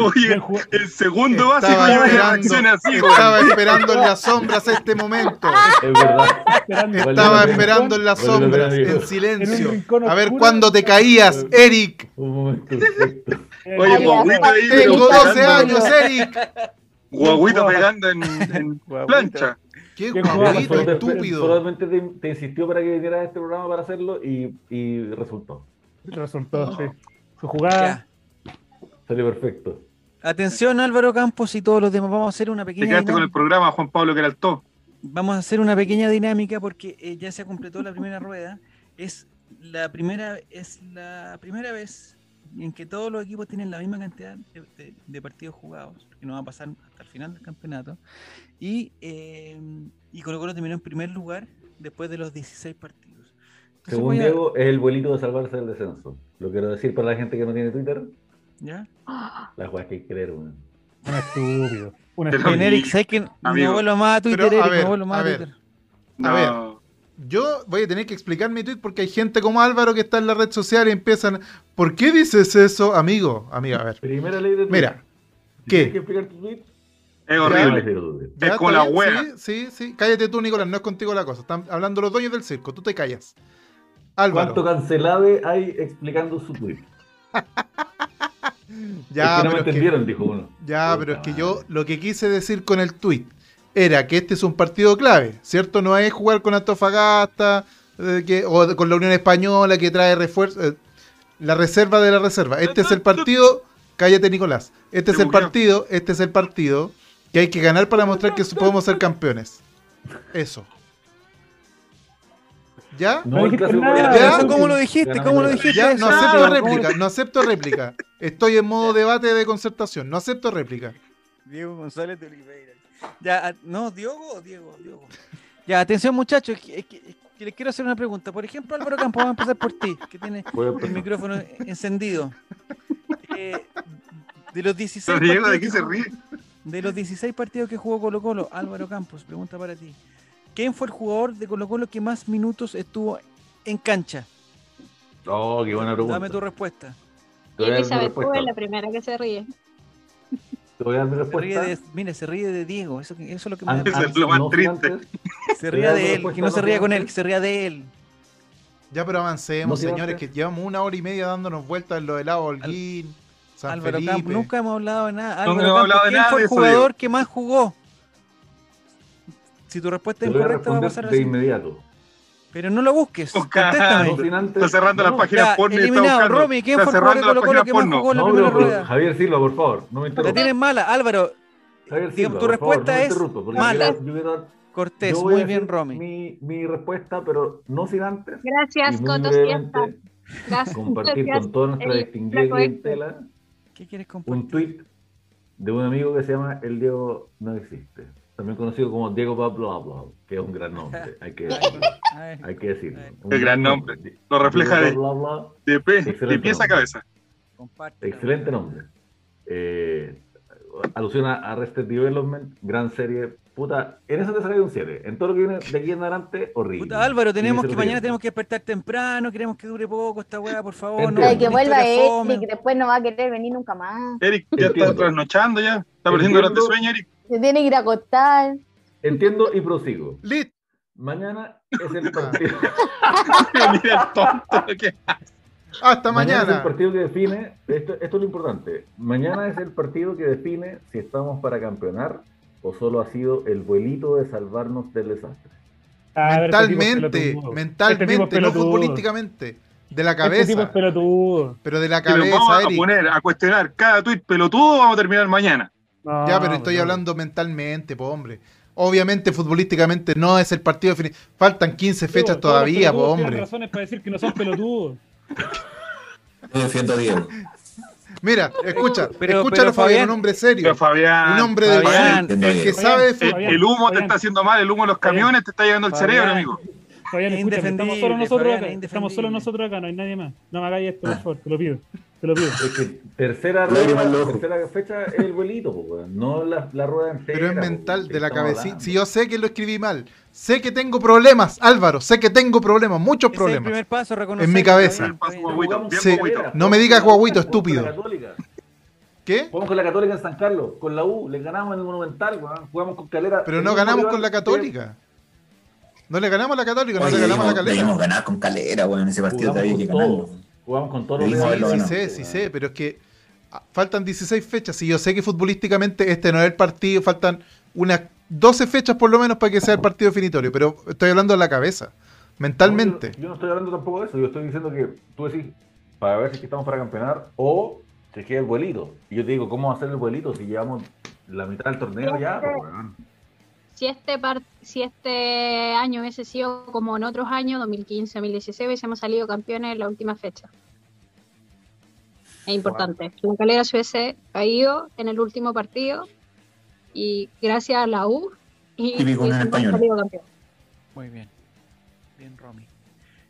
S2: Oye,
S4: Bien jugado.
S2: el segundo básico
S7: Estaba
S2: yo me
S7: esperando,
S2: reaccioné así, güey.
S7: estaba esperando en las sombras este momento.
S8: Es verdad.
S4: Esperando.
S7: Estaba
S8: Vuelve,
S7: esperando en las
S8: vuelve,
S7: sombras,
S8: amigo.
S7: en
S4: En
S7: silencio.
S4: un rincón
S7: A ver
S4: oscuro.
S7: cuándo te caías, Eric.
S8: Un momento perfecto.
S4: Eh,
S2: Oye,
S3: Ay,
S2: guaguito ahí. pero
S7: Tengo 12
S2: pegando-
S7: años, Eric.
S2: Guaguito pegando en, en plancha.
S7: Qué
S4: Qué guapo,
S7: guapito,
S4: pero-
S7: estúpido.
S8: Solamente te, te insistió para que vinieras a este programa para hacerlo y, y resultó.
S4: Resultó, sí. Su
S8: Ah.
S4: jugada.
S1: Ya.
S8: Salió perfecto.
S1: Atención Álvaro Campos y todos los demás, vamos a hacer una
S2: Te
S1: pequeña
S2: quedaste con el
S1: dinámica,
S2: programa, Juan Pablo Queraltó.
S1: vamos a hacer una pequeña dinámica porque eh, ya se completó la primera rueda, es la primera es la primera vez en que todos los equipos tienen la misma cantidad de, de- de partidos jugados, que nos va a pasar hasta el final del campeonato. Y, eh, y Colo Colo terminó en primer lugar después de los 16 partidos. Entonces
S8: Según
S1: voy a-
S8: Diego, es el vuelito de salvarse del descenso. Lo quiero decir para la gente que no tiene Twitter,
S1: ¿ya?
S8: las weas que hay que leer, weón.
S4: Un estúpido. Un
S2: Pero-
S4: estúpido.
S1: Bien, Eric, ¿sabes que no
S2: Amigo.
S1: vuelvo más a Twitter,
S7: Pero, a
S1: Eric,
S7: ver,
S1: no vuelvo más
S7: a
S1: a,
S7: ver.
S1: Twitter.
S2: No,
S7: ver. Yo voy a tener que explicar mi tweet porque hay gente como Álvaro que está en la red social y empiezan. ¿Por qué dices eso, amigo? Amiga, a ver.
S8: Primera ley de Twitter.
S7: Mira,
S8: Si
S7: ¿qué?
S8: tienes que explicar tu tweet,
S2: es
S8: no
S2: horrible.
S8: es de duda.
S7: ya
S2: Es
S7: está
S2: con la
S7: bien,
S2: hueá.
S7: Sí, sí, sí. Cállate tú, Nicolás, no es contigo la cosa. Están hablando los dueños del circo, tú te callas. Álvaro,
S8: ¿Cuánto cancelade hay explicando su tweet?
S7: ya,
S8: Es que no me
S7: pero es que-
S8: entendieron, dijo uno.
S7: Ya,
S8: Puta
S7: pero es que
S8: madre.
S7: yo lo que quise decir con el tweet era que este es un partido clave, ¿cierto? No es jugar con Antofagasta eh, que- o con la Unión Española que trae refuerzo. eh, la reserva de la reserva. Este es el partido. Cállate, Nicolás. Este es
S2: Se
S7: el
S2: bugueó.
S7: partido. Este es el partido que hay que ganar para mostrar que podemos ser campeones. Eso. ¿Ya?
S8: No,
S4: No
S8: el
S4: dijiste
S8: clásico
S4: nada,
S8: por la-
S7: Ya,
S1: Ya, ¿cómo lo dijiste?
S8: Ganamos
S1: ¿Cómo lo
S8: la-
S1: dijiste?
S7: Ya,
S1: eso?
S7: no acepto
S1: ¿Cómo-
S7: réplica. No acepto réplica. Estoy en modo debate de concertación. No acepto réplica.
S1: Diego González de Oliveira. Ya, ah, no, Diogo, Diego, Diogo. Ya, atención muchachos, es que- es que- es que les quiero hacer una pregunta. Por ejemplo, Álvaro Campos, vamos a empezar por ti, que tiene
S8: Voy a
S1: el
S8: empezar.
S1: micrófono encendido. Eh, de los 16
S2: Pero Diego, ¿de
S1: partidos
S2: qué
S1: que
S2: se
S1: jugó-
S2: ríe?
S1: de los 16 partidos que jugó Colo Colo, Álvaro Campos, pregunta para ti. ¿Quién fue el jugador de Colo Colo que más minutos estuvo en cancha?
S8: Oh, qué buena pregunta.
S1: Dame tu respuesta.
S8: Te voy a dar mi
S5: Elizabeth
S8: respuesta.
S5: Cove es la primera que se ríe.
S8: Te voy a dar mi
S1: Se ríe
S8: respuesta.
S1: de- este mira, se ríe de Diego. Eso, que- eso es lo que me
S8: Antes-
S1: da
S2: Eso es lo más
S8: no sin
S2: triste.
S8: antes-
S1: pena. Se
S8: Te
S1: ríe
S8: da
S1: de él.
S8: respuesta
S1: Que no se ría con él,
S8: rápidamente.
S1: que se ría de él.
S7: Ya, pero avancemos,
S8: Motivante.
S7: señores, que llevamos una hora y media dándonos vueltas en lo del lado Holguín, San
S1: Álvaro
S7: Felipe.
S1: Campos, nunca hemos hablado de nada.
S2: No, no
S1: Álvaro
S2: hemos
S1: Campos,
S2: hablado de
S1: ¿quién
S2: nada
S1: fue
S2: de
S1: el
S2: eso,
S1: jugador que más jugó? Si tu respuesta
S8: Te
S1: es
S8: voy a
S1: incorrecta, va a
S8: responder
S1: pasar a la
S8: de
S1: siguiente.
S8: inmediato.
S1: Pero no lo busques.
S2: Busca-
S8: No
S1: Contéstame.
S8: sin antes-
S2: Está cerrando
S8: no,
S2: las páginas
S1: Ya,
S2: porno. y está
S1: eliminado.
S2: buscando.
S1: Romy, ¿quién
S2: Está
S1: fue el
S2: cerrando
S1: jugador de Colo
S2: las
S1: Colo
S2: páginas
S1: que más jugó
S2: porno.
S1: en la
S8: No,
S1: primera
S8: pero- pero
S1: rueda?
S8: Javier Silva, por favor, no me
S1: La
S8: interrumpas.
S1: tienes mala, Álvaro.
S8: Javier
S1: Digo,
S8: Silva,
S1: tu
S8: por favor,
S1: respuesta
S8: no me
S1: es
S8: interrumpas, porque
S1: mala.
S8: yo- yo quiero-
S1: Cortés,
S8: yo voy a
S1: muy
S8: decir
S1: bien, Romy.
S8: Mi, mi respuesta, pero no sin antes.
S5: Gracias,
S8: y muy
S5: Coto
S8: brevemente,
S5: Siesta. Gracias.
S8: compartir
S5: Gracias,
S8: con toda nuestra
S5: el
S8: distinguida
S5: flaco este.
S8: clientela
S1: ¿Qué quieres
S8: un
S1: compartir?
S8: tweet de un amigo que se llama El Diego No Existe. También conocido como Diego Pablo Hablo, que es un gran nombre, hay que,
S1: A ver,
S8: hay que decirlo. Un
S2: Qué gran nombre. Lo refleja de,
S8: Diego Pablo Hablo,
S2: de, pe- de
S8: Excelente
S2: pies a
S8: nombre.
S2: cabeza.
S1: comparte.
S8: Excelente nombre. Eh, alusión a Arrested Development, gran serie. Puta, en eso te sale un 7. En todo lo que viene de aquí en adelante, horrible.
S1: Puta, Álvaro, tenemos
S8: Tiene
S1: que
S8: ser
S1: mañana
S8: horrible.
S1: tenemos que despertar temprano, queremos que dure poco esta weá, por favor.
S8: Entiendo.
S3: Ay, que
S8: Una
S3: vuelva
S1: historia
S3: él
S1: fome.
S3: y que después no va a querer venir nunca más.
S2: Eric, ya está
S8: Entiendo.
S2: trasnochando ya. Está perdiendo horas de
S8: Entiendo.
S2: sueño, Eric.
S3: Se tiene que ir a acostar.
S8: Entiendo y prosigo.
S7: Lit.
S8: Mañana es el partido.
S2: Mira el tonto que
S7: Hasta
S8: es el
S7: mañana.
S8: partido que define. Esto, esto es lo importante. Mañana es el partido que define si estamos para campeonar o solo ha sido el vuelito de salvarnos del desastre.
S4: Ah, pero este tipo es
S7: Mentalmente,
S4: pelotudo. Este tipo es
S7: mentalmente, no
S4: pelotudo.
S7: futbolísticamente. De la
S4: Este tipo es
S7: cabeza,
S4: pelotudo.
S7: pero de la
S2: que nos vamos
S7: cabeza,
S2: a
S7: Eric.
S2: poner a cuestionar cada tuit pelotudo, vamos a terminar mañana.
S4: No,
S7: Ya, pero estoy
S4: no.
S7: hablando mentalmente, po, hombre. Obviamente, futbolísticamente no es el partido definitivo. Faltan 15
S4: Digo,
S7: fechas
S4: todos los
S7: todavía, po,
S4: pelotudos tienen
S7: hombre.
S4: razones para decir que no son pelotudos.
S6: Yo defiendo a Diego.
S7: Mira, escucha,
S1: pero-
S7: escúchalo,
S1: pero
S7: Fabián,
S1: Fabián-
S7: un hombre serio.
S2: Pero Fabián,
S7: Un hombre del
S1: Fabián,
S7: sur, el que
S6: Fabián.
S7: sabe de
S2: el,
S7: fútbol.
S2: el humo te
S4: Fabián.
S2: está haciendo mal, el humo de los
S4: Fabián.
S2: camiones te está llegando al
S1: Fabián.
S2: cerebro, amigo.
S4: Fabián, escúchame, estamos
S1: Indefendible,
S4: solos nosotros
S1: Fabián,
S4: acá.
S1: es
S4: Estamos solos
S1: indefendible.
S4: nosotros acá, no hay nadie más. No me hagáis esto, por favor, te lo pido. Te lo pido.
S8: Es que tercera,
S6: Lágrimas en los
S8: rueda,
S6: ojos.
S8: tercera fecha es el vuelito, po, weón, no la, la rueda entera.
S7: Pero es
S8: po,
S7: mental,
S8: weón,
S7: de la
S8: pues, estamos
S7: cabecita.
S8: hablando.
S7: Si yo sé que lo escribí mal, sé que tengo problemas, Álvaro, sé que tengo problemas,
S1: Ese
S7: muchos
S1: es el
S7: problemas.
S1: primer paso, reconocer.
S7: mi
S1: Está
S7: cabeza.
S1: bien, está bien.
S2: Guaguito, bien
S7: Sí.
S2: guaguito.
S7: No me digas guaguito,
S8: Vamos con la
S7: estúpido.
S8: Católica.
S7: ¿Qué?
S8: Jugamos con la Católica en San Carlos, con la U, le ganamos en el Monumental, weón, jugamos con Calera.
S7: Pero
S8: el
S7: no
S8: mismo
S7: ganamos
S8: rival
S7: con la
S8: que-
S7: Católica. No le ganamos a la Católica, no
S6: Oye,
S7: le ganamos a la
S6: debimos,
S7: Calera.
S6: debimos ganar con Calera, weón. Ese partido
S8: Jugamos
S6: todavía hay
S8: con
S6: que
S8: todo,
S6: ganarlo.
S8: jugamos con todos los
S6: Debimos haberlo
S7: Sí
S8: rivales,
S6: ganado.
S7: sé, sí
S8: weón.
S7: sé, pero es que ah, faltan 16 fechas. Y yo sé que futbolísticamente este no es el partido, faltan unas 12 fechas por lo menos para que sea el partido definitorio. Pero estoy hablando de la cabeza, mentalmente.
S8: No, yo, yo no estoy hablando tampoco de eso, yo estoy diciendo que tú decís, para ver si es que estamos para campeonar o te queda el vuelito. Y yo te digo, ¿cómo va a ser el vuelito si llevamos la mitad del torneo ya? po, weón?
S5: Si este, par- si este año hubiese sido como en otros años, 2015, 2016, hubiésemos salido campeones en la última fecha. Es importante. La calera se hubiese caído en el último partido y gracias a la U y
S6: Típico Unión
S5: hubiésemos
S6: Española.
S5: salido campeón.
S1: Muy bien. Bien, Romy.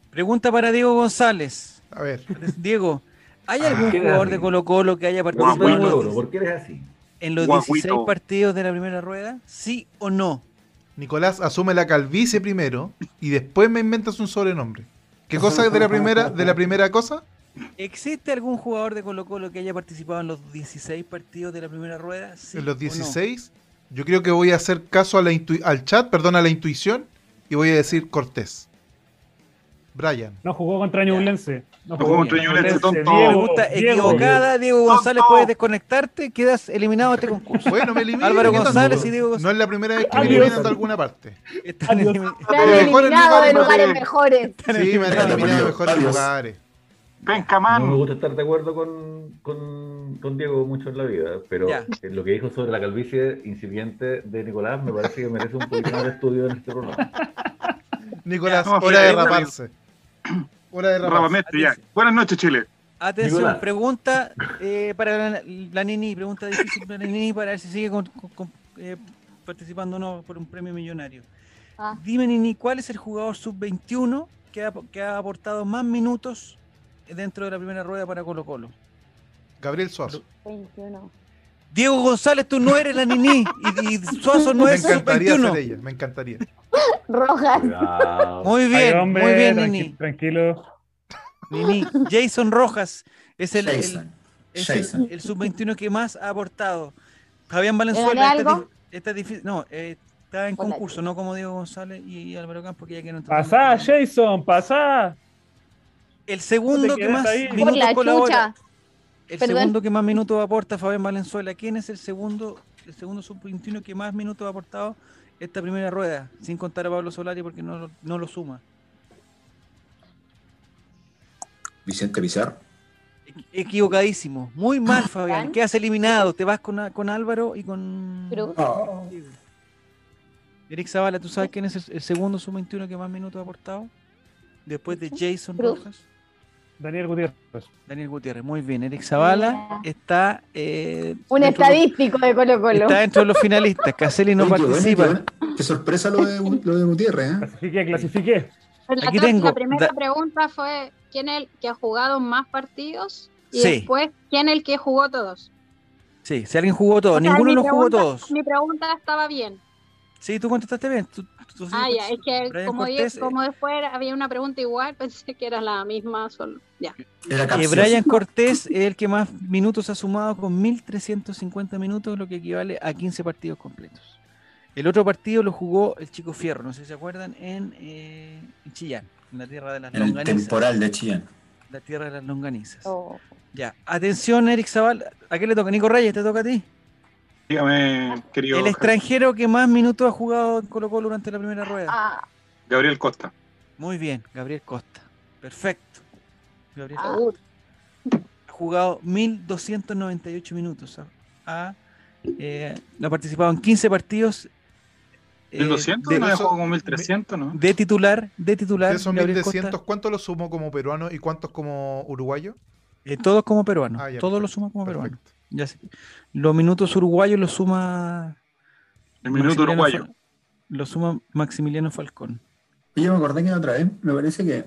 S1: Pregunta para Diego González.
S7: A ver,
S1: Diego, ¿hay
S7: Ah,
S1: algún
S8: qué
S1: jugador de
S8: grande.
S1: Colo Colo que haya
S8: ¿Por qué
S1: participado
S8: soy
S1: en
S2: Guaguito.
S8: logro?
S1: los,
S8: ¿Por qué eres así?
S1: en los
S2: Guaguito.
S1: 16 partidos de la primera rueda? ¿Sí o no?
S7: Nicolás asume la calvicie primero y después me inventas un sobrenombre. ¿Qué cosa es de la primera, de la primera cosa?
S1: ¿Existe algún jugador de Colo Colo que haya participado en los 16 partidos de la primera rueda? ¿Sí
S7: en
S1: o
S7: los
S1: no?
S7: 16, yo creo que voy a hacer caso a la intu- al chat, perdón, a la intuición, y voy a decir Cortés. Brian.
S4: No jugó contra Ñublense.
S2: No jugó
S1: contra
S2: Ñublense, tonto.
S1: Pregunta equivocada, Diego González, puedes desconectarte, quedas eliminado de este concurso.
S7: Bueno, me eliminan.
S1: Álvaro
S7: ¿qué tanto?
S1: González y Diego
S7: No
S1: González
S7: es la primera vez que me
S4: Adiós.
S7: eliminan de alguna parte.
S1: están
S4: Adiós.
S1: eliminados.
S3: Me han
S7: Mejores
S3: eliminado de
S7: lugares,
S3: lugares
S2: madre.
S3: mejores.
S7: Sí, me han
S6: Adiós.
S7: eliminado de mejores
S6: Adiós.
S7: lugares.
S8: No me
S2: Pencamán.
S8: gusta estar de acuerdo con, con, con Diego mucho en la vida, pero
S1: Ya.
S8: eh, lo que dijo sobre la calvicie incipiente de Nicolás me parece que merece un poquito más de estudio en este programa.
S7: Nicolás,
S2: Ya, no,
S7: hora de
S2: Felipe,
S7: raparse. Hora de raparse.
S2: Rapamente, ya. Buenas noches, Chile.
S1: Atención,
S8: Nicolás.
S1: pregunta eh, para la, la Nini, pregunta difícil para la Nini para ver si sigue con- con- con- eh, participando o no por un premio millonario.
S3: Ah.
S1: Dime, Nini, ¿cuál es el jugador sub-21 que ha, que ha aportado más minutos dentro de la primera rueda para Colo Colo?
S7: Gabriel Suazo.
S3: 21.
S1: Diego González, tú no eres la Nini y, y Suazo no
S7: Me
S1: es
S7: encantaría ser
S1: sub-21.
S7: ella, me encantaría.
S3: Rojas.
S8: Cuidado.
S1: Muy
S4: Ay,
S1: bien,
S4: hombre,
S1: muy bien,
S4: tranqui-
S1: Nini.
S4: Tranquilo.
S1: Nini. Jason Rojas es Este, el, el-
S6: Jason.
S1: es el-
S6: Jason.
S1: el sub-21 que más ha aportado. Fabián Valenzuela,
S3: gané
S1: esta es
S3: algo?
S1: dif- esta es difícil. No, eh, está en
S3: Hola,
S1: concurso, no como Diego González y, y Álvaro Campos, que ya quedaron tratando de
S4: Pasá,
S1: ganar.
S4: Jason, pasá.
S1: El segundo
S4: No te
S1: que
S4: quedes
S1: más
S4: ahí.
S3: Por
S1: minutos
S3: la
S1: colabora.
S3: chucha.
S1: El
S3: Perdón.
S1: segundo que más minutos aporta Fabián Valenzuela. ¿Quién es el segundo, el segundo sub-21 que más minutos ha aportado esta primera rueda? Sin contar a Pablo Solari porque no, lo- no lo suma.
S6: Vicente Pizarro.
S1: E- Equivocadísimo. Muy mal, Fabián.
S3: ¿Fabián?
S1: Quedas eliminado. Te vas con, a- con Álvaro y con.
S3: Cruz.
S1: Oh. Eric Zavala, ¿tú sabes quién es el, el segundo sub-21 que más minutos ha aportado? Después de Jason
S3: Cruz.
S1: Rojas.
S4: Daniel Gutiérrez.
S1: Daniel Gutiérrez, muy bien. Eric Zavala está. eh,
S3: Un
S1: dentro de los-
S3: estadístico de Colo Colo.
S1: Está dentro de los finalistas. Caselli no
S6: Oye, qué bueno,
S1: participa.
S6: qué bueno. Qué sorpresa lo de, lo de Gutiérrez, ¿eh?
S4: Clasifiqué, clasifiqué.
S5: Pero la,
S1: Aquí
S5: tra-
S1: tengo,
S5: la primera
S1: da-
S5: pregunta fue quién es el que ha jugado más partidos y
S1: Sí.
S5: después quién es el que jugó todos.
S1: Sí, si alguien jugó todos.
S5: O sea,
S1: Ninguno
S5: mi
S1: los jugó
S5: pregunta-
S1: todos.
S5: Mi pregunta estaba bien.
S1: Sí, tú contestaste bien. tú- tú sí
S5: ah, ya,
S1: contestaste.
S5: es que
S1: pues, Brian
S5: como, di-
S1: Cortés, eh,
S5: como después era- había una pregunta igual, pensé que era la misma. Solo. Ya.
S6: Era
S1: Que
S6: capcioso.
S1: Eh, Brian Cortés es el que más minutos ha sumado con 1.350 minutos, lo que equivale a 15 partidos completos. El otro partido lo jugó el Chico Fierro, no sé si se acuerdan, en, eh, en Chillán, en la tierra de las
S6: En el
S1: longanizas.
S6: temporal de Chillán.
S1: La tierra de las longanizas.
S3: Oh.
S1: Ya, atención Eric Zaval, ¿a qué le toca? Nico Reyes, te toca a ti.
S2: Dígame, querido
S1: El extranjero que más minutos ha jugado en Colo Colo durante la primera rueda.
S3: Ah,
S2: Gabriel Costa.
S1: Muy bien, Gabriel Costa. Perfecto. Gabriel
S3: Ah.
S1: Costa. Ha jugado 1.298 minutos. Ha, ha, eh, ha participado en 15 partidos. eh,
S2: ¿1200?
S1: de,
S2: no había
S7: eso-
S2: jugado con 1300, ¿no?
S1: de titular, de
S7: De
S1: titular.
S7: esos
S1: Gabriel
S7: 1300,
S1: Costa,
S7: ¿cuántos los sumo como peruano y cuántos como uruguayo?
S1: eh, todos como peruanos.
S7: Ah, ya,
S1: todos
S7: perfecto,
S1: los suma como peruanos.
S7: Perfecto.
S1: Ya sé. Los minutos uruguayos los suma.
S2: El minuto
S1: Maximiliano
S2: uruguayo.
S1: Fal- Lo suma Maximiliano Falcón.
S6: Y yo me acordé que la otra vez me parece que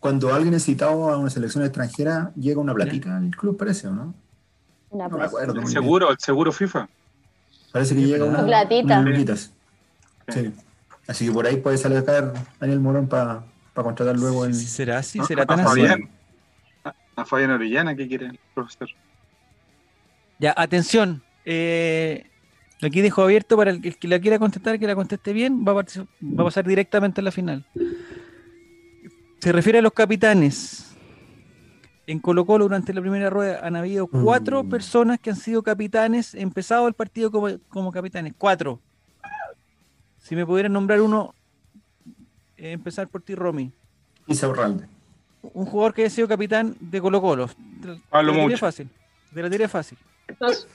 S6: cuando alguien es citado a una selección extranjera, llega una platita al club, parece, ¿o no?
S3: una
S6: No me
S3: plaza.
S6: acuerdo. muy
S2: El
S6: bien.
S2: seguro, el seguro FIFA.
S6: Parece que llega una,
S3: platita.
S6: unas luquitas. Sí. Así que por ahí puede salir a caer Daniel Morón para contratar luego el.
S1: ¿Será así?
S2: Ah,
S1: ¿Será
S2: ah,
S1: tan así?
S2: Fabián. A, a Fabián Orellana, ¿qué quiere el profesor?
S1: Ya, atención. eh, aquí dejo abierto para el que, el que la quiera contestar, que la conteste bien, va a, partici- va a pasar directamente a la final. Se refiere a los capitanes. En Colo Colo durante la primera rueda han habido cuatro
S6: Mm.
S1: personas que han sido capitanes, empezado el partido como, como capitanes. Cuatro. Si me pudieran nombrar uno, eh, empezar por ti, Romy.
S6: Y Saurralde.
S1: Un jugador que haya sido capitán de Colo Colo. Te la- te
S2: Pablo
S1: la tiré
S2: Mouche.
S1: fácil. De la tiré fácil.
S5: Entonces,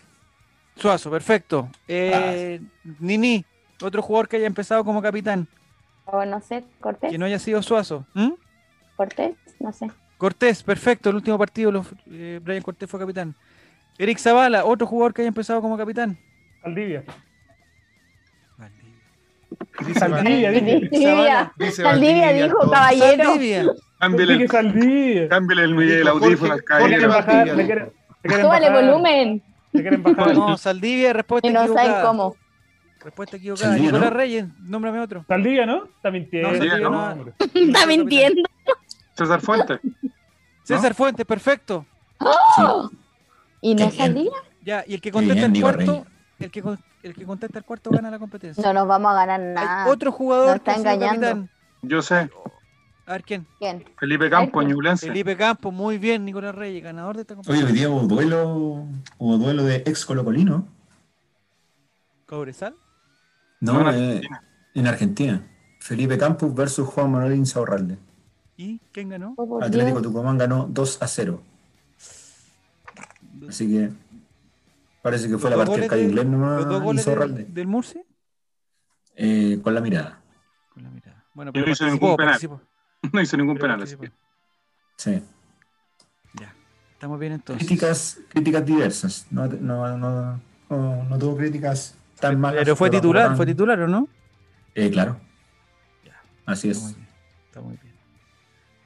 S1: Suazo, perfecto. Eh, Nini, otro jugador que haya empezado como capitán,
S3: O Oh, no sé, Cortés.
S1: que no haya sido Suazo. ¿Mm?
S3: Cortés, no sé.
S1: Cortés, perfecto. El último partido, lo- eh, Brian Cortés fue capitán. Eric Zavala, otro jugador que haya empezado como capitán.
S4: Saldivia.
S7: Dice
S4: Saldivia, dije.
S3: Saldivia.
S7: Dice
S3: Saldivia
S7: Valdivia,
S3: dijo,
S7: todo.
S3: caballero.
S1: Saldivia.
S2: Cámbiale
S4: Dije
S2: el,
S4: Saldivia.
S2: cámbiale el, el,
S7: Dijo
S2: audífono al
S7: Jorge- Jorge
S4: Le quieren
S2: caballero.
S4: bajar, le quieren- le quieren
S3: Súbale
S4: bajar,
S3: volumen.
S4: Le quieren bajar.
S1: No, Saldivia, respuesta
S3: Y no saben
S1: equivocada.
S3: cómo.
S1: Respuesta equivocada.
S6: Saldivia,
S1: Nicolás
S6: ¿no?
S1: Reyes, nómbrame otro.
S4: Saldivia, ¿no? Está mintiendo.
S1: No,
S2: Saldivia,
S4: tío,
S2: no.
S4: hombre.
S3: Está mintiendo.
S2: César Fuentes.
S1: César Fuentes, perfecto.
S3: Oh. ¿Y no
S6: Qué bien.
S3: salía?
S1: Ya, y el que
S6: Qué
S1: contesta
S6: bien,
S1: el
S6: Nico
S1: cuarto,
S6: Reyes.
S1: el que, con- el que contesta el cuarto gana la competencia.
S3: No nos vamos a ganar
S1: Hay
S3: nada.
S1: otro jugador
S3: nos está
S1: que ha sido
S3: engañando.
S1: capitán.
S2: Yo sé,
S1: A ver quién.
S3: ¿Quién?
S2: Felipe Campo,
S3: Perfecto.
S2: Ñublense.
S1: Felipe Campos, muy bien, Nicolás Reyes, ganador de esta
S6: Oye, hoy
S1: competencia.
S6: día hubo duelo, hubo duelo de ex colocolino.
S1: Cobresal.
S6: No,
S2: No, en
S6: eh,
S2: Argentina.
S6: en Argentina. Felipe Campos versus Juan Manuel Insaurralde.
S1: ¿Y quién ganó?
S3: Oh, por
S6: Atlético
S3: Dios.
S6: Tucumán ganó 2 a 0. Así que parece que fue la
S1: Los dos goles de-
S6: partida del Calle Inglés nomás,
S1: Los dos goles
S6: Insaurralde.
S1: del, del Murcia.
S6: Eh, con la mirada.
S1: Con la mirada. Bueno,
S2: no hizo ningún penal.
S1: participó,
S2: No hizo ningún
S1: pero
S2: penal. así
S1: participó.
S6: Sí.
S1: Ya, estamos bien entonces.
S6: Críticas, críticas diversas. No, no, no, no, no tuvo críticas tan malas.
S1: Pero fue
S6: tampoco
S1: titular,
S6: tan-
S1: fue titular, ¿o no?
S6: Eh, claro.
S1: Ya.
S6: Así
S1: Está muy
S6: es.
S1: bien. Está muy bien.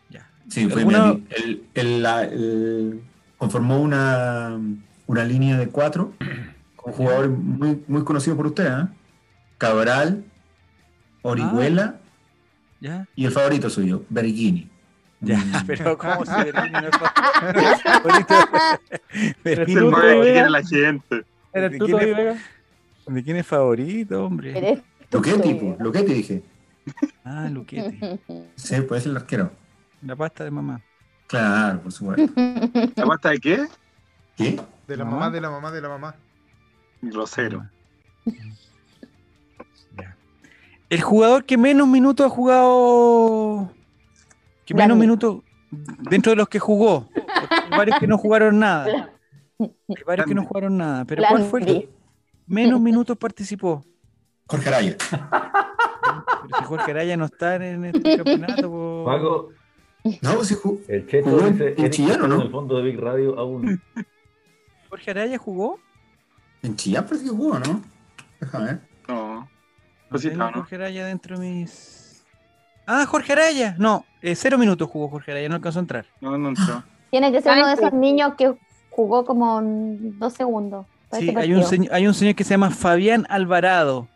S1: Ya.
S6: Sí, fue
S1: ¿Alguna-
S6: bien. El- el- la- el- conformó una, una línea de cuatro con jugadores muy, muy conocidos por usted, ¿eh? Cabral, Orihuela
S1: Ya.
S6: y el favorito suyo, Berghini.
S1: Ya,
S6: Mm.
S1: pero ¿cómo se Berlín no es favorito?
S2: Se
S1: Berlín,
S4: Minuto
S2: mueve
S4: de
S2: bien
S4: vida.
S2: la gente.
S4: ¿Era
S1: ¿De
S4: el
S1: quién
S4: tuto
S1: es?
S4: ahí, Vega?
S1: ¿De quién es favorito, hombre?
S3: Eres
S6: ¿Lo qué
S3: tú,
S6: tipo? ¿Lo qué te dije?
S1: Ah, Luquete.
S6: Sí, pues es el arquero.
S1: La pasta de mamá.
S6: Claro, por supuesto.
S2: ¿La pasta de qué?
S6: ¿Qué?
S7: De la
S1: Mamá.
S7: mamá, de la mamá, de la mamá.
S2: Grosero.
S1: Ya. El jugador que menos minutos ha jugado. Que menos
S3: Dani.
S1: minutos. Dentro de los que jugó. porque Hay varios que no jugaron nada. Hay varios que no jugaron nada. Pero ¿cuál fue el que
S3: Landry.
S1: menos minutos participó?
S6: Jorge Araya.
S1: Pero si Jorge Araya no está en este campeonato. po.
S8: Paco,
S6: No, pues sí, ju-
S8: el Cheto
S6: Jugó en-
S8: dice:
S6: en
S8: Eric
S6: Chillán, ¿o
S8: está
S6: no?
S8: En el fondo de Big Radio aún.
S1: ¿Jorge Araya jugó?
S6: en Chillán parece que jugó, ¿no? Déjame ver.
S2: No.
S1: No
S2: Pues sí,
S1: tengo
S2: no, ¿no?
S1: Jorge Araya dentro de mis. Ah, Jorge Araya. No, eh, cero minutos jugó Jorge Araya, no alcanzó a entrar.
S2: No, no entró.
S3: Tiene que ser uno de
S5: Ay, sí.
S3: esos niños que jugó como en dos segundos. para
S1: Sí,
S3: ese
S1: hay un,
S3: partido.
S1: señor, hay un señor que se llama Fabián Alvarado,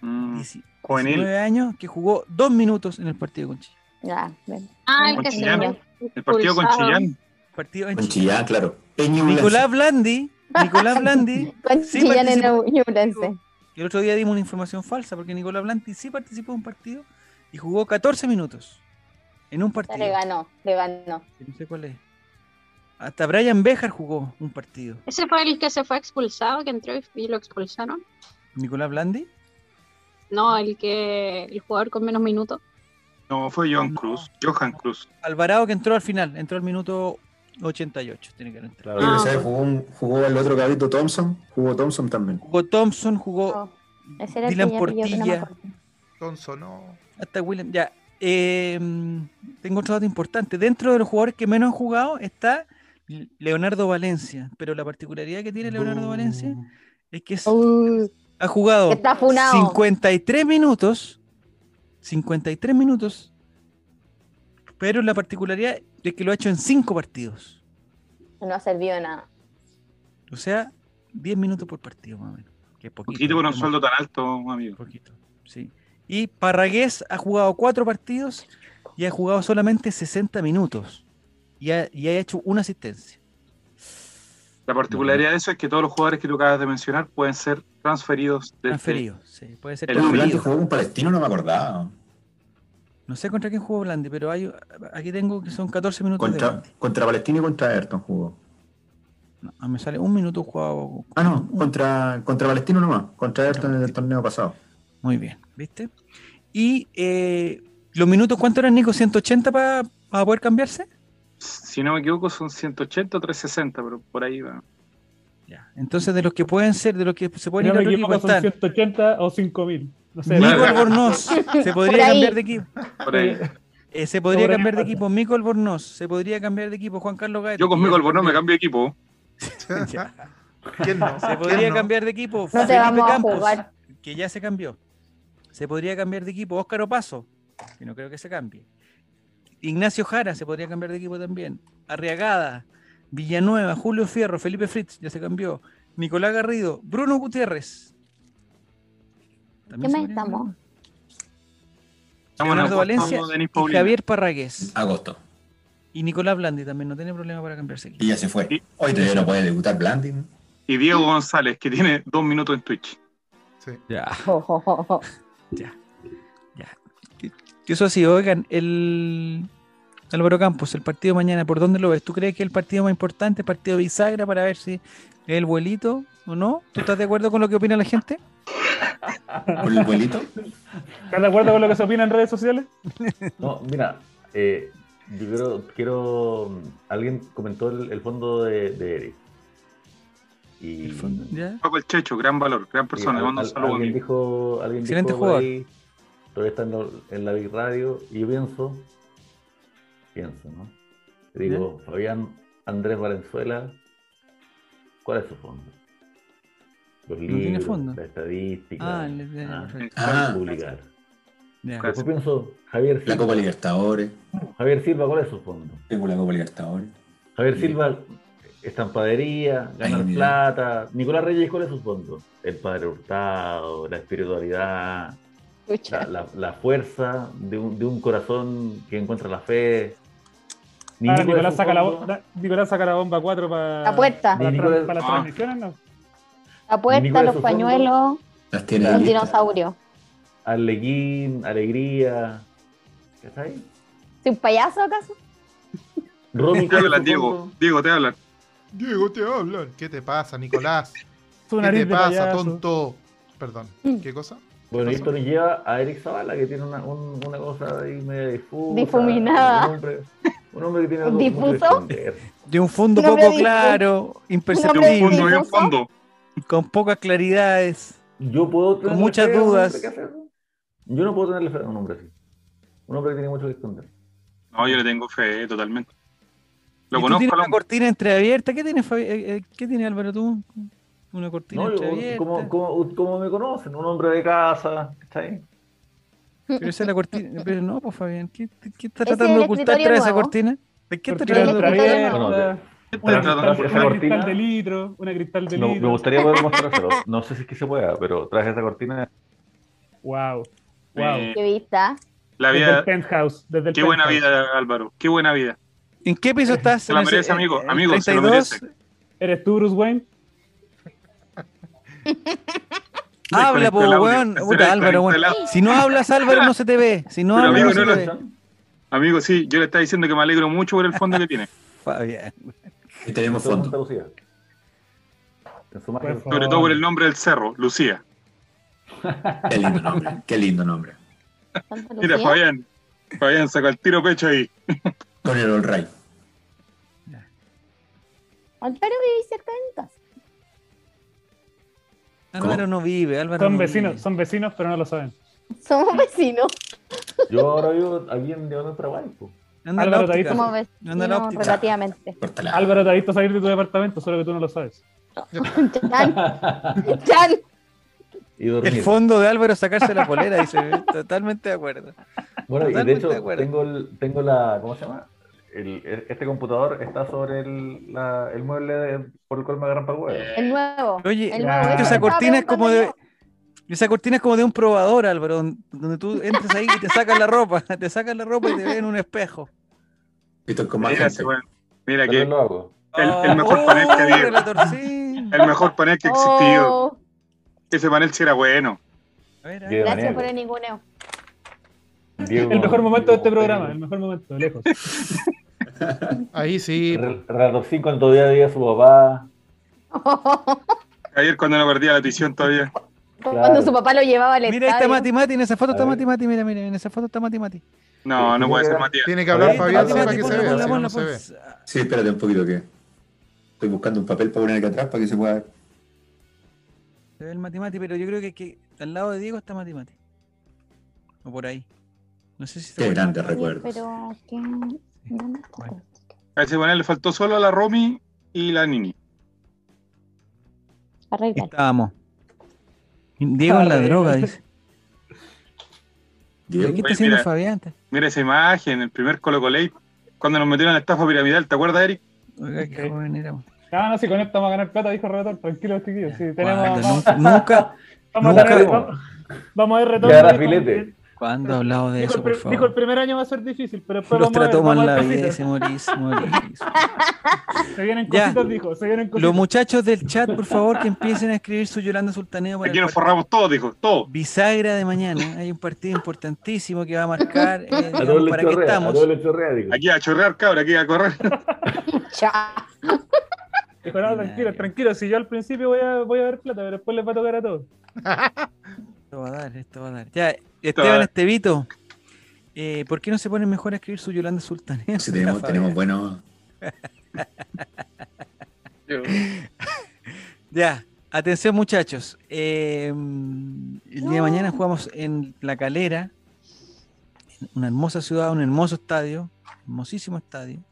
S2: Mm,
S1: 19
S2: Juvenil.
S1: años, que jugó dos minutos en el partido con Chile.
S3: Ya, ven.
S5: Ah, el
S2: Con
S5: que se
S2: Chillán. El partido con
S5: Expulsado.
S2: Chillán.
S1: Partido en
S6: En
S1: Chile.
S6: Chillán, claro. En Ñublense.
S1: Nicolás Blandi, Nicolás Blandi,
S3: Con
S1: Sí,
S3: Chillán en
S1: participó.
S3: Ñublense.
S1: el otro día dimos una información falsa, porque Nicolás Blandi sí participó en un partido y jugó 14 minutos en un
S3: Ya
S1: partido.
S3: le ganó, le ganó.
S1: que No sé cuál es. Hasta Brian Bejar jugó un partido.
S5: Ese fue el que se fue expulsado, que entró y- y lo expulsaron.
S1: Nicolás Blandi.
S5: No, el que el jugador con menos minutos.
S2: No, fue Johan
S1: No.
S2: Cruz. Johan Cruz.
S1: Alvarado que entró al final, entró al minuto 88. Tiene que haber entrado.
S8: Claro,
S6: Y
S5: Ah.
S6: ¿sabes? jugó, un- jugó el otro cabrito Thompson, jugó Thompson también.
S1: Jugó Thompson, jugó
S3: Oh, Ese era el
S1: Dylan
S3: que yo- que yo que no me
S1: Portilla.
S3: acuerdo.
S7: Tonso, no.
S1: Hasta William, ya. Eh, tengo otro dato importante. Dentro de los jugadores que menos han jugado está Leonardo Valencia. Pero la particularidad que tiene Leonardo
S7: Bu.
S1: Valencia es que es-
S3: Uh,
S1: ha jugado
S3: está funado.
S1: 53 minutos. 53 minutos. Pero la particularidad es que lo ha hecho en 5 partidos.
S3: No ha servido de nada.
S1: O sea, 10 minutos por partido más o menos. Que es poquito,
S2: Poquito por un
S1: es
S2: sueldo tan alto, amigo.
S1: Poquito, sí. Y Parragués ha jugado cuatro partidos y ha jugado solamente 60 minutos. Y ha, y ha hecho una asistencia.
S2: La particularidad de eso es que todos los jugadores que tú acabas de mencionar pueden ser transferidos desde
S1: Transferido, sí, puede ser
S2: El
S6: Bueno, Blandi
S1: transferido.
S6: jugó con Palestino, no me acordaba.
S1: No sé contra quién jugó Blandi, pero hay, aquí tengo que son 14 minutos de
S6: Contra,
S1: Blandi.
S6: contra Palestino y contra Ayrton jugó.
S1: No, ah, me sale un minuto jugado.
S6: Ah, no, contra, contra Palestino nomás, contra Ayrton en el
S1: Palestino.
S6: torneo pasado.
S1: Muy bien, ¿viste? Y eh, los minutos, ¿cuánto eran, Nico? ¿180 para poder cambiarse?
S2: Si no me equivoco, son 180 o 360, pero por ahí va.
S1: Ya. Entonces, de los que pueden ser, de los que se
S4: Si
S1: pueden
S4: no
S1: ir a
S4: me
S1: otro equipo,
S4: equivoco, son
S1: están
S4: 180 o 5000. No sé.
S1: Nico
S2: Claro.
S1: Albornoz, se podría
S3: ahí.
S1: cambiar de equipo.
S2: Por ahí.
S1: Eh, se podría
S4: Sobre
S1: cambiar de
S4: Zapata.
S1: equipo Mico Albornoz, se podría cambiar de equipo Juan Carlos Gaeta.
S2: Yo con
S1: que ya
S2: Mico
S1: se
S2: Albornoz me
S1: cambió.
S2: cambio de equipo.
S1: Ya.
S7: ¿Quién no?
S1: Se
S7: Ah, ¿Quién
S1: podría
S7: no?
S1: cambiar de equipo
S3: No te vamos a jugar.
S1: que ya se cambió. Se podría cambiar de equipo Óscar Opaso, que no creo que se cambie. Ignacio Jara se podría cambiar de equipo también. Arriagada, Villanueva, Julio Fierro, Felipe Fritz, ya se cambió. Nicolás Garrido, Bruno Gutiérrez,
S3: ¿Qué
S1: También
S3: mes
S1: se murió,
S3: estamos?
S2: Estamos en
S1: Leonardo
S2: agosto,
S1: Valencia
S2: estamos, Denis
S1: ¿no? Y
S2: Paulino.
S1: Javier Parragués.
S6: Agosto.
S1: Y Nicolás Blandi también no tiene problema para cambiarse.
S6: Y ya se fue.
S2: Sí.
S6: Hoy todavía no puede debutar Blandi. ¿no?
S2: Y Diego González, que tiene dos minutos en Twitch.
S1: Ya.
S3: Jo, jo, jo, jo.
S1: Y Eso sí, oigan, el Álvaro Campos, el partido de mañana, ¿por dónde lo ves? ¿Tú crees que es el partido más importante, el partido bisagra, para ver si es el vuelito o no? ¿Tú estás de acuerdo con lo que opina la gente?
S6: Por el vuelito.
S4: ¿Estás de acuerdo con lo que se opina en redes sociales?
S8: No, mira, eh, yo quiero, quiero. Alguien comentó el, el fondo de, de Eric. Y,
S1: El fondo, ¿ya?
S2: Paco el Checho, gran valor, gran
S8: y
S2: persona.
S8: al-
S2: le mando un
S8: al-
S2: saludo,
S8: alguien
S2: amigo.
S8: dijo, alguien
S1: Excelente
S8: dijo por
S1: jugador.
S8: ahí, todavía está en, lo- en la Big Radio. Y yo pienso, pienso, ¿no? Digo, Fabián Andrés Valenzuela, ¿cuál es su fondo? Los
S1: tiene
S8: libros,
S1: fondo.
S8: la estadística,
S1: Ah, el de-
S8: ah,
S1: perfecto,
S6: Ah,
S8: publicar.
S1: ya.
S8: Después pienso, Javier
S6: la
S8: Silva,
S6: Copa Libertadores.
S8: Javier Silva, ¿cuál es su fondo?
S6: Tengo la Copa Libertadores.
S8: Javier Silva, estampadería, ganar
S6: Ahí, mira.
S8: plata. Nicolás Reyes, ¿cuál es su fondo? El padre Hurtado, la espiritualidad, la,
S3: Chucha.
S8: la- la fuerza de un, de un corazón que encuentra la fe. Ni
S4: Ahora
S8: Nico
S4: Ah, Nicolás
S8: es su
S4: saca, la,
S8: fondo,
S4: bo- Nicolás saca la bomba 4 para,
S3: La puerta,
S4: para, las
S8: Nicolás-
S4: tran- para las
S2: Ah.
S4: transmisiones, ¿no?
S3: la puerta,
S8: Nicolás
S3: los
S8: Osorno.
S3: pañuelos,
S6: Las tiene
S8: La
S6: ahí
S3: los
S6: listas.
S3: dinosaurios.
S8: Arlequín, alegría. ¿Qué está ahí?
S3: ¿Soy un payaso acaso?
S8: Romy,
S2: Te
S8: ¿cuál es
S2: habla,
S8: su
S2: Diego.
S8: fondo?
S2: Diego, te habla.
S7: Diego, te hablan. ¿Qué te pasa, Nicolás?
S4: Su
S7: ¿Qué
S4: nariz
S7: te
S4: de
S7: pasa,
S4: payaso.
S7: tonto? Perdón,
S3: Mm.
S7: ¿qué cosa?
S8: Bueno, y esto
S7: pasó?
S8: nos lleva a Eric Zavala, que tiene una, un- una cosa ahí media difusa.
S3: Difuminada.
S8: Un hombre, un hombre que tiene algo
S3: ¿Difuso?
S8: mucho que esconder.
S1: De un fondo
S3: Un hombre
S1: poco
S3: difu-
S1: claro,
S2: Tiene un
S3: hombre
S1: imperceptible,
S2: fondo, hay un
S3: difuso.
S2: fondo.
S1: con pocas claridades.
S8: Yo puedo tener
S1: muchas dudas.
S8: Yo no puedo tenerle fe a un hombre así. Un hombre que tiene mucho que esconder.
S2: No, yo le tengo fe, totalmente. Lo
S1: y tú tienes
S2: conozco, al
S1: una
S2: hombre.
S1: cortina entreabierta. ¿Qué tiene, Fabi- eh, eh, ¿Qué tiene Álvaro tú? Una cortina
S8: No, yo,
S1: entreabierta.
S8: como, como, como me conocen, un hombre de casa, ¿cachai?
S1: Pero esa es la cortina. Pero no, pues Fabián, ¿qué, qué está
S3: Ese es
S1: tratando
S3: el
S1: de ocultar
S3: escritorio
S1: tras esa
S3: nuevo.
S1: cortina? ¿De qué está
S4: Cortina
S1: tratando de
S3: ocultar?
S1: ocultar?
S4: abierta,
S8: No, no,
S2: Está tratando de
S8: Esa
S4: una
S2: ocultar.
S4: cristal
S8: cortina.
S4: de litro, una cristal de
S8: No,
S4: litro.
S8: me gustaría poder mostrárselo. No sé si es que se pueda, pero tras esa cortina.
S4: Wow. Wow.
S2: Eh,
S3: ¿Qué vista?
S2: La
S4: desde el
S2: vida,
S4: penthouse. Desde el
S2: qué buena
S4: penthouse.
S2: vida, Álvaro. Qué buena vida.
S1: ¿En qué piso estás?
S2: Eh, Se lo
S1: ¿En el-
S2: merece,
S1: en-
S2: amigo.
S1: en
S2: Amigo, se lo
S1: 32?
S2: merece.
S4: ¿Eres tú, Bruce Wayne?
S1: Habla, po,
S2: Desconectó el audio.
S1: weón.
S2: Desconectó
S1: Puta, Álvaro,
S2: el
S1: weón.
S2: audio.
S1: Si no hablas, Álvaro, no se te ve. Si no
S2: Pero,
S1: hablas,
S2: amigo,
S1: no se
S2: no
S1: te
S2: lo-
S1: ve.
S2: Amigo, sí, yo le estaba diciendo que me alegro mucho por el fondo que tiene.
S1: Fabián.
S6: Y tenemos
S8: Todo en Santa
S6: fondo.
S8: Lucía. En su
S4: Por
S8: magia.
S4: favor.
S2: Sobre todo por el nombre del cerro, Lucía.
S6: Qué lindo nombre. Qué lindo nombre.
S3: Santa
S2: Mira,
S3: Lucía.
S2: Fabián. Fabián sacó el tiro pecho ahí.
S6: Con el All Right.
S3: Álvaro vive cerca de mi casa.
S1: Álvaro no vive, Álvaro.
S4: Son
S1: no
S4: vecinos,
S1: vive.
S4: son vecinos, pero no lo saben.
S3: Somos vecinos.
S8: Yo ahora vivo aquí en Diagonal Paraguay. po.
S1: Anda en la
S4: Álvaro, te
S1: óptica.
S4: aviso.
S3: Somos
S1: Anda la
S3: vecinos
S1: óptica.
S3: relativamente.
S6: Córtala.
S4: Álvaro te ha visto salir de tu departamento, solo que tú no lo sabes.
S3: Chan, chan.
S8: y dormir.
S1: El fondo de Álvaro es sacarse la polera, dice. Totalmente de acuerdo.
S8: Bueno, y de
S1: Totalmente
S8: hecho,
S1: de acuerdo.
S8: tengo, el- tengo la. ¿Cómo se llama? El- este computador está sobre el, la- el mueble de- por el cual me agarran para el huevo.
S1: Eh,
S3: El nuevo.
S1: Oye,
S3: El
S4: Ah,
S3: nuevo. ¿viste?
S4: esa
S3: Estaba
S1: cortina es como de-
S3: preguntando
S1: Esa cortina es como de un probador, Álvaro, don- donde tú entras ahí y te sacan la ropa. Te sacan la ropa y te ven en un espejo.
S6: Esto con más
S2: Mira,
S6: gente.
S2: se fue. Mira
S8: Pero
S2: que
S8: no lo hago.
S2: El- el mejor
S1: Oh,
S2: panel que había.
S1: te la torcí.
S2: el mejor panel que
S3: yo.
S2: existió.
S3: Oh,
S2: Ese panel sí era bueno.
S1: A ver, a ver.
S8: Diego
S3: gracias
S8: Daniel,
S3: por el ninguneo.
S8: Diego-
S4: El mejor momento de este
S8: Diego
S4: programa, el
S8: Montenegro.
S4: mejor momento, lejos.
S7: Ahí sí.
S8: Re- Relatocín cuando todavía veía a su papá.
S2: Ayer cuando no perdía la tuición todavía.
S3: Cuando su papá lo llevaba al
S1: Mira, ahí está
S3: estadio.
S1: Mati Mati, en esa foto
S8: A
S1: está
S8: ver.
S1: Mati Mati, mira, mira, en esa foto está Mati Mati.
S2: No, no puede ser Matías.
S7: Tiene que hablar
S8: Ahí,
S7: Fabián sí,
S8: Mati,
S7: para
S8: Mati,
S7: que se
S8: ponla,
S7: vea,
S8: ponla,
S7: si no, no
S1: ponla,
S7: se ve.
S1: ponla.
S6: Sí, espérate un poquito que. Estoy buscando un papel para poner acá atrás para que se pueda.
S1: Se ve el Mati Mati, pero yo creo que, que al lado de Diego está Mati Mati. O por ahí. No sé si está
S6: Qué
S1: por ahí.
S6: grandes
S3: Oye,
S6: recuerdos.
S3: Pero, ¿qué? ¿Dónde está?
S1: Bueno.
S2: A ese panel le faltó solo a la Romy y la Nini.
S3: Arreglar.
S1: Estábamos. Diego en la
S4: Arre.
S1: droga, dice.
S6: Diego.
S1: ¿Qué está
S2: Oye,
S1: haciendo
S2: mira.
S1: Fabián?
S2: Mira esa imagen, el primer Colo Colate, cuando nos metieron en la estafa piramidal, ¿te acuerdas, Eric?
S1: Oiga, qué
S4: Sí.
S1: joven éramos.
S4: Ah, no, si con esto vamos a ganar plata, dijo el relator, tranquilo, chiquillos. Sí, tenemos,
S1: Cuando
S4: vamos,
S1: nunca, nunca,
S4: vamos a
S1: nunca-
S4: tener, vamos, Vamos a ver retorno.
S8: Ya era
S4: dijo-
S8: filete.
S1: ¿Cuándo ha hablado de
S4: Dijo,
S1: eso,
S4: el
S1: por
S4: pri- dijo el
S1: favor?
S4: primer año va a ser difícil, pero después
S1: Los
S4: vamos a ver,
S1: trató mal
S4: vamos a
S1: la
S4: ver
S1: vida,
S4: cositas.
S1: se morís, morís.
S4: Se vienen
S1: Ya.
S4: cositas, dijo. Se vienen cositas.
S1: Los muchachos del chat, por favor, que empiecen a escribir su Yolanda Sultaneo para
S2: Aquí
S1: el
S2: nos forramos todos, dijo, todos.
S1: bisagra de mañana. Hay un partido importantísimo que va a marcar eh,
S8: A
S1: digamos,
S8: todos les
S1: para qué
S8: chorrea, a todos
S1: estamos.
S8: les chorrea, digo.
S2: Aquí a chorrear, cabra, aquí a correr.
S3: Chao.
S4: Dijo, no, tranquilo, tranquilo. Si yo al principio voy a, voy a ver plata, pero después les va a tocar a todos.
S1: Esto va a dar, esto va a dar. Ya,
S2: va a
S1: Esteban
S2: dar.
S1: Estevito, eh, ¿por qué no se ponen mejor a escribir su Yolanda Sultaneo?
S6: Sí, tenemos, tenemos buenos.
S1: Ya, atención muchachos. eh, el día de mañana jugamos en La Calera, en una hermosa ciudad, un hermoso estadio, hermosísimo estadio,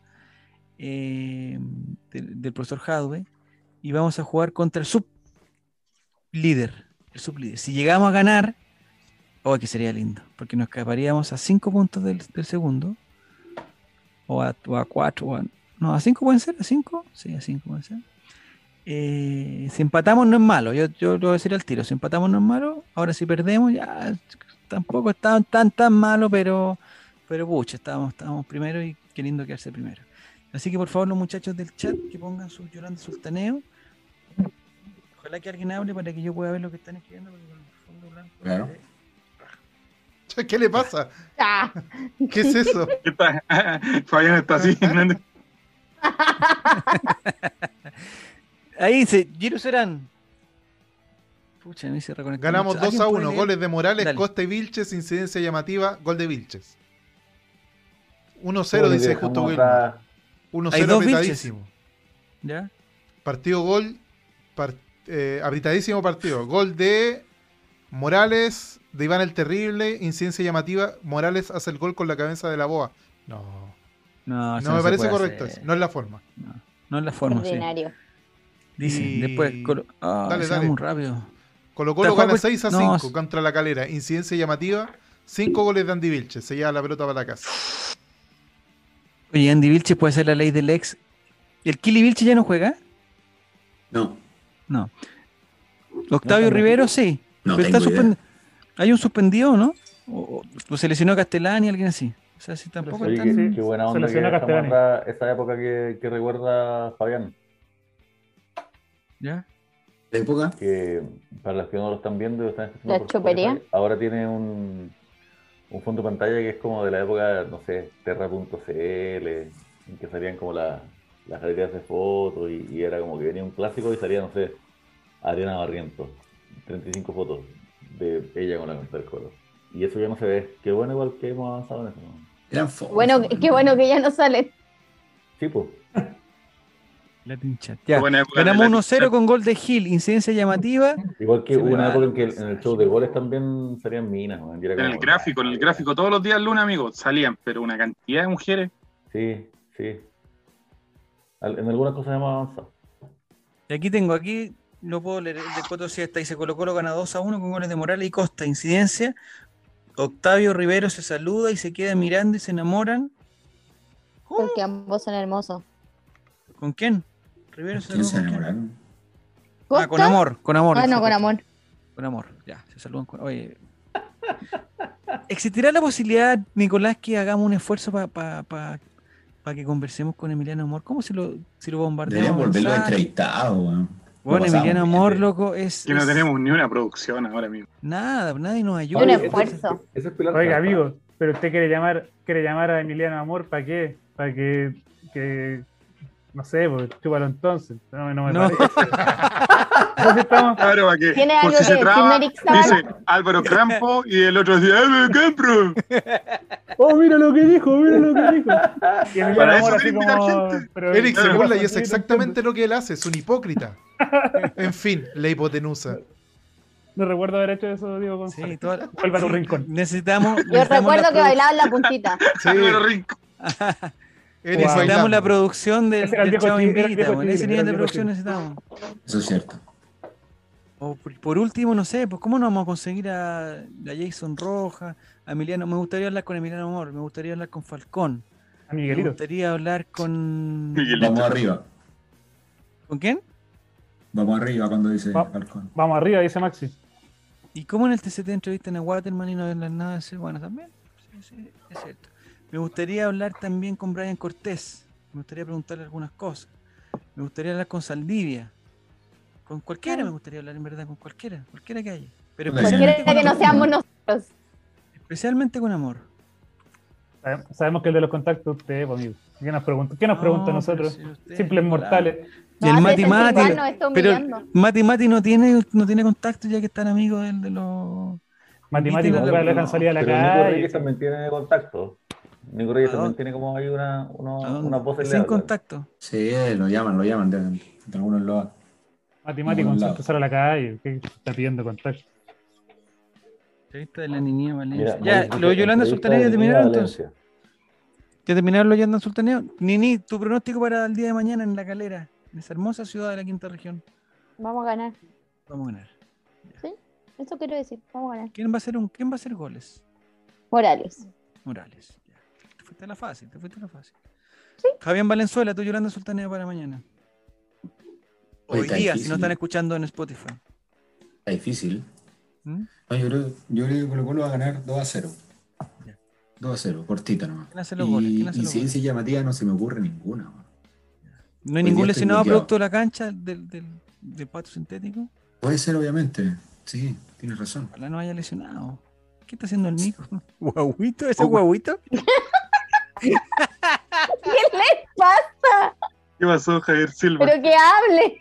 S1: eh, del, del profesor Jadwe, y vamos a jugar contra el sublíder. El sublíder. Si llegamos a ganar, oh, que sería lindo, porque nos escaparíamos a 5 puntos del, del segundo, o a 4, no, a 5 pueden ser, a 5, sí, a 5 pueden ser. Eh, si empatamos no es malo, yo, yo lo voy a decir al tiro, si empatamos no es malo, ahora si perdemos ya tampoco es tan tan, tan malo, pero, pero pucha, estábamos, estábamos primero y qué lindo quedarse primero. Así que por favor los muchachos del chat que pongan su llorando sultaneo. Ojalá que alguien hable para que yo pueda ver lo que están escribiendo. porque con el fondo blanco
S6: Claro.
S7: ¿Qué le pasa?
S3: Chao.
S7: ¿Qué es eso?
S2: ¿Qué tal? Fabián está así. Hernández.
S1: Ahí dice, Giro Serán. Pucha, me hice reconectar.
S7: Ganamos
S1: mucho.
S7: 2 a
S1: ¿Alguien puede
S7: 1.
S1: leer?
S7: Goles de Morales,
S1: Dale.
S7: Costa y Vilches. Incidencia llamativa. Gol de Vilches. 1-0,
S8: Uy,
S7: dice
S8: dejamos
S7: justo Wilma.
S8: atrás.
S7: 1-0
S1: dos Vilches.
S7: apretadísimo.
S1: ¿Ya?
S7: Partido gol. par- eh, apretadísimo partido. Gol de Morales, de Iván el Terrible. Incidencia llamativa. Morales hace el gol con la cabeza de la boa. No.
S1: No, eso
S7: No me
S1: se
S7: parece
S1: puede
S7: correcto.
S1: hacer.
S7: eso, No es la forma.
S1: No, no es la forma, sí.
S3: Ordinario.
S1: Dicen,
S7: Y-
S1: después. Colo- Ah,
S7: Dale,
S1: se va
S7: dale.
S1: muy rápido.
S7: Colo
S1: Está
S7: Colo
S1: jugando
S7: gana
S1: con-
S7: 6 a
S1: no,
S7: 5
S1: s-
S7: contra la calera. Incidencia llamativa. 5 goles de Andy Vilches. Se lleva la pelota para la casa.
S1: Oye, Andy Vilche puede ser la ley del ex. ¿El Kili Vilche ya no juega?
S6: No,
S1: No. Octavio
S8: tampoco.
S1: Rivero sí.
S6: no
S1: pero está
S6: tengo idea.
S1: suspend- Hay un suspendido, ¿no? O, o- o se lesionó Castellani, alguien así. O sea, sí, tampoco
S8: Oye,
S1: están-
S8: qué,
S4: Sí,
S8: qué buena onda que
S4: selecciona
S8: dejamos
S4: Castellani.
S8: atrás esa época que, que recuerda Fabián.
S1: ¿Ya?
S6: ¿La época?
S8: que para los que no lo están viendo y lo están escuchando
S3: La
S8: por
S3: chopería.
S8: Spotify, ahora tiene un, un fondo de pantalla que es como de la época, no sé, terra.cl, en que salían como la- las galerías de fotos y, y era como que venía un clásico y salía, no sé, Adriana Barrientos, 35 fotos de ella con la camiseta del Colo. Y eso ya no se ve. Qué bueno igual que hemos avanzado en eso. ¿no?
S6: Eran fotos,
S3: Bueno, qué bueno que ya no sale.
S8: Sí, pues.
S1: Latin Chat. Ya.
S2: Buena época de
S1: Ganamos
S2: Latin
S1: 1-0
S2: Chat.
S1: con gol de Gil, incidencia llamativa.
S8: Igual que
S1: Se me
S8: hubo una
S1: va
S8: época
S1: el
S8: en que el- en el show de goles también salían minas. ¿no? Y era
S2: En el
S8: como,
S2: gráfico, en
S8: ah,
S2: el gráfico, todos los días lunes, amigos, salían, pero una cantidad de mujeres.
S8: Sí, sí. Al- En algunas cosas hemos avanzado.
S1: Y aquí tengo, aquí no puedo leer el de Coto Siesta. Dice Colo Colo gana 2 a 1 con goles de Morales y Costa. Incidencia. Octavio Rivero se saluda y se queda mirando y se enamoran. ¿Cómo?
S3: Porque ambos son hermosos.
S1: ¿Con quién? Rivero se
S6: ¿Quién
S1: saluda
S6: se
S1: con quién?
S6: enamoraron?
S1: Ah, con amor, con amor.
S3: Bueno, con
S1: disculpa.
S3: amor.
S1: Con amor, ya, se saludan con... Oye. ¿Existirá la posibilidad, Nicolás, que hagamos un esfuerzo para que conversemos con Emiliano Amor? ¿Cómo se lo, si lo bombardeamos?
S6: Deberíamos volverlo a
S1: mensajes?
S6: entrevistar, weón.
S1: Bueno,
S6: Lo pasamos
S1: Emiliano
S6: bien,
S1: Amor,
S6: eh.
S1: loco, es,
S2: Que no
S1: es
S2: tenemos ni una producción ahora, amigo.
S1: nada, nadie nos ayuda.
S3: Un
S8: Oye,
S3: esfuerzo.
S8: Ese es Pilar
S4: Oiga,
S8: Sarpa.
S4: amigo, pero usted quiere llamar, quiere llamar a Emiliano Amor, ¿para qué? Para que, que- no sé, pues, chúpalo entonces. No, no me
S1: No.
S4: parece. Entonces estamos-
S2: Claro, ¿para qué?
S3: ¿Tiene
S2: Por
S3: algo
S2: si
S3: que
S2: se
S3: decir,
S2: traba,
S3: Eric Zavala?
S2: dice Álvaro Crampo y el otro dice ¡Álvaro Crampo!
S4: Oh, mira lo que dijo, mira lo que dijo. Y Emiliano
S2: Para eso
S4: Amor así
S2: quiere invitar
S4: como.
S2: gente.
S4: pero-
S7: Eric se
S4: pero-
S7: burla y es
S4: pero-
S7: exactamente lo que él hace. Es un hipócrita. En fin, la hipotenusa.
S4: No recuerdo haber hecho eso, Diego González.
S1: Sí, toda-
S4: Vuelva a tu rincón.
S1: necesitamos.
S3: Yo
S1: necesitamos la
S3: recuerdo que
S1: produ-
S3: bailaba en la puntita.
S7: Sí,
S2: Álvaro Rincón.
S7: Eric
S4: Wow.
S1: Necesitamos la
S7: bailando.
S1: producción del,
S4: Ese era
S1: del
S4: el viejo
S1: Chavo
S4: Chile, era el
S1: Invita,
S4: viejo
S1: bueno, ese
S4: Chile,
S1: nivel
S4: era
S1: de
S4: el viejo
S1: producción
S4: Chile.
S1: necesitamos.
S6: Eso es cierto.
S1: O por, por último, no sé, pues cómo no vamos a conseguir a, a Jason Roja, a Emiliano. Me gustaría hablar con Emiliano Amor, me gustaría hablar con Falcón,
S4: A
S1: me
S4: Miguelito.
S1: gustaría hablar con.
S2: Miguelito.
S6: Vamos arriba.
S1: ¿Con quién?
S6: Vamos arriba cuando dice
S4: Va-
S6: Falcón.
S4: Vamos arriba, dice Maxi.
S1: ¿Y cómo en el TCT entrevistan a Waterman y no hablan nada de ese? Bueno, también. Sí, sí, es cierto. Me gustaría hablar también con Brian Cortés. Me gustaría preguntarle algunas cosas. Me gustaría hablar con Saldivia. Con cualquiera me gustaría hablar, en verdad, con cualquiera. Cualquiera que haya. Pero
S6: Con
S1: especialmente
S3: Cualquiera
S1: con
S3: que no
S1: amor.
S3: seamos nosotros.
S1: Especialmente con amor.
S4: Sabe- Eh, Sabemos que el de los contactos usted, pues, amigo. ¿Qué nos pregunta, qué nos pregunta a
S1: No, pero
S4: nosotros?
S1: si ustedes,
S4: Simples
S1: claro.
S4: mortales.
S1: Y el
S3: No,
S1: Mati
S3: hace sentir
S1: Mati,
S3: mal, nos está
S1: pero-
S3: humillando.
S1: Mati Mati no tiene, no tiene contacto ya que están amigos del de los.
S4: Matemáticos,
S1: Viste, no,
S4: nunca le dejan
S1: no,
S4: salir a la
S8: Pero Nico Reyes
S4: calle.
S8: también tiene contacto. Nico Reyes
S1: ¿A
S8: también
S1: dónde?
S8: tiene como ahí una, uno,
S1: ¿a dónde?
S8: unas voces
S1: Sin
S8: le hablan.
S1: contacto.
S6: Sí, lo llaman, lo llaman. De, de algunos lo
S4: Matemáticos,
S6: Ningún
S4: nunca
S6: lado.
S4: sale a la calle. ¿Qué está pidiendo contacto?
S1: Entrevista de la niña Valencia.
S8: Mira,
S1: ya,
S8: Mauricio,
S1: lo de Yolanda
S8: entrevista
S1: Sultaneo ya
S8: de Niña
S1: terminaron entonces.
S8: Valencia.
S1: Ya terminaron los Yandan Sultaneo. Nini, tu pronóstico para el día de mañana en La Calera, en esa hermosa ciudad de la quinta región.
S3: Vamos a ganar.
S1: Vamos a ganar.
S3: Eso quiero decir. Vamos a ganar.
S1: ¿Quién va a hacer, un, quién va a hacer goles?
S3: Morales.
S1: Morales. Ya. Te fuiste a la fácil, te fuiste a la fácil. Javier Valenzuela, tu Yolanda Sultaneo para mañana. Hoy
S6: Oye, está
S1: día, si
S6: difícil.
S1: no están escuchando en Spotify.
S6: Está difícil.
S1: ¿Mm?
S6: No, yo, creo, yo creo que Colo Colo va a ganar 2 a 0.
S1: Ya.
S6: 2 a 0, cortita nomás.
S1: ¿Quién hace los goles?
S6: Y,
S1: ¿Quién hace
S6: y
S1: los
S6: si
S1: goles?
S6: dice llamativa no se me ocurre ninguna. weón.
S1: No hay
S6: Hoy
S1: ningún
S6: día estoy
S1: lesionado
S6: bloqueado.
S1: producto de la cancha del, del, del pato sintético.
S6: Puede ser, obviamente. Sí, tienes razón.
S1: Ojalá no haya lesionado. ¿Qué está haciendo el Nico? ¿Guaguito? ¿Ese guaguito?
S3: ¿Qué le pasa?
S2: ¿Qué pasó, Javier Silva?
S3: Pero que hable.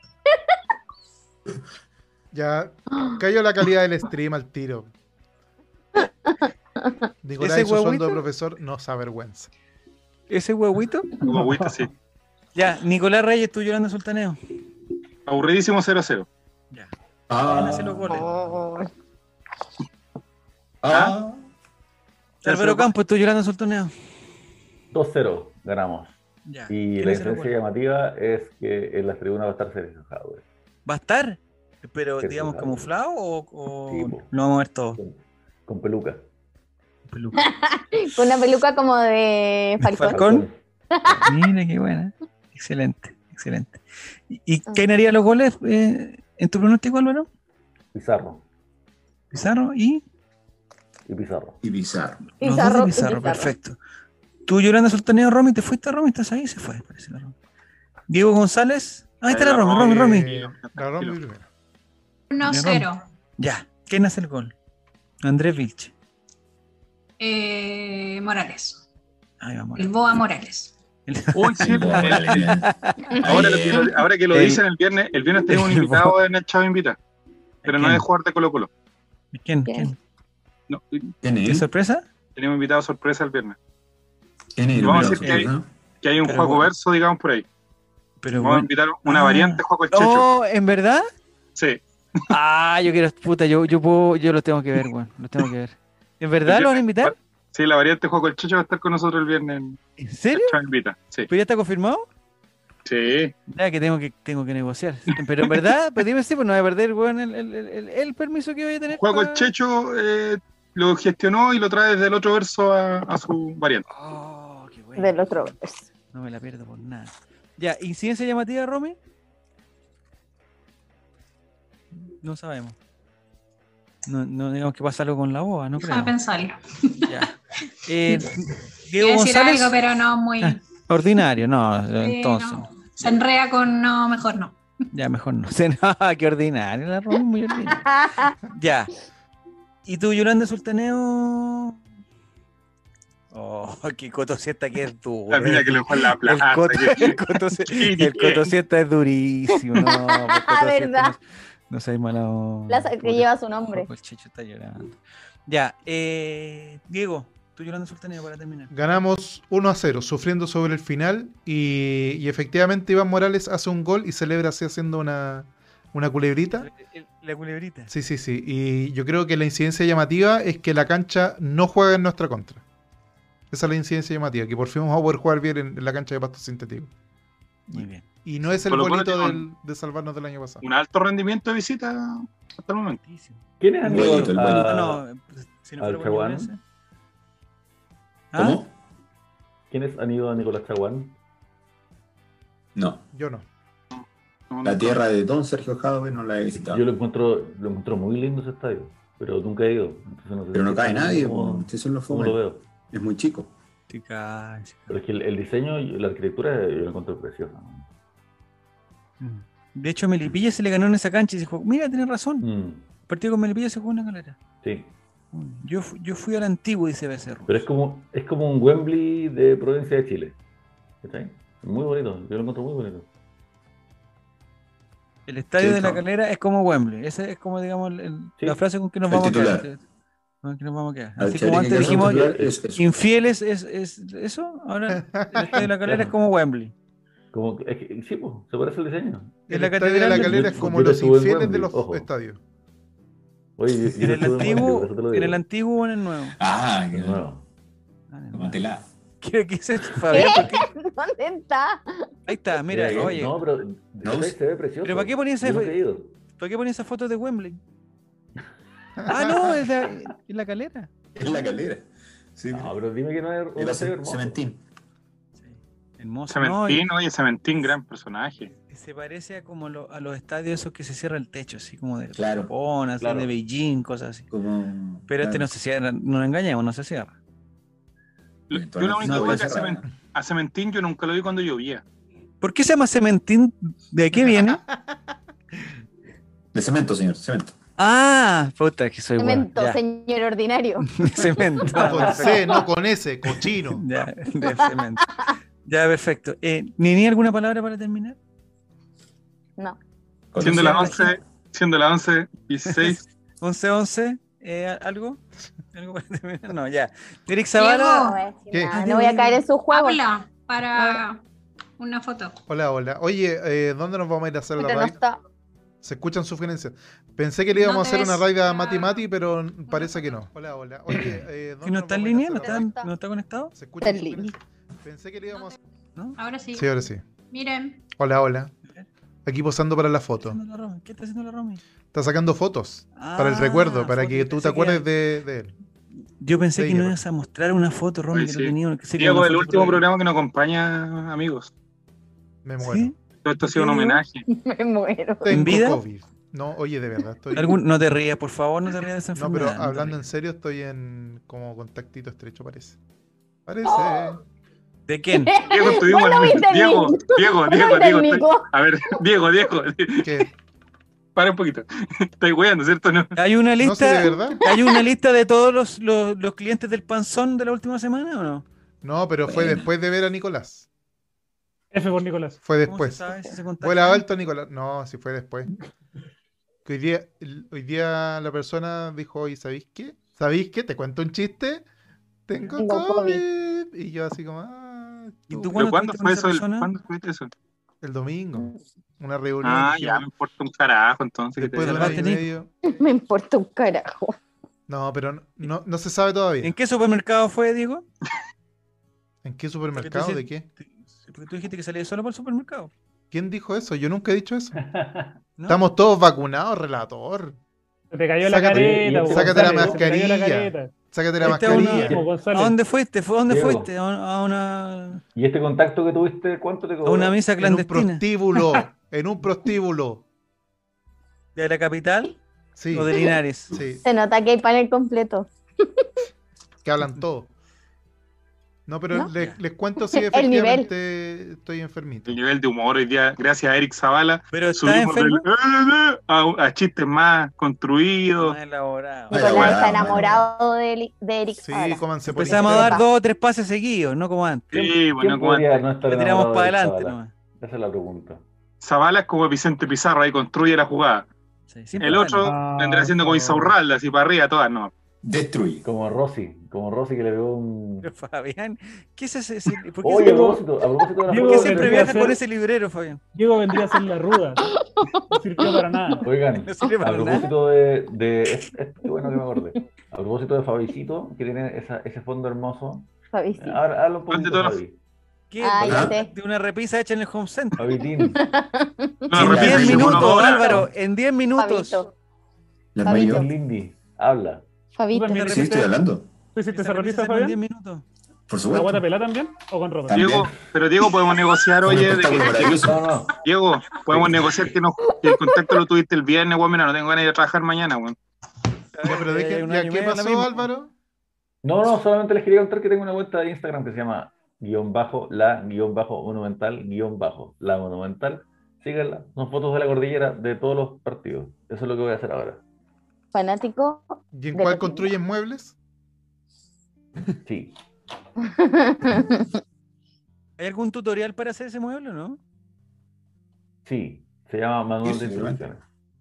S7: Ya cayó la calidad del stream al tiro. Nicolás
S1: ¿Ese
S7: y su
S1: huevito?
S7: sondo profesor nos avergüenza.
S1: ¿Ese guaguito?
S2: Como agüita, sí.
S1: Ya, Nicolás Reyes, tú Yolanda Sultaneo.
S2: Aburridísimo 0 a 0.
S1: Ya. ¿Quién
S6: Ah,
S1: hace los goles?
S6: ah,
S1: Álvaro Campos, tú Yolanda Sultaneo.
S8: 2-0 ganamos.
S1: Ya.
S8: Y
S1: ¿Quién
S8: la
S1: hace los
S8: diferencia
S1: goles?
S8: llamativa es que en las tribunas va a estar Sergio Jadwe.
S1: ¿Va a estar? Pero,
S8: Sergio
S1: digamos,
S8: Jadwe.
S1: camuflado o, o
S8: Sí, po.
S1: lo vamos a ver todo.
S8: Con, con peluca.
S3: Con una peluca como de
S1: Falcón.
S3: Falcón.
S1: Mira qué buena. Excelente, excelente. ¿Y, y
S3: Ah.
S1: quién haría los goles eh, en tu pronóstico, Álvaro?
S8: Pizarro.
S1: Pizarro y.
S8: Y Pizarro.
S6: y Pizarro.
S1: Los dos de
S3: Pizarro, y
S1: Pizarro,
S3: Pizarro.
S1: perfecto. Tú, Yolanda Sultaneo, Romy, ¿te fuiste a Romy? ¿Estás ahí? Se fue. parece la Romy. Diego González. Ah, Ahí está la
S2: Ahí la
S1: Romy, Romy, Romy.
S7: Eh, la Romy primero.
S5: 1-0.
S1: Ya. ¿Quién hace el gol? Andrés Vilche.
S5: Eh, Morales.
S1: Ahí vamos.
S5: El Boa Morales.
S2: Uy, sí,
S6: Sí,
S2: el-
S6: goles,
S2: el-
S6: bien.
S2: ahora, lo que lo- ahora que lo
S1: El-
S2: dicen el viernes, el viernes tengo un
S1: el-
S2: invitado en el Chavo Invita, pero no
S1: ¿Quién?
S2: es jugar de Colo Colo.
S1: ¿Quién?
S3: Bien.
S1: ¿Quién?
S2: No,
S6: ¿Quién
S1: ¿Qué
S6: es?
S1: sorpresa?
S2: tenemos invitado sorpresa el viernes.
S6: ¿Quién es?
S2: Vamos a
S6: Número
S2: decir que-
S6: dos, ¿no?
S2: Que hay un
S1: Pero
S2: juego
S1: bueno.
S2: verso, digamos por ahí.
S1: Pero
S2: Vamos a
S1: bueno.
S2: invitar una
S1: Ah.
S2: variante, Juaco el Checho.
S1: No, ¿en verdad?
S2: Sí.
S1: Ah, yo quiero. Puta, yo, yo puedo, yo los tengo que ver, weón. Los tengo que ver. ¿En verdad lo van a invitar?
S2: Sí, la variante Juaco el Checho va a estar con nosotros el viernes en
S1: ¿En
S2: el
S1: serio?
S2: Chavo Invita. Sí.
S1: ¿Pero ya está confirmado?
S2: Sí.
S1: Ya que tengo que, tengo que negociar. Pero en verdad, pues dime si pues no voy a perder, weón, el, el, el, el permiso que voy a tener.
S2: Juaco
S1: pa-
S2: el Checho eh, lo gestionó y lo trae desde el otro verso a, a su variante.
S1: Oh, qué bueno.
S3: Del otro. verso.
S1: No me la pierdo por nada. Ya, ¿incidencia llamativa, Romy? No sabemos. No, no digamos que pasa algo con la boa, no creo.
S5: Déjame pensarlo.
S1: Ya. Eh, Diego
S5: Quiero decir
S1: González,
S5: algo, pero no muy.
S1: Ah, Ordinario, no,
S5: eh,
S1: entonces.
S5: no. Se enrea con no, mejor no.
S1: Ya, mejor no sé. No, qué ordinario, la Romy, muy ordinario. Ya. ¿Y tú, Yolanda Sultaneo? Oh, qué cotosieta que es tú.
S2: La mina que le juega en la
S1: El
S2: plaza.
S1: coto,
S2: que-
S1: el coto se- el coto sienta es durísimo. No, pues, coto sienta
S3: ¿Verdad?
S1: No, no seas mala onda.
S3: Plaza que
S1: Puta,
S3: lleva su nombre.
S1: El chicho está llorando. Ya, eh, Diego, tú llorando sultaneo para terminar.
S7: Ganamos 1 a 0, sufriendo sobre el final. Y, y efectivamente, Iván Morales hace un gol y celebra así haciendo una, una culebrita.
S1: El- Eh, La culebrita.
S7: Sí, sí, sí. Y yo creo que la incidencia llamativa es que la cancha no juega en nuestra contra. Esa es la incidencia llamativa, que por fin vamos a poder jugar bien en, en la cancha de pasto sintético.
S1: Muy bien.
S7: Y no es el
S2: Colo Colo
S7: bonito
S2: tiene
S7: del- de salvarnos del año pasado.
S2: Un alto rendimiento de visita hasta el momento.
S8: ¿Quién es amigo?
S6: Buenito, el buenito.
S8: Ah,
S1: no, no, si no
S8: al
S1: fuera por
S8: Chaguán.
S1: Ñublense. ¿Ah?
S6: ¿Cómo?
S8: ¿Quién es amigo de Nicolás Chaguán?
S6: No.
S7: Yo no.
S2: No, no.
S6: La tierra de Don Sergio Jadwe no la he visitado.
S8: Yo lo encuentro, lo encuentro muy lindo ese estadio. pero nunca he ido. entonces no sé
S6: Pero
S8: si
S6: no
S8: está
S6: cae
S8: bien
S6: nadie,
S8: como-
S6: po, si eso es lo
S8: como
S6: fome.
S8: lo veo.
S6: Es muy chico.
S1: Te caes.
S8: Pero es que el, el diseño y la arquitectura yo la encuentro preciosa. ¿no?
S1: Mm. De hecho, Melipilla se le ganó en esa cancha y dijo, mira, tienes razón.
S8: Mm,
S1: El partido con Melipilla se jugó en la galera.
S8: sí,
S1: Mm. Yo, fu- yo fui al antiguo, dice Becerro.
S8: pero es como, es como un Wembley de provincia de Chile. ¿Cachai? Muy bonito, yo lo encuentro muy bonito.
S1: El estadio
S6: Sí,
S1: de la
S6: no.
S1: galera es como Wembley. Esa es como, digamos, el- el-
S8: Sí.
S1: la frase con que nos
S6: El
S1: vamos a quedar.
S6: titular.
S1: Con la que nos vamos a quedar.
S6: Al
S1: Así
S6: Chile
S1: como
S6: que
S1: antes
S6: queda
S1: dijimos,
S6: sin titular, es- es-
S1: infieles es, es eso, ahora el estadio de la galera es como Wembley.
S8: Como, es que, sí, po, se parece al diseño.
S1: En
S7: El
S1: la
S7: estadio de la
S1: catedral-
S7: calera es
S8: Yo-
S7: como
S8: yo
S7: los
S8: estuve en
S7: infieles de
S8: Wembley,
S7: los
S8: ojo.
S7: estadios.
S8: Oye, yo- yo
S1: ¿En el,
S8: estuve en Wembley, por eso te lo
S1: antiguo, ¿En
S8: digo.
S1: el antiguo o en el nuevo?
S6: Ah,
S8: De nuevo.
S1: Ah, en el nuevo.
S6: matela.
S1: ¿Qué, qué es eso, Fabián? ¿Por qué?
S3: ¿Dónde está?
S1: Ahí está, mira,
S8: Mira,
S1: oye.
S8: No, pero ¿cachai? se ve precioso.
S1: ¿Pero para qué ponías ese-
S8: Yo nunca he ido.
S1: ¿Por qué ponía esas fotos de Wembley? Ah, no, es la, es la calera.
S6: Es la calera. Sí,
S8: No, pero dime que no es un
S6: era
S8: estadio hermoso.
S6: cementín.
S1: Sí, hermoso. No, y-
S2: Cementín, oye, Cementín, gran personaje.
S1: y se parece a como lo- a los estadios esos que se cierra el techo, así como de
S6: Claro,
S1: Japón, así
S8: claro.
S1: de Beijing, cosas así.
S6: Como,
S1: Pero este no se cierra, no nos engañemos, no se cierra.
S2: Lo- Yo la única cosa que a, Cemen- a Cementín yo nunca lo vi cuando llovía.
S1: ¿Por qué se llama Cementín? ¿De qué viene?
S6: De cemento, señor, cemento.
S1: Ah, puta, que soy bueno.
S3: Cemento, señor ordinario.
S1: ya. Cemento.
S7: No con C, no con S, cochino.
S1: Ya, de cemento. Ya, perfecto. Eh, ¿Nini, alguna palabra para terminar?
S3: No.
S2: Siendo las
S1: Conocí a la
S2: 11, siendo las 11 y 6.
S1: 11-11, eh, ¿algo? ¿Algo para terminar? No, ya. Eric
S5: Diego.
S1: Zavala.
S3: No, voy a decir
S7: ¿Qué?
S3: nada, no voy a caer en su juego.
S5: Paula, para una foto.
S7: Hola, hola. Oye, eh, ¿dónde nos vamos a ir a hacer la
S3: Pero Este no
S7: raid?
S3: está.
S7: Se escuchan sugerencias. Pensé que le íbamos
S5: No
S7: a hacer
S5: debes
S7: una raid a
S5: ir a-
S7: Mati Mati, pero parece que no. Hola, hola. Oye, eh,
S1: Si no está en
S7: vamos a
S1: línea,
S7: ir a hacer
S1: no
S7: la
S1: está,
S7: raid?
S1: no está conectado.
S7: Se escuchan
S3: en línea.
S7: sugerencias. Pensé que le íbamos a
S5: Ahora sí.
S7: Sí, ahora sí.
S5: Miren,
S7: Hola, hola. Aquí posando para la
S1: ¿Qué está
S7: foto.
S1: haciendo la Romy? ¿Qué está haciendo la Romy?
S7: Está sacando fotos para el
S1: Ah,
S7: recuerdo, para
S1: foto,
S7: que
S1: yo
S7: tú
S1: pensé
S7: te acuerdes
S1: era-
S7: de, de él.
S1: Yo pensé
S7: de
S1: que no
S7: ella,
S1: ibas a mostrar una foto, Romy,
S2: Oye,
S1: que
S2: sí.
S1: no tenía. Que sé que
S2: Diego,
S1: una
S2: el
S1: foto
S2: último
S1: por ahí.
S2: programa que nos acompaña, amigos.
S7: Me muero.
S1: ¿Sí?
S2: Todo esto ha sido un homenaje.
S3: Me muero.
S7: Tengo
S1: vida?
S7: COVID. No, oye, de verdad. Estoy...
S1: ¿Algún- No te rías, por favor, no te rías de esa
S7: No, pero
S1: enfermedad. te
S7: hablando en
S1: rías.
S7: serio, estoy en como contactito estrecho, parece. Parece.
S1: ¿De quién?
S2: Diego, estuvimos.
S3: Bueno, viste,
S2: Diego,
S3: Nico.
S2: Diego,
S3: Bueno,
S2: Diego,
S3: viste,
S2: Diego. estoy-
S3: Nico.
S2: A ver, Diego, Diego,
S7: ¿Qué?
S2: para un poquito. Estoy weando, ¿cierto? No.
S1: ¿Hay una
S7: No sé,
S1: lista?
S7: de verdad.
S1: ¿Hay una lista de todos los, los, los clientes del panzón de la última semana o no?
S7: No, pero fue después de ver a Nicolás.
S4: F por Nicolás.
S7: Fue
S1: ¿Cómo se
S7: después.
S1: sabe si se contagian?
S7: Vuela alto, Nicolás. No, si fue después. Que hoy día, hoy día la persona dijo, oye, ¿sabéis qué? ¿Sabéis qué? Te cuento un chiste. Tengo
S3: Tengo
S7: COVID. Y yo así como, ah,
S1: ¿Y tú
S7: tú,
S1: cuándo
S2: ¿Pero cuándo
S1: estuviste con
S2: fue
S1: esa
S2: eso? el-
S1: persona?
S2: ¿Cuándo fue eso?
S7: el domingo. Una reunión.
S2: Ah,
S7: dijimos,
S2: ya me importa un carajo, entonces. que te
S7: Después de un
S2: diga.
S7: año y
S1: Nico.
S7: medio.
S3: Me importa un carajo.
S7: No, pero no, no, no se sabe todavía.
S1: ¿En qué supermercado fue, Diego?
S7: ¿En qué supermercado?
S1: Entonces-
S7: ¿De qué?
S1: Porque tú dijiste que salías solo para el supermercado.
S7: ¿Quién dijo eso? Yo nunca he dicho eso.
S1: ¿no?
S7: Estamos todos vacunados, relator.
S4: Se te cayó la
S7: Sácate-
S4: careta. po,
S7: sácate la
S4: González, se te cayó la
S7: mascarilla.
S4: careta.
S7: Sácate la
S1: Ahí está una-
S7: mascarilla.
S4: Po,
S1: ¿A
S4: González.
S1: dónde fuiste? ¿Fue- ¿A dónde
S8: Diego.
S1: fuiste? A un- a una,
S8: ¿Y este contacto que tuviste, cuánto te
S1: a
S8: costó?
S1: una misa
S7: En un
S1: clandestina
S7: prostíbulo. En un prostíbulo.
S1: de la capital
S7: Sí.
S1: o de Linares.
S7: Sí,
S3: Se nota que hay panel completo.
S7: que hablan todo. No, pero
S3: ¿No?
S7: Les, les cuento si
S3: El nivel.
S7: efectivamente estoy enfermito.
S2: El nivel de humor hoy día, gracias a Eric Zavala,
S1: Pero está
S2: subimos del-
S1: enfermo.
S2: eh, a, a chistes más construidos.
S1: Más elaborado.
S6: Bueno,
S3: Nicolás
S6: bueno,
S3: está
S6: bueno.
S3: enamorado de, Eli- de Eric.
S7: Sí,
S3: Zavala.
S7: cómanse por
S1: Empezamos a
S7: Instagram.
S1: dar dos o tres pases seguidos, no como antes.
S8: ¿Quién-
S2: Sí, bueno,
S8: quién
S2: como
S8: podría no estar
S1: Le tiramos
S8: enamorado
S1: para
S8: de
S1: adelante
S8: Zavala?
S1: nomás.
S8: Esa es la pregunta.
S2: Zavala es como Vicente Pizarro, ahí construye la jugada.
S1: Sí, siempre
S2: El
S1: está
S2: otro
S4: Ah,
S2: vendrá siendo como
S4: no.
S2: Insaurralda, así para arriba, todas, no.
S6: Destruye.
S8: Como Rossi, como Rossi que le pegó un...
S1: enamorado. Fabián, ¿qué es ese? ese- ¿Por qué,
S8: Oye, a
S1: siempre,
S8: propósito, a propósito de la
S1: por
S4: Diego,
S1: qué
S8: foto que
S1: siempre
S4: Debería
S1: viajas
S4: hacer-
S1: con ese librero, Fabián?
S4: Diego vendría a ser la ruda. No sirvió para nada.
S8: Oigan,
S1: No sirve
S8: a
S1: para nada.
S8: propósito de... de es, es- qué bueno que me acordé. A propósito de Fabicito, que tiene esa- ese fondo hermoso.
S3: Fabicito.
S8: Ahora, habla un poquito,
S2: todos.
S8: Fabi.
S1: ¿Qué?
S3: Ah,
S6: ya
S1: de,
S3: sé.
S1: una repisa hecha en el home center.
S8: Fabitín.
S2: No,
S1: En
S6: la
S2: repito,
S1: 10
S6: repisa,
S2: hice
S1: minutos,
S2: una hora.
S1: Álvaro, en 10 minutos.
S3: Fabito.
S6: La
S3: Fabio.
S6: armé yo.
S8: Don Lindy, habla.
S3: Fabito.
S4: también.
S6: Sí, estoy hablando.
S4: ¿Tú hiciste esa
S1: Esa repisa
S4: repisa,
S1: en los 10
S4: Fabián?
S1: minutos.
S6: Por
S4: ¿Una guata
S6: supuesto.
S4: pelada también? ¿O con ropa?
S6: También.
S2: Diego, pero Diego, podemos negociar,
S6: Fue un
S2: oye, de que-
S6: espectáculo maravilloso.
S8: No, no.
S2: Diego, podemos negociar que, no, que el contacto lo tuviste el viernes, weón, mira, no tengo ganas de ir a trabajar mañana, weón.
S7: Ya, pero
S1: Eh,
S7: deje-
S1: un
S7: ya,
S1: año y medio
S7: ¿Qué
S1: es lo
S7: pasó,
S1: mismo.
S7: Álvaro?
S8: No, no, solamente les quería contar que tengo una cuenta de Instagram que se llama guión bajo la guión bajo monumental guión bajo la monumental. Síganla, son fotos de la cordillera de todos los partidos. Eso es lo que voy a hacer ahora.
S3: Fanático.
S7: ¿Y en
S3: De
S7: cuál
S3: Coquimbo.
S7: construyen muebles?
S8: Sí.
S1: ¿Hay algún tutorial para hacer ese mueble o no?
S8: Sí, se llama
S6: Sí,
S8: Manual de
S6: sí,
S8: Instrucciones.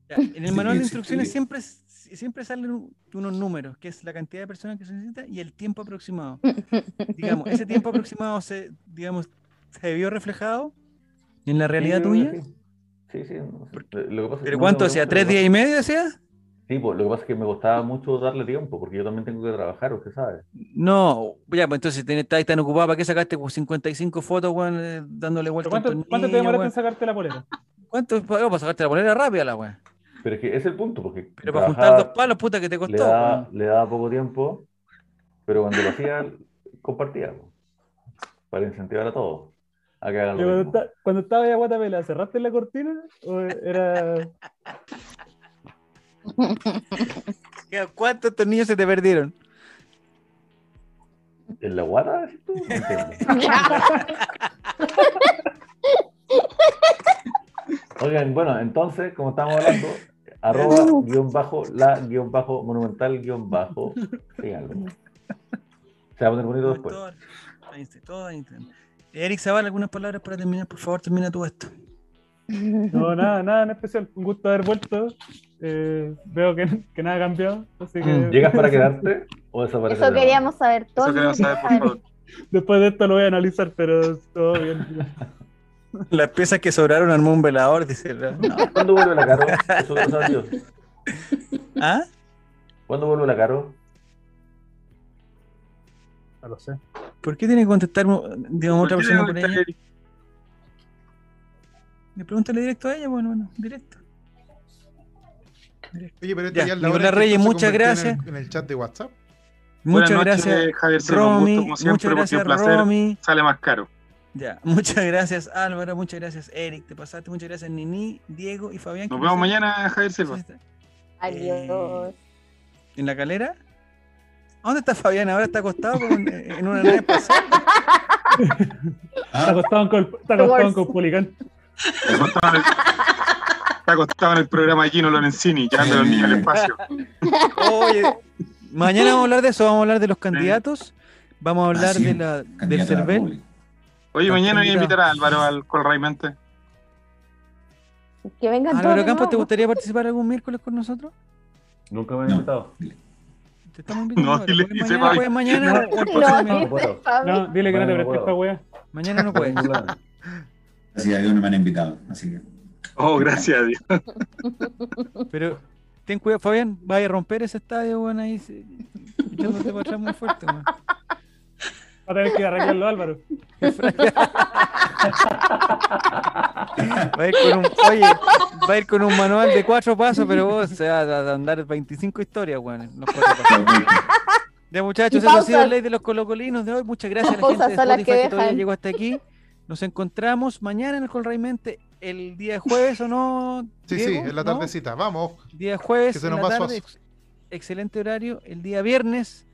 S1: Ya, en el
S6: Sí,
S1: manual de
S6: sí,
S1: instrucciones
S6: sí.
S1: siempre, siempre salen un- unos números, que es la cantidad de personas que se necesita y el tiempo aproximado. Digamos, ese tiempo aproximado se, digamos, se vio reflejado en la realidad
S8: Sí, yo
S1: tuya.
S8: creo que sí. Sí, sí. no sé. Lo que pasa es que
S1: ¿Pero
S8: no
S1: cuánto?
S8: me
S1: O sea,
S8: gusta,
S1: ¿tres
S8: lo que
S1: días
S8: pasa-
S1: y medio, o sea?
S8: Sí, pues, lo que pasa es que me costaba mucho darle tiempo, porque yo también tengo que trabajar, usted sabe.
S1: No, ya, pues entonces tenés- estáis tan ocupado, ¿para qué sacaste como 55 fotos, weón, eh, dándole
S4: ¿Pero
S1: vuelta
S4: ¿Cuánto,
S1: al
S4: cuánto te
S1: tornillo,
S4: demoraste en
S1: weón?
S4: sacarte la polera?
S1: ¿Cuánto es pa- para sacarte la polera rápida, la weón?
S8: Pero es que ese es el punto, porque
S1: Pero para juntar
S8: trabajaba-
S1: dos palos, puta, que te
S8: le
S1: costó.
S8: daba,
S1: weón.
S8: le daba poco tiempo, pero cuando lo hacía, compartía. po, Para incentivar a todos a que hagan lo
S4: Pero Cuando,
S8: mismo.
S4: esta- cuando estaba ya Guatapela, ¿cerraste la cortina? ¿O era.?
S1: ¿Qué- ¿Cuántos tornillos se te perdieron?
S8: ¿En la guata? decís tú? No entiendo. Oigan, bueno, entonces, como estamos hablando, arroba guión bajo la guión bajo monumental guión bajo. Síganlo. Se va a poner bonito después.
S1: Todo Einstein, todo Einstein. este. Eric Zaval, algunas palabras para terminar, por favor, termina tú esto.
S4: No, nada, nada en especial. Un gusto haber vuelto. Eh, veo que, que nada ha cambiado. Así que
S1: Mm,
S8: ¿Llegas para quedarte o desapareces? de
S3: Eso
S8: la
S3: queríamos saber todo.
S2: Eso
S3: el
S2: queremos
S3: mundo
S2: saber, por
S3: quería
S2: favor.
S4: después de esto lo voy a analizar, pero todo bien.
S1: Las piezas que sobraron armó un velador, dice.
S8: banda? ¿Cuándo vuelve la Caro? Eso lo sabe Dios.
S1: ¿Ah?
S8: ¿Cuándo vuelve la Caro?
S4: No lo sé.
S1: ¿Por qué tiene que contestar digamos, otra
S2: ¿Por qué
S1: persona
S2: no
S1: por
S2: está
S1: ella?
S2: Eric?
S1: Me pregúntale directo a ella, bueno, bueno, directo.
S7: Oye, pero esto
S1: Ya,
S7: ya es la
S1: Nicolás
S7: hora en que
S1: Reyes,
S7: esto se
S1: muchas
S7: convirtió en el-
S1: gracias.
S7: En el, chat de WhatsApp.
S1: Muchas
S2: Buenas noches,
S1: gracias,
S2: Javier Silva, un gusto,
S1: Romy.
S2: como siempre,
S1: muchas
S2: porque
S1: gracias,
S2: un placer
S1: Romy.
S2: sale más caro.
S1: Ya, muchas gracias, Álvaro. Muchas gracias, Eric. Te pasaste. Muchas gracias, Nini, Diego y Fabián.
S2: Nos
S1: que
S2: vemos
S1: se-
S2: mañana, pues. Javier
S1: se-
S2: Silva.
S3: Adiós.
S1: ¿En la calera? ¿A ¿Dónde está Fabián? Ahora está acostado como en, en una nave espacial.
S4: Está
S6: Ah,
S4: acostado en Col- está acostado en Cospolicán.
S2: Está acostado en el- está acostado en el programa de Gino Lorenzini, llevando a los niños al espacio.
S1: Oye, mañana vamos a hablar de eso. Vamos a hablar de los candidatos. Vamos a hablar
S6: sí,
S1: de la, del
S6: candidato a la
S1: CERVEL.
S6: República.
S2: Oye,
S1: Nos
S2: mañana voy a
S1: invita.
S2: invitar a Álvaro al Colraimente.
S3: Que vengan todos.
S1: Álvaro
S3: de
S1: Ah, Campos, ¿te
S3: nuevo.
S1: gustaría participar algún miércoles con nosotros?
S8: Nunca me han
S6: No.
S8: invitado.
S1: Te estamos invitando.
S2: No,
S1: ahora.
S2: dile-
S1: Puedes
S2: dice
S1: mañana,
S2: Fabián.
S1: puedes mañana o el próximo
S3: No,
S1: mes.
S8: bueno.
S3: dice Fabi.
S4: No, dile que no te
S8: Bueno,
S4: prestes
S8: bueno.
S4: esta wea.
S1: Mañana no puedes.
S6: Así que a Dios no me han invitado. Así que.
S2: Oh, gracias a Dios.
S1: Pero ten cuidado, Fabián, vaya a romper ese estadio, weón, ahí se- echándote para atrás muy fuerte, weón.
S4: Va a tener que arreglarlo, Álvaro.
S1: Va a ir con un, oye, va a ir con un manual de cuatro pasos, pero vos se va a a andar 25 historias, weón. en los cuatro pasos. Ya muchachos,
S3: Y
S1: eso ha sido
S3: pausas.
S1: el ley de los colocolinos de hoy. Muchas gracias a la
S3: Pausas
S1: gente de
S3: son las que
S1: Spotify que todavía
S3: dejan.
S1: llegó hasta aquí. Nos encontramos mañana en el Colraimente, el día jueves o no.
S7: Sí, sí,
S1: Diego?
S7: en la
S1: ¿No?
S7: tardecita. Vamos.
S1: Día jueves,
S7: Que se
S1: en
S7: nos
S1: la
S7: va
S1: tarde,
S7: suazo.
S1: ex- excelente horario. El día viernes,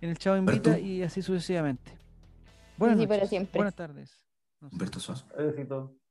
S1: en el Chavo Invita
S6: Humberto.
S1: y así sucesivamente. Buenas
S3: Sí, pero
S1: noches,
S3: siempre.
S1: buenas tardes.
S6: Humberto Suazo.
S8: Adiósito.